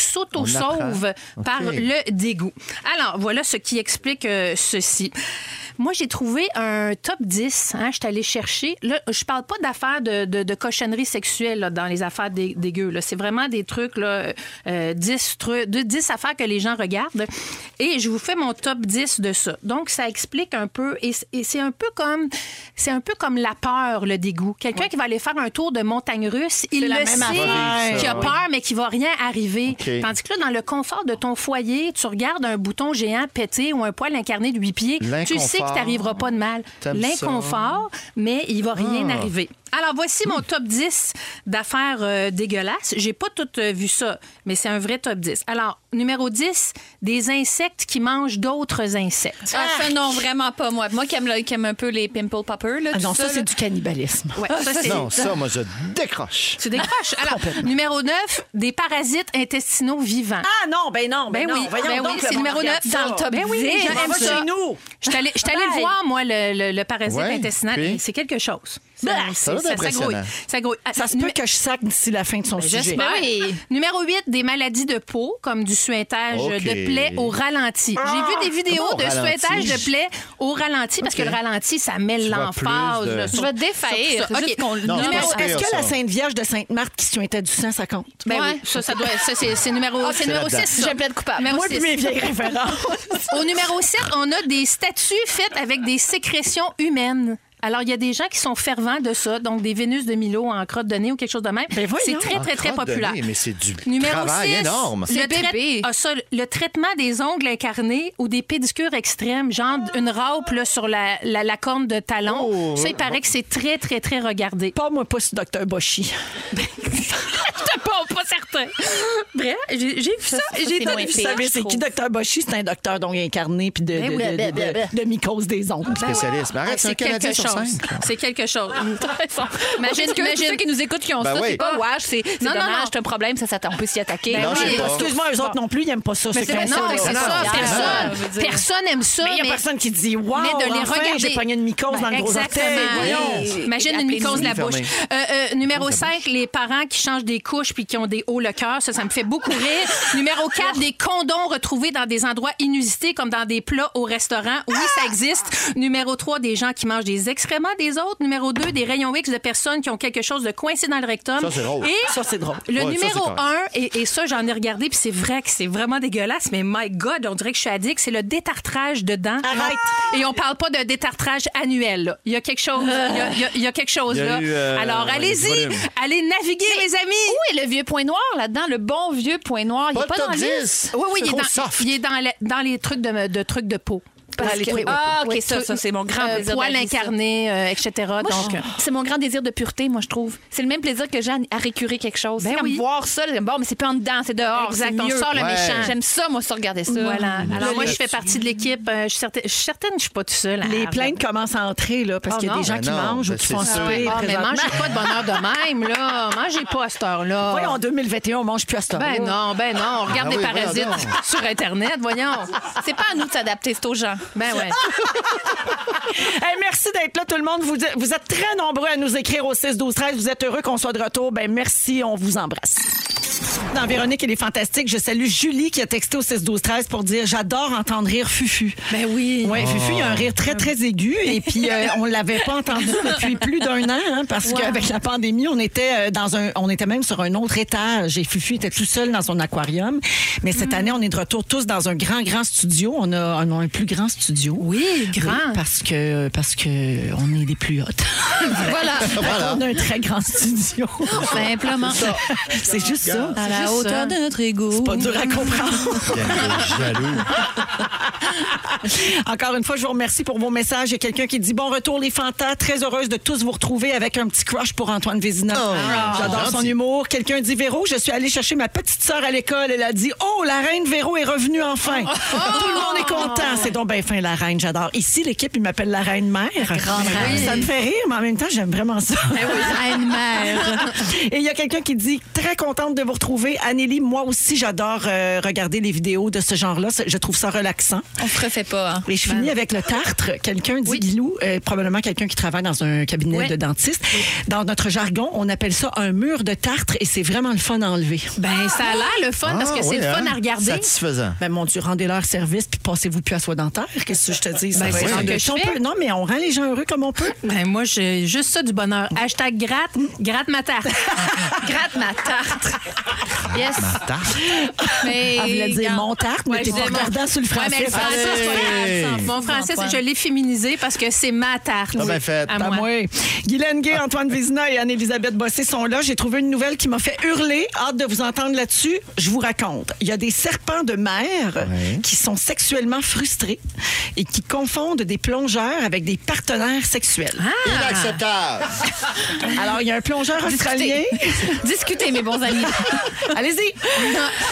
Speaker 4: s'auto-sauve
Speaker 2: On apprend.
Speaker 4: par
Speaker 2: OK.
Speaker 4: le dégoût. Alors, voilà ce qui explique euh, ceci. Moi, j'ai trouvé un top 10. Hein, je suis allée chercher. Là, je parle pas d'affaires de, de, de cochonneries sexuelles là, dans les affaires dé- dégueu. là. C'est vraiment des trucs, là, euh, 10, tru- de- 10 affaires que les gens regardent. Et je vous fais mon top 10 de ça. Donc, ça explique un peu. Et, c- et c'est un peu comme c'est un peu comme la peur, le dégoût. Quelqu'un qui va aller faire un tour de montagne russe, il le
Speaker 3: la même
Speaker 4: sait
Speaker 3: affaire. Ah
Speaker 4: qu'il a
Speaker 2: Ouais.
Speaker 4: peur, mais qu'il va rien arriver.
Speaker 2: OK.
Speaker 4: Tandis que là, dans le confort de ton foyer, tu regardes un bouton géant pété ou un poil incarné de huit pieds, tu sais que
Speaker 2: L'inconfort.
Speaker 4: t'arriveras pas de mal.
Speaker 2: T'aimes ça. Ah.
Speaker 4: L'inconfort, mais il va rien arriver. Alors, voici
Speaker 2: Hmm.
Speaker 4: mon top 10 d'affaires euh, dégueulasses. J'ai pas tout euh, vu ça, mais c'est un vrai top 10. Alors, numéro 10, des insectes qui mangent d'autres insectes.
Speaker 5: Ah, ça, non, vraiment pas moi. Moi qui aime, le- qui aime un peu les pimple poppers. Là,
Speaker 3: Ah
Speaker 5: tout
Speaker 3: non, ça,
Speaker 5: là.
Speaker 3: c'est du cannibalisme.
Speaker 4: Ouais, ça, c'est-
Speaker 2: Ah. Non, ça, moi, je décroche.
Speaker 4: Tu décroches. Alors, numéro 9, des parasites intestinaux vivants.
Speaker 3: Ah non, ben non, ben,
Speaker 4: Ben
Speaker 3: non.
Speaker 4: oui,
Speaker 3: voyons
Speaker 4: ben
Speaker 3: donc,
Speaker 4: oui,
Speaker 3: le
Speaker 4: c'est
Speaker 3: monde
Speaker 4: numéro
Speaker 3: regarde
Speaker 4: 9
Speaker 3: ça.
Speaker 4: dans le top
Speaker 3: Ben oui,
Speaker 4: 10.
Speaker 3: les gens
Speaker 4: J'aime
Speaker 3: aiment
Speaker 4: ça.
Speaker 3: chez nous.
Speaker 4: Je suis allée je suis allée le
Speaker 3: Bye.
Speaker 4: voir, moi, le, le- le parasite
Speaker 2: Ouais,
Speaker 4: intestinal.
Speaker 2: puis?
Speaker 4: Et C'est quelque chose. Ben,
Speaker 2: Bah,
Speaker 4: c'est-
Speaker 2: ça doit être
Speaker 4: grouille.
Speaker 2: impressionnant.
Speaker 4: Ça grouille. Ah,
Speaker 3: Ça se peut
Speaker 4: numé-
Speaker 3: que je sac d'ici la fin de son sujet.
Speaker 4: Ben,
Speaker 3: Ben
Speaker 4: J'espère. Numéro 8, des maladies de peau, comme du suintage
Speaker 2: OK.
Speaker 4: de plaies au ralenti. J'ai vu des vidéos
Speaker 2: Comment au
Speaker 4: de
Speaker 2: ralenti?
Speaker 4: suintage de plaies au ralenti, parce que le ralenti, ça met
Speaker 2: vois
Speaker 4: l'emphase.
Speaker 2: plus de-
Speaker 4: là, sur-
Speaker 5: Je vais défaillir.
Speaker 4: sur ça.
Speaker 5: Juste
Speaker 4: OK.
Speaker 5: qu'on le
Speaker 2: Non,
Speaker 5: nomme.
Speaker 2: c'est
Speaker 3: Est-ce
Speaker 2: pas
Speaker 3: est-ce
Speaker 2: pire,
Speaker 3: que la
Speaker 2: ça.
Speaker 3: Sainte Vierge de Sainte-Marthe qui suintait du sang, ça compte?
Speaker 4: Ben
Speaker 5: Ouais.
Speaker 4: oui, ça, ça doit ça, c'est c'est numéro
Speaker 5: Ah, c'est numéro
Speaker 2: là-dedans.
Speaker 5: 6. Je plaide coupable.
Speaker 4: Numéro
Speaker 3: Moi,
Speaker 4: six.
Speaker 3: puis mes vieilles références.
Speaker 4: Au numéro 7, on a des statues faites avec des sécrétions humaines. Alors, il y a des gens qui sont fervents de ça, donc des Vénus de Milo en crotte de nez ou quelque chose de même.
Speaker 3: Ben voyons.
Speaker 4: c'est très, très, très
Speaker 2: En crotte de
Speaker 4: populaire.
Speaker 2: nez, mais c'est du
Speaker 4: Numéro
Speaker 2: travail
Speaker 4: 6,
Speaker 2: énorme.
Speaker 4: Le,
Speaker 5: C'est bébé.
Speaker 4: ah, ça, le traitement des ongles incarnés ou des pédicures extrêmes, genre une râpe là, sur la, la- la corne de talon.
Speaker 2: Oh,
Speaker 4: ça, il paraît que c'est très, très, très regardé.
Speaker 3: Pas moi, pas ce docteur Boshi.
Speaker 4: J'étais pas, pas certain. Bref, j'ai j'ai vu ça.
Speaker 5: ça,
Speaker 4: j'ai
Speaker 5: c'est
Speaker 4: donné
Speaker 5: moins
Speaker 4: vu
Speaker 3: Vous
Speaker 4: ça.
Speaker 5: pire.
Speaker 3: savez, c'est qui docteur Boshi? C'est un docteur donc incarné puis de,
Speaker 4: Ben
Speaker 3: de, de- de- de mycose des ongles.
Speaker 2: Spécialiste. Mais
Speaker 4: Ah,
Speaker 2: arrête, c'est un Canadien sur
Speaker 4: chose.
Speaker 2: cinq.
Speaker 4: C'est quelque chose.
Speaker 5: Imagine
Speaker 4: imagine
Speaker 5: que tous ceux qui nous écoutent qui ont
Speaker 2: Ben
Speaker 5: ça,
Speaker 2: oui.
Speaker 5: c'est pas wash, c'est c'est
Speaker 4: Ah. Non, non, non. Ben
Speaker 5: dommage, c'est un problème, ça, ça on peut s'y attaquer.
Speaker 2: Non, je sais pas.
Speaker 3: Excuse-moi, eux autres non plus, ils n'aiment pas ça.
Speaker 5: c'est
Speaker 3: comme
Speaker 5: vrai,
Speaker 3: ça.
Speaker 4: Non,
Speaker 5: Non,
Speaker 4: c'est
Speaker 5: non,
Speaker 4: ça.
Speaker 5: non, non, je veux
Speaker 4: Personne,
Speaker 5: dire.
Speaker 4: personne aime ça.
Speaker 3: Mais il n'y a
Speaker 4: mais-
Speaker 3: personne qui dit Wow,
Speaker 4: mais de les
Speaker 3: enfin,
Speaker 4: regarder. Ben,
Speaker 3: j'ai pogné une mycose dans le gros
Speaker 4: Exactement.
Speaker 3: orteil. Voyons.
Speaker 4: Oui. Imagine une mycose de la bouche.
Speaker 2: Fermé.
Speaker 4: Euh, euh, numéro 5, les parents qui changent des couches puis qui ont des hauts le cœur. Ça, ça me fait beaucoup rire. numéro 4, des condoms retrouvés dans des endroits inusités comme dans des plats au restaurant. Oui,
Speaker 2: Ah!
Speaker 4: ça existe. Numéro 3, des gens qui mangent des excréments des autres. Numéro 2, des rayons X de personnes qui ont quelque chose de coincé dans le rectum.
Speaker 2: Ça, c'est drôle.
Speaker 4: Et
Speaker 3: Ça, c'est drôle.
Speaker 4: le
Speaker 2: Ouais, ça,
Speaker 4: numéro
Speaker 2: c'est correct.
Speaker 4: un, et, et ça, j'en ai regardé, puis c'est vrai que c'est vraiment dégueulasse, mais my God, on dirait que je suis addict, c'est le détartrage de dents. Ah.
Speaker 3: Arrête.
Speaker 4: Et on parle pas de détartrage annuel. là. Il y a quelque chose. Il y a, il y a- il y a quelque chose,
Speaker 2: Il y a
Speaker 4: là.
Speaker 2: eu, euh,
Speaker 4: Alors,
Speaker 2: ouais,
Speaker 4: allez-y.
Speaker 2: du volume.
Speaker 4: Allez naviguer, les amis.
Speaker 5: Où est le vieux point noir là-dedans, le bon vieux point noir? Il
Speaker 2: Pas
Speaker 5: est pas
Speaker 2: le
Speaker 5: dans
Speaker 2: top
Speaker 5: le
Speaker 2: 10.
Speaker 4: Oui, oui,
Speaker 2: C'est
Speaker 4: il est,
Speaker 2: trop
Speaker 4: dans,
Speaker 2: soft.
Speaker 4: il est dans, la- dans les trucs de, de trucs de peau.
Speaker 5: Parce
Speaker 4: Parce
Speaker 5: que-
Speaker 4: que- oui, oui,
Speaker 5: Ah,
Speaker 4: oui,
Speaker 5: OK, ça,
Speaker 4: trucs-
Speaker 5: ça, c'est mon grand
Speaker 4: euh,
Speaker 5: plaisir de
Speaker 4: Poil
Speaker 5: la vie, ça.
Speaker 4: incarné, euh, etc.
Speaker 5: Moi,
Speaker 4: donc,
Speaker 5: je-
Speaker 4: euh,
Speaker 5: c'est mon grand désir de pureté, moi, je trouve. C'est le même plaisir que j'ai à- à récurer quelque chose.
Speaker 4: Ben
Speaker 5: c'est comme
Speaker 4: oui.
Speaker 5: voir ça, là, bon, mais c'est plus en dedans, c'est dehors.
Speaker 4: Exact,
Speaker 5: c'est
Speaker 4: on
Speaker 5: mieux.
Speaker 4: sort le
Speaker 2: Ouais. méchant.
Speaker 5: J'aime ça, moi, ça, regarder ça.
Speaker 4: voilà. Alors, moi, je fais partie de l'équipe. Euh, Je suis certaine, je suis certaine que je suis pas tout seul.
Speaker 3: Les plaintes commencent à entrer, là, parce
Speaker 4: Oh
Speaker 3: qu'il y a
Speaker 4: non.
Speaker 3: des gens
Speaker 2: Ben
Speaker 3: qui
Speaker 2: non,
Speaker 3: mangent ou
Speaker 2: ben
Speaker 3: qui
Speaker 2: c'est
Speaker 3: font
Speaker 2: sûr.
Speaker 3: souper.
Speaker 4: Ah, mais
Speaker 3: présentement.
Speaker 4: mangez pas de bonheur de même, là. Mangez pas à cette heure-là.
Speaker 3: Voyons, en 2021, on mange plus à ce
Speaker 4: Ben non, ben non. On regarde
Speaker 2: Ah
Speaker 4: des
Speaker 2: oui,
Speaker 4: parasites
Speaker 2: voyons donc.
Speaker 4: sur Internet, voyons.
Speaker 5: C'est pas à nous de s'adapter, c'est aux gens.
Speaker 4: Ben ouais.
Speaker 3: Hey, merci d'être là, tout le monde. Vous, vous êtes très nombreux à nous écrire au 6 12 13 Vous êtes heureux qu'on soit de retour. Ben merci, on vous embrasse. Dans Véronique, elle est fantastique. Je salue Julie qui a texté au 6 12 13 pour dire j'adore entendre rire Fufu.
Speaker 4: Ben oui.
Speaker 3: Ouais, Fufu, il a un rire très, très aigu. Et puis, euh, on l'avait pas entendu depuis plus d'un an, hein, parce qu'avec la pandémie, on était, euh, dans un, on était même sur un autre étage. Et Fufu était tout seul dans son aquarium. Mais
Speaker 4: Hmm.
Speaker 3: cette année, on est de retour tous dans un grand, grand studio. On a, on a un plus grand studio.
Speaker 4: Oui, grand.
Speaker 3: parce que parce que on est des plus hautes.
Speaker 5: Voilà.
Speaker 4: Ah.
Speaker 3: On a un très grand studio.
Speaker 5: Simplement.
Speaker 3: C'est juste ça.
Speaker 2: ça?
Speaker 5: À la
Speaker 4: juste
Speaker 5: hauteur
Speaker 4: ça.
Speaker 5: de notre ego.
Speaker 3: C'est pas dur à comprendre.
Speaker 2: Bien, jaloux.
Speaker 3: Encore une fois, je vous remercie pour vos messages. Il y a quelqu'un qui dit bon retour les fantas, très heureuse de tous vous retrouver avec un petit crush pour Antoine Vézina. Ah, J'adore son
Speaker 2: gentil.
Speaker 3: humour. Quelqu'un dit Véro, je suis allée chercher ma petite sœur à l'école. Elle a dit oh la reine Véro est revenue enfin. Tout le monde est content. C'est donc bien fin la reine. J'adore. Ici l'équipe il m'appelle la reine mère.
Speaker 5: reine.
Speaker 3: Ça me fait rire, mais en même temps j'aime vraiment ça.
Speaker 5: Reine-mère.
Speaker 3: Et il y a quelqu'un qui dit très contente de vous retrouver, Anélie. Moi aussi j'adore euh, regarder les vidéos de ce genre-là. Je trouve ça relaxant.
Speaker 5: On se refait pas. hein.
Speaker 3: Et je
Speaker 4: Ben.
Speaker 3: finis avec le tartre. Quelqu'un dit Guilou, euh, probablement quelqu'un qui travaille dans un cabinet
Speaker 4: Ouais.
Speaker 3: de dentiste. Dans notre jargon, on appelle ça un mur de tartre et c'est vraiment le fun à enlever.
Speaker 4: Ben, ça a l'air le fun parce que
Speaker 2: Ah,
Speaker 4: c'est
Speaker 2: oui,
Speaker 4: le fun
Speaker 2: hein?
Speaker 4: à regarder.
Speaker 2: Satisfaisant.
Speaker 3: Ben mon Dieu, rendez-leur service puis passez-vous plus à soi dentaire. Qu'est-ce que je te dis? Ça
Speaker 4: Ben,
Speaker 3: va
Speaker 4: c'est
Speaker 3: être
Speaker 4: ce que
Speaker 3: de-
Speaker 4: je
Speaker 3: on
Speaker 4: fais.
Speaker 3: peut- Non, mais on rend les gens heureux comme on peut.
Speaker 4: Ben, moi, j'ai juste ça du bonheur. Hashtag gratte, gratte ma tarte. gratte ma tarte. Yes.
Speaker 2: Ma tarte.
Speaker 5: Mais,
Speaker 3: Elle voulait dire
Speaker 5: regarde.
Speaker 3: mon tartre, mais
Speaker 5: Ouais,
Speaker 3: t'es
Speaker 5: je
Speaker 3: pas
Speaker 5: disais mon-
Speaker 3: regardant sur le
Speaker 5: Ouais,
Speaker 3: français.
Speaker 5: mais le français, c'est pas
Speaker 2: Hey.
Speaker 5: grave, ça,
Speaker 4: Mon
Speaker 5: on
Speaker 4: français,
Speaker 5: comprend.
Speaker 4: c'est- je l'ai féminisé parce que c'est ma tarte.
Speaker 2: Ah, ben, fait.
Speaker 4: À
Speaker 3: Ah,
Speaker 4: moi.
Speaker 3: moi. Guylaine Gay, Antoine Vézina et Anne-Élisabeth Bossé sont là. J'ai trouvé une nouvelle qui m'a fait hurler. Hâte de vous entendre là-dessus. Je vous raconte. Il y a des serpents de mer
Speaker 2: Ouais.
Speaker 3: qui sont sexuellement frustrés et qui confondent des plongeurs avec des partenaires sexuels.
Speaker 5: Ah.
Speaker 4: Ah!
Speaker 2: Inacceptable.
Speaker 3: Alors, il y a un plongeur australien.
Speaker 5: Discutez, mes bons amis.
Speaker 3: Allez-y.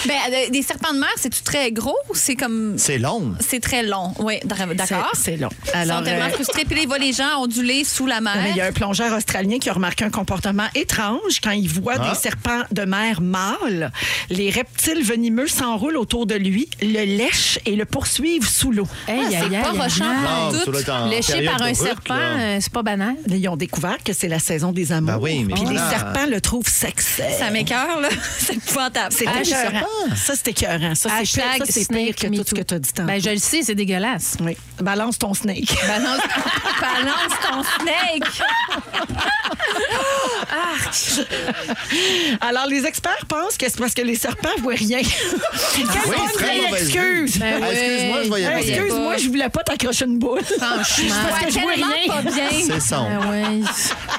Speaker 5: ben, euh, des serpents de mer, c'est-tu très gros? ou C'est comme.
Speaker 2: C'est long.
Speaker 5: C'est très long. Oui, d'accord.
Speaker 3: C'est- c'est long.
Speaker 5: Ils
Speaker 3: Alors,
Speaker 5: sont tellement
Speaker 3: euh,
Speaker 5: frustrés. Puis là, ils voient les gens onduler sous la
Speaker 3: Non, mais il y a
Speaker 5: mer.
Speaker 3: un plongeur australien qui a remarqué un comportement étrange quand il voit
Speaker 2: Ah.
Speaker 3: des serpents de mer mâles. Les reptiles venimeux s'enroulent autour de lui, le lèchent et le poursuivent sous l'eau.
Speaker 4: Hey,
Speaker 5: Ah,
Speaker 4: aïe,
Speaker 5: c'est
Speaker 4: aïe,
Speaker 5: pas
Speaker 4: aïe,
Speaker 5: rochant,
Speaker 4: aïe.
Speaker 5: pas en
Speaker 2: Non, ça doit
Speaker 5: tout.
Speaker 2: être en
Speaker 4: Léché
Speaker 2: période
Speaker 4: par un
Speaker 2: de route,
Speaker 4: serpent,
Speaker 2: là.
Speaker 4: euh, c'est pas banal.
Speaker 3: Ils ont découvert que c'est la saison des amours.
Speaker 2: Ben oui, mais
Speaker 3: Puis les
Speaker 2: voilà.
Speaker 3: serpents le trouvent sexy.
Speaker 5: Ça m'écoeure, là. C'est épouvantable.
Speaker 3: C'est
Speaker 5: Ah,
Speaker 3: écœurant. Ça, c'est écœurant.
Speaker 4: Ah,
Speaker 3: Ça, c'est pire, ça, c'est pire que tout ce que tu as dit tantôt.
Speaker 4: Ben, je le sais, c'est dégueulasse.
Speaker 3: Oui. Balance ton snake.
Speaker 5: Balance, balance ton snake.
Speaker 3: Alors, les experts pensent que c'est parce que les serpents voient rien. Quelle
Speaker 2: Ah Oui,
Speaker 3: bonne
Speaker 2: très mauvaise
Speaker 3: excuse!
Speaker 4: Ben
Speaker 2: Ah,
Speaker 4: oui.
Speaker 2: Excuse-moi, je vais y
Speaker 3: Hey,
Speaker 2: aller.
Speaker 3: Excuse-moi, je voulais pas t'accrocher une boule.
Speaker 4: Franchement.
Speaker 3: Parce que Oh, je vois
Speaker 5: Tellement
Speaker 3: rien.
Speaker 5: pas bien.
Speaker 2: C'est son.
Speaker 4: Ben oui.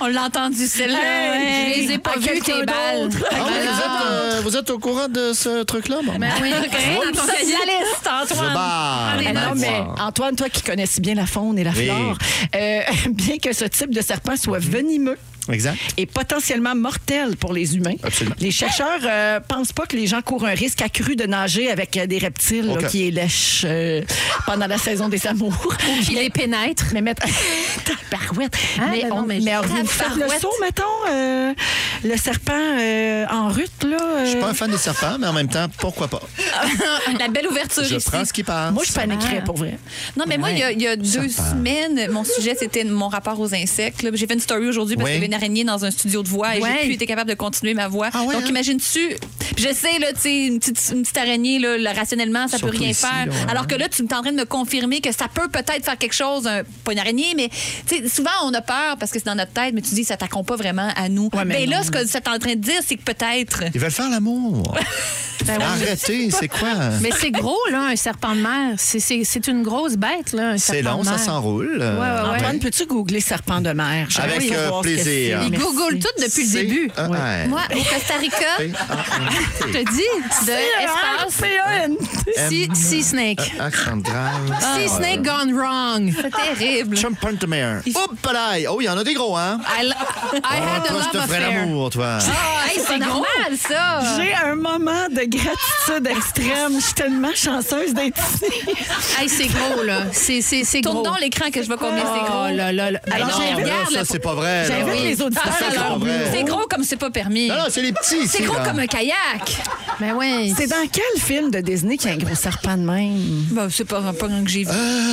Speaker 5: On l'a entendu,
Speaker 4: Ah
Speaker 5: celle-là.
Speaker 3: Hey,
Speaker 5: Ouais.
Speaker 4: je les ai pas
Speaker 5: À
Speaker 4: vus,
Speaker 5: quelqu'un
Speaker 4: tes balles.
Speaker 5: d'autre.
Speaker 2: Ah, mais vous, êtes, euh, vous êtes au courant de ce truc-là, bon?
Speaker 4: Ben oui. Rien dans ton cahier.
Speaker 5: Socialiste, Antoine.
Speaker 2: barre.
Speaker 5: Allez,
Speaker 4: ben.
Speaker 3: Ah non,
Speaker 2: Wow.
Speaker 3: mais Antoine, toi qui connais si bien la faune et la
Speaker 2: Oui. Mhm.
Speaker 3: flore, euh, bien que ce type de serpent soit venimeux
Speaker 2: Exact.
Speaker 3: et potentiellement mortel pour les humains,
Speaker 2: Absolument.
Speaker 3: les chercheurs euh, pensent pas que les gens courent un risque accru de nager avec euh, des reptiles là,
Speaker 2: Ok.
Speaker 3: qui les lèchent euh, pendant la saison des amours.
Speaker 4: Qui les pénètre.
Speaker 3: Mais mettre. Tabarouette.
Speaker 4: Ah,
Speaker 3: mais
Speaker 4: ben
Speaker 3: on,
Speaker 4: non,
Speaker 3: mais
Speaker 4: mais-
Speaker 3: vous faites le
Speaker 5: Tabarouette.
Speaker 3: saut, mettons, euh, le serpent euh, en rute, là. euh,
Speaker 2: Je suis pas un fan des serpents, mais en même temps, pourquoi pas?
Speaker 5: La belle ouverture
Speaker 2: Je
Speaker 5: ici.
Speaker 2: prends ce qui passe.
Speaker 3: Moi, je paniquerais pour vrai.
Speaker 5: Non, mais moi, il y a, il y a deux semaines, mon sujet, c'était mon rapport aux insectes. là. J'ai fait une story aujourd'hui parce
Speaker 2: Oui.
Speaker 5: qu'il y avait une araignée dans un studio de voix et
Speaker 4: Ouais.
Speaker 5: j'ai plus été capable de continuer ma voix.
Speaker 2: Ah ouais,
Speaker 5: Donc,
Speaker 2: hein?
Speaker 5: imagine-tu, je sais, là, tu sais, une petite, une petite araignée, là, là, rationnellement, ça
Speaker 2: Surtout
Speaker 5: peut rien
Speaker 2: ici,
Speaker 5: faire.
Speaker 2: là, ouais.
Speaker 5: Alors que là, tu es en train de me confirmer que ça peut peut-être faire quelque chose, un- pas une araignée, mais tu sais, souvent, on a peur parce que c'est dans notre tête, mais tu dis, ça t'attend pas vraiment à nous.
Speaker 3: Ouais, mais
Speaker 5: mais
Speaker 3: non.
Speaker 5: là, ce que tu es en train de dire, c'est que peut-être.
Speaker 2: Ils veulent faire l'amour.
Speaker 4: Ben oui.
Speaker 2: Arrêtez, c'est quoi?
Speaker 4: Mais c'est gros, là, un serpent de mer. C'est- C'est c'est une grosse bête, là, un
Speaker 2: C'est
Speaker 4: serpent
Speaker 2: long,
Speaker 4: de
Speaker 2: ça
Speaker 4: mer.
Speaker 2: s'enroule.
Speaker 4: Ouais, ouais, ouais.
Speaker 3: Antoine, peux-tu googler serpent de mer? J'aimerais
Speaker 2: Ah, Avec,
Speaker 3: ça
Speaker 2: euh,
Speaker 3: voir ce que
Speaker 2: plaisir.
Speaker 3: c'est.
Speaker 2: Il
Speaker 4: Ils
Speaker 3: Merci.
Speaker 4: googlent tout depuis le début.
Speaker 5: Moi, au Costa Rica,
Speaker 4: Je te dis, de espace,
Speaker 2: Euh,
Speaker 4: sea, sea snake.
Speaker 2: Accent grave.
Speaker 4: Sea snake gone wrong.
Speaker 5: c'est terrible.
Speaker 2: Chumpan de mer. Oups, palaille. Oh, il y en a des gros, hein?
Speaker 4: I, lo- I had a
Speaker 2: Ah, toi, je
Speaker 4: love
Speaker 2: te ferai
Speaker 4: affair.
Speaker 2: l'amour, toi.
Speaker 5: Ah, hey, c'est normal, ça.
Speaker 3: J'ai un moment de gratitude extrême. Je suis tellement chanceuse d'être ici.
Speaker 4: Hey, c'est gros, là. C'est c'est- c'est gros.
Speaker 5: Tourne donc l'écran que je vois combien c'est
Speaker 4: Oh
Speaker 5: gros.
Speaker 4: là là là. Ben
Speaker 5: Ah,
Speaker 3: Alors,
Speaker 4: non,
Speaker 3: j'ai-
Speaker 2: Non, là,
Speaker 4: regarde,
Speaker 2: ça,
Speaker 4: là,
Speaker 2: c'est pas vrai. là.
Speaker 3: J'invite les auditeurs.
Speaker 2: Ah, ça,
Speaker 5: Alors,
Speaker 2: c'est vrai.
Speaker 5: c'est gros comme c'est pas permis.
Speaker 2: Non, non, c'est les petits.
Speaker 5: C'est
Speaker 2: ici,
Speaker 5: gros
Speaker 2: là.
Speaker 5: comme un kayak.
Speaker 4: Ben oui.
Speaker 3: C'est dans quel film de Disney qu'il y a un gros serpent de même?
Speaker 5: Ben, c'est pas un pognon que j'ai vu.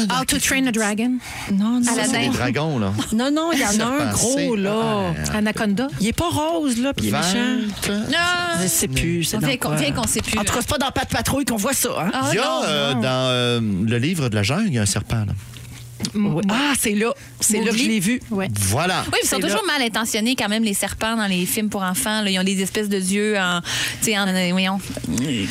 Speaker 2: Ah,
Speaker 4: How to train a dragon.
Speaker 3: Non, non.
Speaker 5: Aladdin.
Speaker 2: Les dragons, là.
Speaker 3: Non, non, il y en a un
Speaker 2: Serpent,
Speaker 3: gros,
Speaker 2: c'est-
Speaker 3: là.
Speaker 2: Ah.
Speaker 4: Anaconda.
Speaker 3: Il est pas rose, là, puis il est méchant.
Speaker 2: Vingt.
Speaker 5: Ah,
Speaker 3: Je sais plus. c'est
Speaker 5: On vient
Speaker 3: dans
Speaker 5: qu'on-
Speaker 3: quoi.
Speaker 5: vient qu'on sait plus.
Speaker 3: En tout cas, c'est pas dans Pat Patrouille qu'on voit ça. Hein?
Speaker 5: Ah,
Speaker 2: Il y a
Speaker 5: non.
Speaker 2: euh, dans euh, le livre de la jungle, il y a un serpent. Là.
Speaker 3: Ah, c'est là. C'est là que je
Speaker 4: Mowgli.
Speaker 3: l'ai vu.
Speaker 4: Ouais.
Speaker 2: Voilà.
Speaker 5: Oui, ils sont
Speaker 3: C'est
Speaker 5: toujours mal intentionnés quand même, les serpents dans les films pour enfants. là. Ils ont des espèces de yeux en. Tu sais, en. euh, voyons,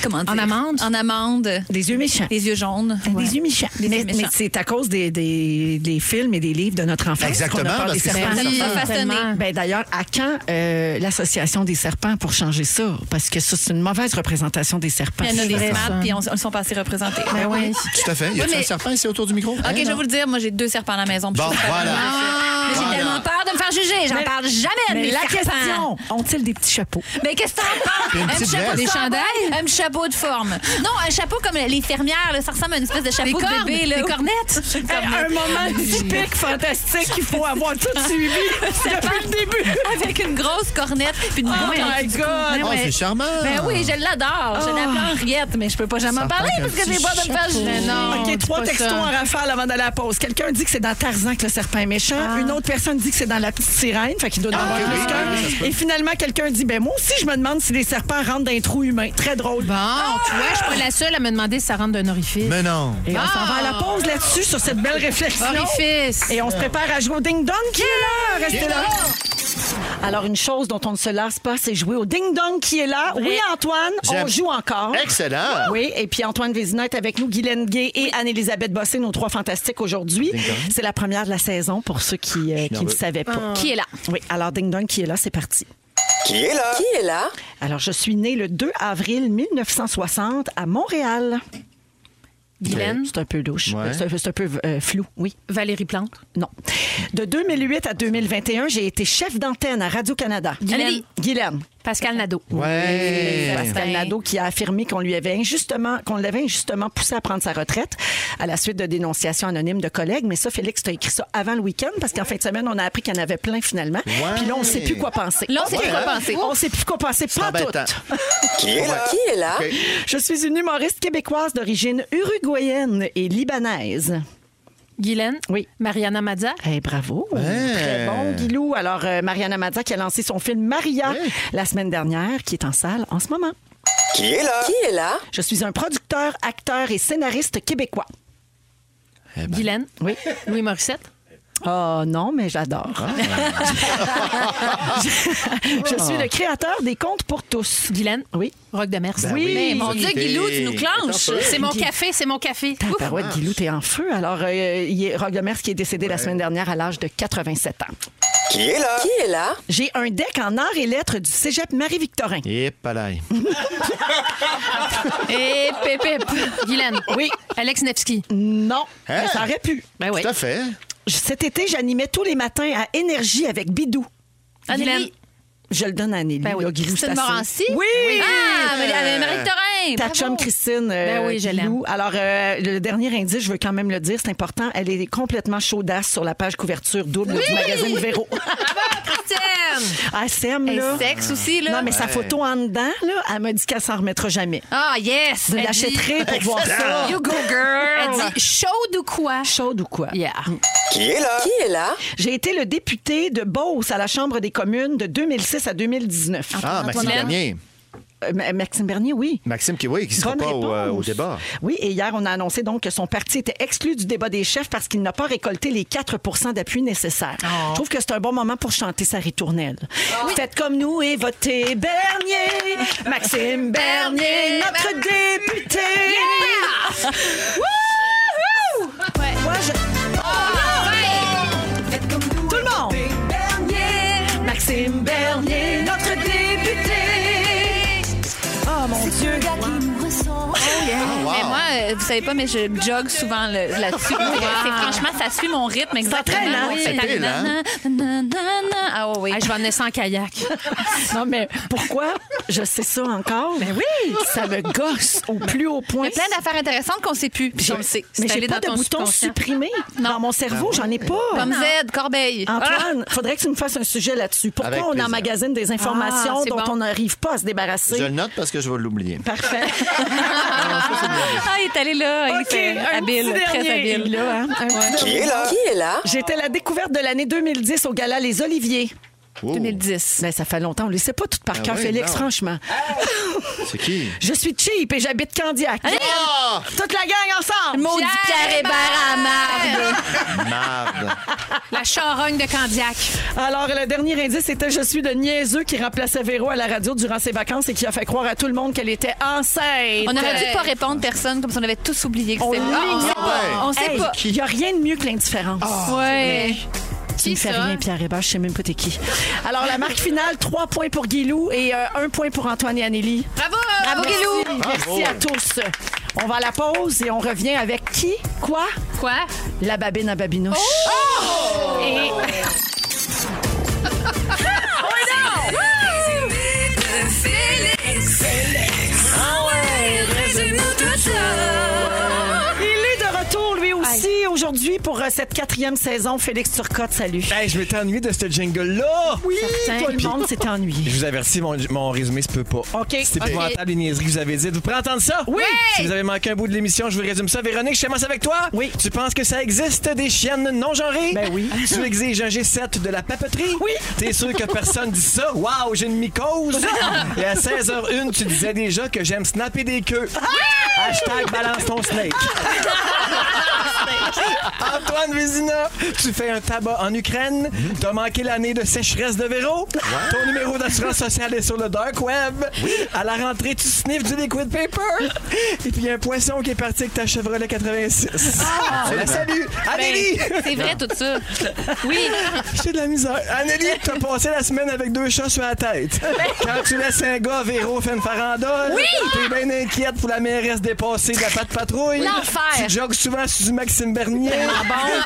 Speaker 5: Comment dire?
Speaker 4: En amande?
Speaker 5: En amande.
Speaker 3: Des yeux méchants.
Speaker 5: Les yeux jaunes.
Speaker 3: Des yeux méchants.
Speaker 5: Des
Speaker 3: mais
Speaker 5: yeux méchants.
Speaker 3: mais c'est à cause des, des, des films et des livres de notre enfance
Speaker 2: Exactement,
Speaker 3: qu'on a peur
Speaker 2: parce
Speaker 3: des
Speaker 2: que
Speaker 3: serpents.
Speaker 5: Ça nous a façonné.
Speaker 4: Tellement.
Speaker 3: Ben, D'ailleurs, à quand euh, l'association des serpents pour changer ça? Parce que ça, c'est une mauvaise représentation des serpents.
Speaker 5: Il y en a des
Speaker 4: Vrai, ça.
Speaker 5: smarts, puis on- ils sont pas assez représentés.
Speaker 3: hein. Ben oui. Ben
Speaker 2: Tout à fait. Y a
Speaker 5: Oui, mais-
Speaker 2: un serpent ici autour du micro? Eh
Speaker 5: OK, je vais vous le dire, moi, j'ai deux serpents à la maison. puis
Speaker 2: Bon,
Speaker 5: je suis pas
Speaker 2: voilà.
Speaker 5: vraiment sûre. Mais
Speaker 2: Voilà.
Speaker 5: J'ai tellement peur de me faire juger. J'en
Speaker 3: Ah, Mais-
Speaker 5: parle jamais,
Speaker 3: Mais
Speaker 5: mes
Speaker 3: la
Speaker 5: serpents.
Speaker 3: question, ont-ils des petits chapeaux?
Speaker 5: Mais qu'est-ce que t'en
Speaker 2: Puis une
Speaker 5: penses?
Speaker 2: petite veste.
Speaker 5: de
Speaker 2: Des
Speaker 5: chandail? Un petit chapeau de forme. Non, un chapeau comme les fermières, là, ça ressemble à une espèce de chapeau
Speaker 4: Des
Speaker 5: de
Speaker 4: cornes,
Speaker 5: bébé. Là.
Speaker 4: des
Speaker 5: cornettes?
Speaker 3: un moment typique, fantastique, qu'il faut avoir tout suivi depuis le début.
Speaker 5: Avec une grosse cornette puis une
Speaker 3: Oh
Speaker 5: boule dans
Speaker 3: my
Speaker 5: le cou.
Speaker 3: God! Oh.
Speaker 5: Ben
Speaker 2: Oh,
Speaker 5: ouais.
Speaker 2: c'est charmant.
Speaker 5: Ben oui, je l'adore. Je l'appelle Henriette, mais je peux pas jamais en parler
Speaker 2: Serpent
Speaker 5: parce que
Speaker 2: comme
Speaker 5: j'ai
Speaker 2: petit
Speaker 5: pas de me faire juger.
Speaker 4: Non,
Speaker 3: OK,
Speaker 4: c'est
Speaker 3: trois
Speaker 4: pas
Speaker 3: textos
Speaker 4: ça.
Speaker 3: en rafale avant d'aller à la pause. Quelqu'un dit que c'est dans Tarzan que le serpent est méchant. Une autre personne dit que c'est dans la petite sirène, fait qu'il doit en avoir
Speaker 2: oui,
Speaker 3: plus
Speaker 2: oui,
Speaker 3: qu'un.
Speaker 2: oui, ça se peut.
Speaker 3: Et finalement, quelqu'un dit ben moi aussi, je me demande si les serpents rentrent dans les trous humains. Très drôle.
Speaker 4: Bon, tu vois, je suis pas la seule à me demander si ça rentre d'un orifice.
Speaker 2: Mais non.
Speaker 3: Et on s'en va à la pause là-dessus sur cette belle réflexion.
Speaker 4: Orifice.
Speaker 3: Et on se prépare à jouer au ding-dong qui est là. Restez là. Alors, une chose dont on ne se lasse pas, c'est jouer au ding-dong qui est là. Oui, Antoine, on
Speaker 2: J'aime.
Speaker 3: joue encore.
Speaker 2: Excellent.
Speaker 3: Oui, et puis Antoine Vézina est avec nous, Guylaine Gay et Anne-Élisabeth Bossé, nos trois fantastiques aujourd'hui. C'est la première de la saison pour ceux qui, euh, qui ne
Speaker 2: nerveux.
Speaker 3: savaient
Speaker 6: Ah.
Speaker 3: pas.
Speaker 5: Qui est là?
Speaker 3: Oui, alors Ding Dong qui est là, c'est parti.
Speaker 6: Qui est là?
Speaker 3: Alors, je suis née le 2 avril 1960 à Montréal.
Speaker 4: Guylaine,
Speaker 3: C'est un peu douche.
Speaker 2: Ouais.
Speaker 3: C'est un peu- C'est un peu euh, flou, oui.
Speaker 4: Valérie Plante.
Speaker 3: Non. De 2008 à 2021, j'ai été chef d'antenne à Radio-Canada.
Speaker 4: Guylaine.
Speaker 3: Guylaine.
Speaker 5: Euh.
Speaker 4: Pascal Nadeau.
Speaker 2: Ouais.
Speaker 3: Pascal
Speaker 5: Certain.
Speaker 3: Nadeau qui a affirmé qu'on lui avait injustement, qu'on l'avait injustement poussé à prendre sa retraite à la suite de dénonciations anonymes de collègues. Mais ça, Félix, tu as écrit ça avant le week-end parce qu'en fin de semaine, on a appris qu'il y en avait plein finalement.
Speaker 2: Ouais.
Speaker 3: Puis là, on ne sait plus quoi penser.
Speaker 5: Là, on sait plus quoi
Speaker 2: Ouais.
Speaker 5: penser.
Speaker 3: On sait plus quoi penser. Pas
Speaker 2: embêtant.
Speaker 3: tout.
Speaker 6: Qui est là?
Speaker 2: OK.
Speaker 3: Je suis une humoriste québécoise d'origine uruguayenne et libanaise.
Speaker 4: Guylaine.
Speaker 3: Oui.
Speaker 4: Mariana Mazza.
Speaker 3: Eh, bravo.
Speaker 2: Ouais.
Speaker 3: Très bon, Guilou. Alors, euh, Mariana Mazza qui a lancé son film Maria
Speaker 2: Ouais.
Speaker 3: la semaine dernière, qui est en salle en ce moment.
Speaker 6: Qui est là?
Speaker 3: Je suis un producteur, acteur et scénariste québécois.
Speaker 2: Eh ben.
Speaker 4: Guylaine.
Speaker 3: Oui.
Speaker 4: Louis Morissette.
Speaker 3: Oh non, mais
Speaker 2: Ah.
Speaker 3: j'adore. je, je suis le créateur des contes pour tous.
Speaker 4: Guylaine.
Speaker 3: Oui. Ah,
Speaker 4: Rock de Mers.
Speaker 2: Ben oui.
Speaker 5: Mais mon
Speaker 2: ça,
Speaker 5: Dieu,
Speaker 2: c'était-
Speaker 5: Guilou, tu nous clenches.
Speaker 2: Attends un peu.
Speaker 4: C'est mon café, c'est mon café. Ouf.
Speaker 3: Parouette ben Guilou, t'es en feu. Alors, euh, il est Rock de Mers qui est décédé la semaine dernière à l'âge de 87 ans.
Speaker 6: Qui est là?
Speaker 3: J'ai un deck en arts et lettres du cégep Marie-Victorin.
Speaker 2: Et palais.
Speaker 4: Et pépip. Guylaine.
Speaker 3: Oui.
Speaker 4: Alex Nevsky.
Speaker 3: Non,
Speaker 2: Hein?
Speaker 3: mais ça aurait pu.
Speaker 4: Ben oui.
Speaker 2: Tout à fait. Ah,
Speaker 3: Cet été, j'animais tous les matins à Énergie avec Bidou.
Speaker 5: Anneli.
Speaker 3: Je le donne à Anneli.
Speaker 4: Ben oui.
Speaker 3: là, Ah Guilou,
Speaker 5: Christine
Speaker 3: c'est assez.
Speaker 5: Morancy?
Speaker 3: Oui! Euh,
Speaker 5: Ah, mais avec Marie-Victorin.
Speaker 3: Ta
Speaker 5: bravo.
Speaker 3: chum Christine. euh,
Speaker 4: Ben oui, je l'aime.
Speaker 3: Guilou. Alors, euh, le dernier indice, je veux quand même le dire, c'est important. Elle est complètement chaudasse sur la page couverture double du magazine Véro.
Speaker 5: Christine.
Speaker 3: elle s'aime,
Speaker 5: Et
Speaker 3: là.
Speaker 5: sexe aussi, là.
Speaker 3: Non, mais sa photo en dedans, là, elle m'a dit qu'elle s'en remettra jamais.
Speaker 5: Ah, yes.
Speaker 3: Je
Speaker 5: elle
Speaker 3: l'achèterai pour voir ça.
Speaker 5: dit, You go, girl.
Speaker 4: Elle dit chaude ou quoi?
Speaker 3: Chaude ou quoi? Mm.
Speaker 4: Yeah.
Speaker 6: Qui est là?
Speaker 3: J'ai été le député de Beauce à la Chambre des communes de 2006 à 2019.
Speaker 2: Ah, Maxime
Speaker 5: Antoine.
Speaker 2: Bernier.
Speaker 3: Euh, Ma- Maxime Bernier, oui.
Speaker 2: Maxime qui, oui, qui sera
Speaker 3: Bonne
Speaker 2: pas au, euh,
Speaker 3: réponse.
Speaker 2: au débat.
Speaker 3: Oui, et hier, on a annoncé donc que son parti était exclu du débat des chefs parce qu'il n'a pas récolté les 4 d'appui nécessaires. Je trouve que c'est un bon moment pour chanter sa ritournelle. Faites comme nous et votez Bernier, Maxime Bernier, notre député. Moi, je-
Speaker 5: Ah,
Speaker 3: Tout le monde! Maxime Bernier, notre député. Oh mon Dieu!
Speaker 2: Ah, wow.
Speaker 5: Mais moi, euh, vous savez pas, mais je jogue souvent le- là-dessus. C'est- Franchement, ça suit mon rythme exactement.
Speaker 3: traîne, hein?
Speaker 5: Oui,
Speaker 2: Ça
Speaker 5: c'est-
Speaker 2: pile, hein?
Speaker 5: Nanana. Ah oui, oui.
Speaker 4: Ah, je vais en naître en kayak.
Speaker 3: Non, mais pourquoi je sais ça encore? Mais oui! Ça me gosse au plus haut point.
Speaker 5: Il y a plein d'affaires intéressantes qu'on sait plus. Puis on le sait.
Speaker 3: Mais
Speaker 5: C'est
Speaker 3: j'ai
Speaker 5: allé
Speaker 3: pas
Speaker 5: dans
Speaker 3: de
Speaker 5: ton
Speaker 3: bouton
Speaker 5: subconscient.
Speaker 3: supprimé dans mon cerveau,
Speaker 2: Ah
Speaker 3: j'en ai pas.
Speaker 5: Comme Z, Corbeil.
Speaker 3: Antoine, faudrait que tu me fasses un sujet là-dessus. Pourquoi
Speaker 2: Avec
Speaker 3: on
Speaker 2: plaisir.
Speaker 3: emmagasine des informations
Speaker 4: Ah, c'est
Speaker 3: dont
Speaker 4: bon.
Speaker 3: on n'arrive pas à se débarrasser?
Speaker 2: Je le note parce que je vais l'oublier.
Speaker 3: Parfait.
Speaker 5: Ah, il est allé là. Il
Speaker 3: OK,
Speaker 5: était
Speaker 3: un petit
Speaker 5: habile, très
Speaker 3: dernier.
Speaker 5: habile.
Speaker 3: Là, hein, un petit dernier.
Speaker 6: Qui est là?
Speaker 3: J'étais la découverte de l'année 2010 au gala Les Oliviers.
Speaker 2: Wow.
Speaker 5: 2010.
Speaker 3: Mais Ben, ça fait longtemps, on ne le sait pas tout par
Speaker 2: Ah
Speaker 3: cœur,
Speaker 2: oui,
Speaker 3: Félix,
Speaker 2: non.
Speaker 3: franchement.
Speaker 5: Ah.
Speaker 2: C'est qui?
Speaker 3: Je suis cheap et j'habite Candiac.
Speaker 2: Ah!
Speaker 3: Toute la gang ensemble!
Speaker 5: Hein? Maudit Pierre Hébert à marde.
Speaker 2: Ah! Marde.
Speaker 4: La charogne de Candiac.
Speaker 3: Alors, le dernier indice, c'était Je suis le niaiseux qui remplaçait Véro à la radio durant ses vacances et qui a fait croire à tout le monde qu'elle était enceinte.
Speaker 5: On aurait dû pas répondre personne, comme si on avait tous oublié que
Speaker 3: On
Speaker 5: c'était lui. Ah, on sait
Speaker 3: l'ignore.
Speaker 5: pas. On sait
Speaker 3: Hey,
Speaker 5: pas. Ah,
Speaker 3: Il n'y a rien de mieux que l'indifférence.
Speaker 5: Ouais.
Speaker 3: Tu me fais
Speaker 4: ça?
Speaker 3: rien, Pierre Hébert, je sais même pas t'es qui. Alors, la marque finale, trois points pour Guilou et euh, un point pour Antoine et Anneli.
Speaker 4: Bravo!
Speaker 3: Bravo, Guilou!
Speaker 2: Bravo.
Speaker 3: Merci à tous. On va à la pause et on revient avec qui, quoi?
Speaker 4: Quoi?
Speaker 3: La babine à babinouche.
Speaker 4: Et
Speaker 3: Il est de retour, lui aussi, aujourd'hui pour euh, cette quatrième saison. Félix Turcotte, salut.
Speaker 7: Hey, je m'étais ennuyé de ce jingle-là!
Speaker 3: Oui, tout le monde s'est
Speaker 7: Je
Speaker 3: ennuyé.
Speaker 7: vous avertis, mon, mon résumé se peut pas.
Speaker 3: OK.
Speaker 7: C'est
Speaker 3: OK.
Speaker 7: épouvantable les niaiseries que vous avez dites. Vous pouvez entendre ça?
Speaker 3: Oui.
Speaker 7: Si vous avez manqué un bout de l'émission, je vous résume ça. Véronique, je commence avec toi.
Speaker 3: Oui.
Speaker 7: Tu penses que ça existe des chiennes non genrées?
Speaker 3: Ben oui.
Speaker 7: Tu exiges un G7 de la papeterie?
Speaker 3: Oui.
Speaker 7: T'es sûr que personne dit ça? Waouh, j'ai une mycose!
Speaker 3: Ah!
Speaker 7: Et à 16h01, tu disais déjà que j'aime snapper des queues.
Speaker 3: Ah!
Speaker 7: Hashtag balance ton snake. Antoine Vézina, tu fais un tabac en Ukraine. T'as manqué l'année de sécheresse de Véro. Ton numéro d'assurance sociale est sur le dark web. À la rentrée, tu sniffes du liquid paper. Et puis, il y a un poisson qui est parti avec ta Chevrolet 86. On la salue. Amélie!
Speaker 5: C'est vrai, tout ça. Oui.
Speaker 7: J'ai de la misère. Anneli, t'as passé la semaine avec deux chats sur la tête. Quand tu laisses un gars, Véro fait une farandole. Oui! T'es bien inquiète pour la mairesse dépassée de la patte patrouille.
Speaker 5: L'enfer. Ah
Speaker 7: Tu jogues souvent sur du Maxime Bernier.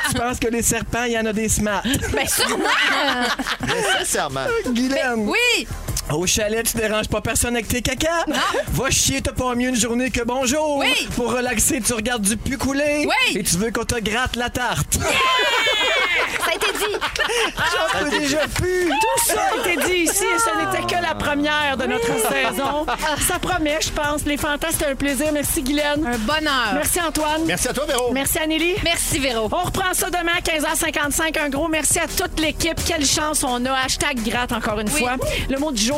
Speaker 7: Tu penses que les serpents, il y en a des smart.
Speaker 5: Ben sûrement.
Speaker 2: Nécessairement.
Speaker 7: Guylaine.
Speaker 5: Oui.
Speaker 7: Au chalet, tu déranges pas personne avec tes caca. Va chier, t'as pas mieux une journée que bonjour.
Speaker 5: Oui.
Speaker 7: Pour relaxer, tu regardes du pu couler.
Speaker 5: Oui.
Speaker 7: Et tu veux qu'on te gratte la tarte.
Speaker 5: Ça a été dit. Ah.
Speaker 7: J'en peux déjà plus.
Speaker 3: Tout ça a été dit ici et ce n'était que la première de notre saison. Ça promet, je pense. Les fantasmes, c'était un plaisir. Merci, Guylaine.
Speaker 4: un bonheur.
Speaker 3: Merci, Antoine.
Speaker 2: Merci à toi, Véro.
Speaker 3: Merci, Anneli.
Speaker 5: Merci, Véro.
Speaker 3: On reprend ça demain à 15h55. Un gros merci à toute l'équipe. Quelle chance on a. Hashtag gratte encore une fois. Le mot du jour,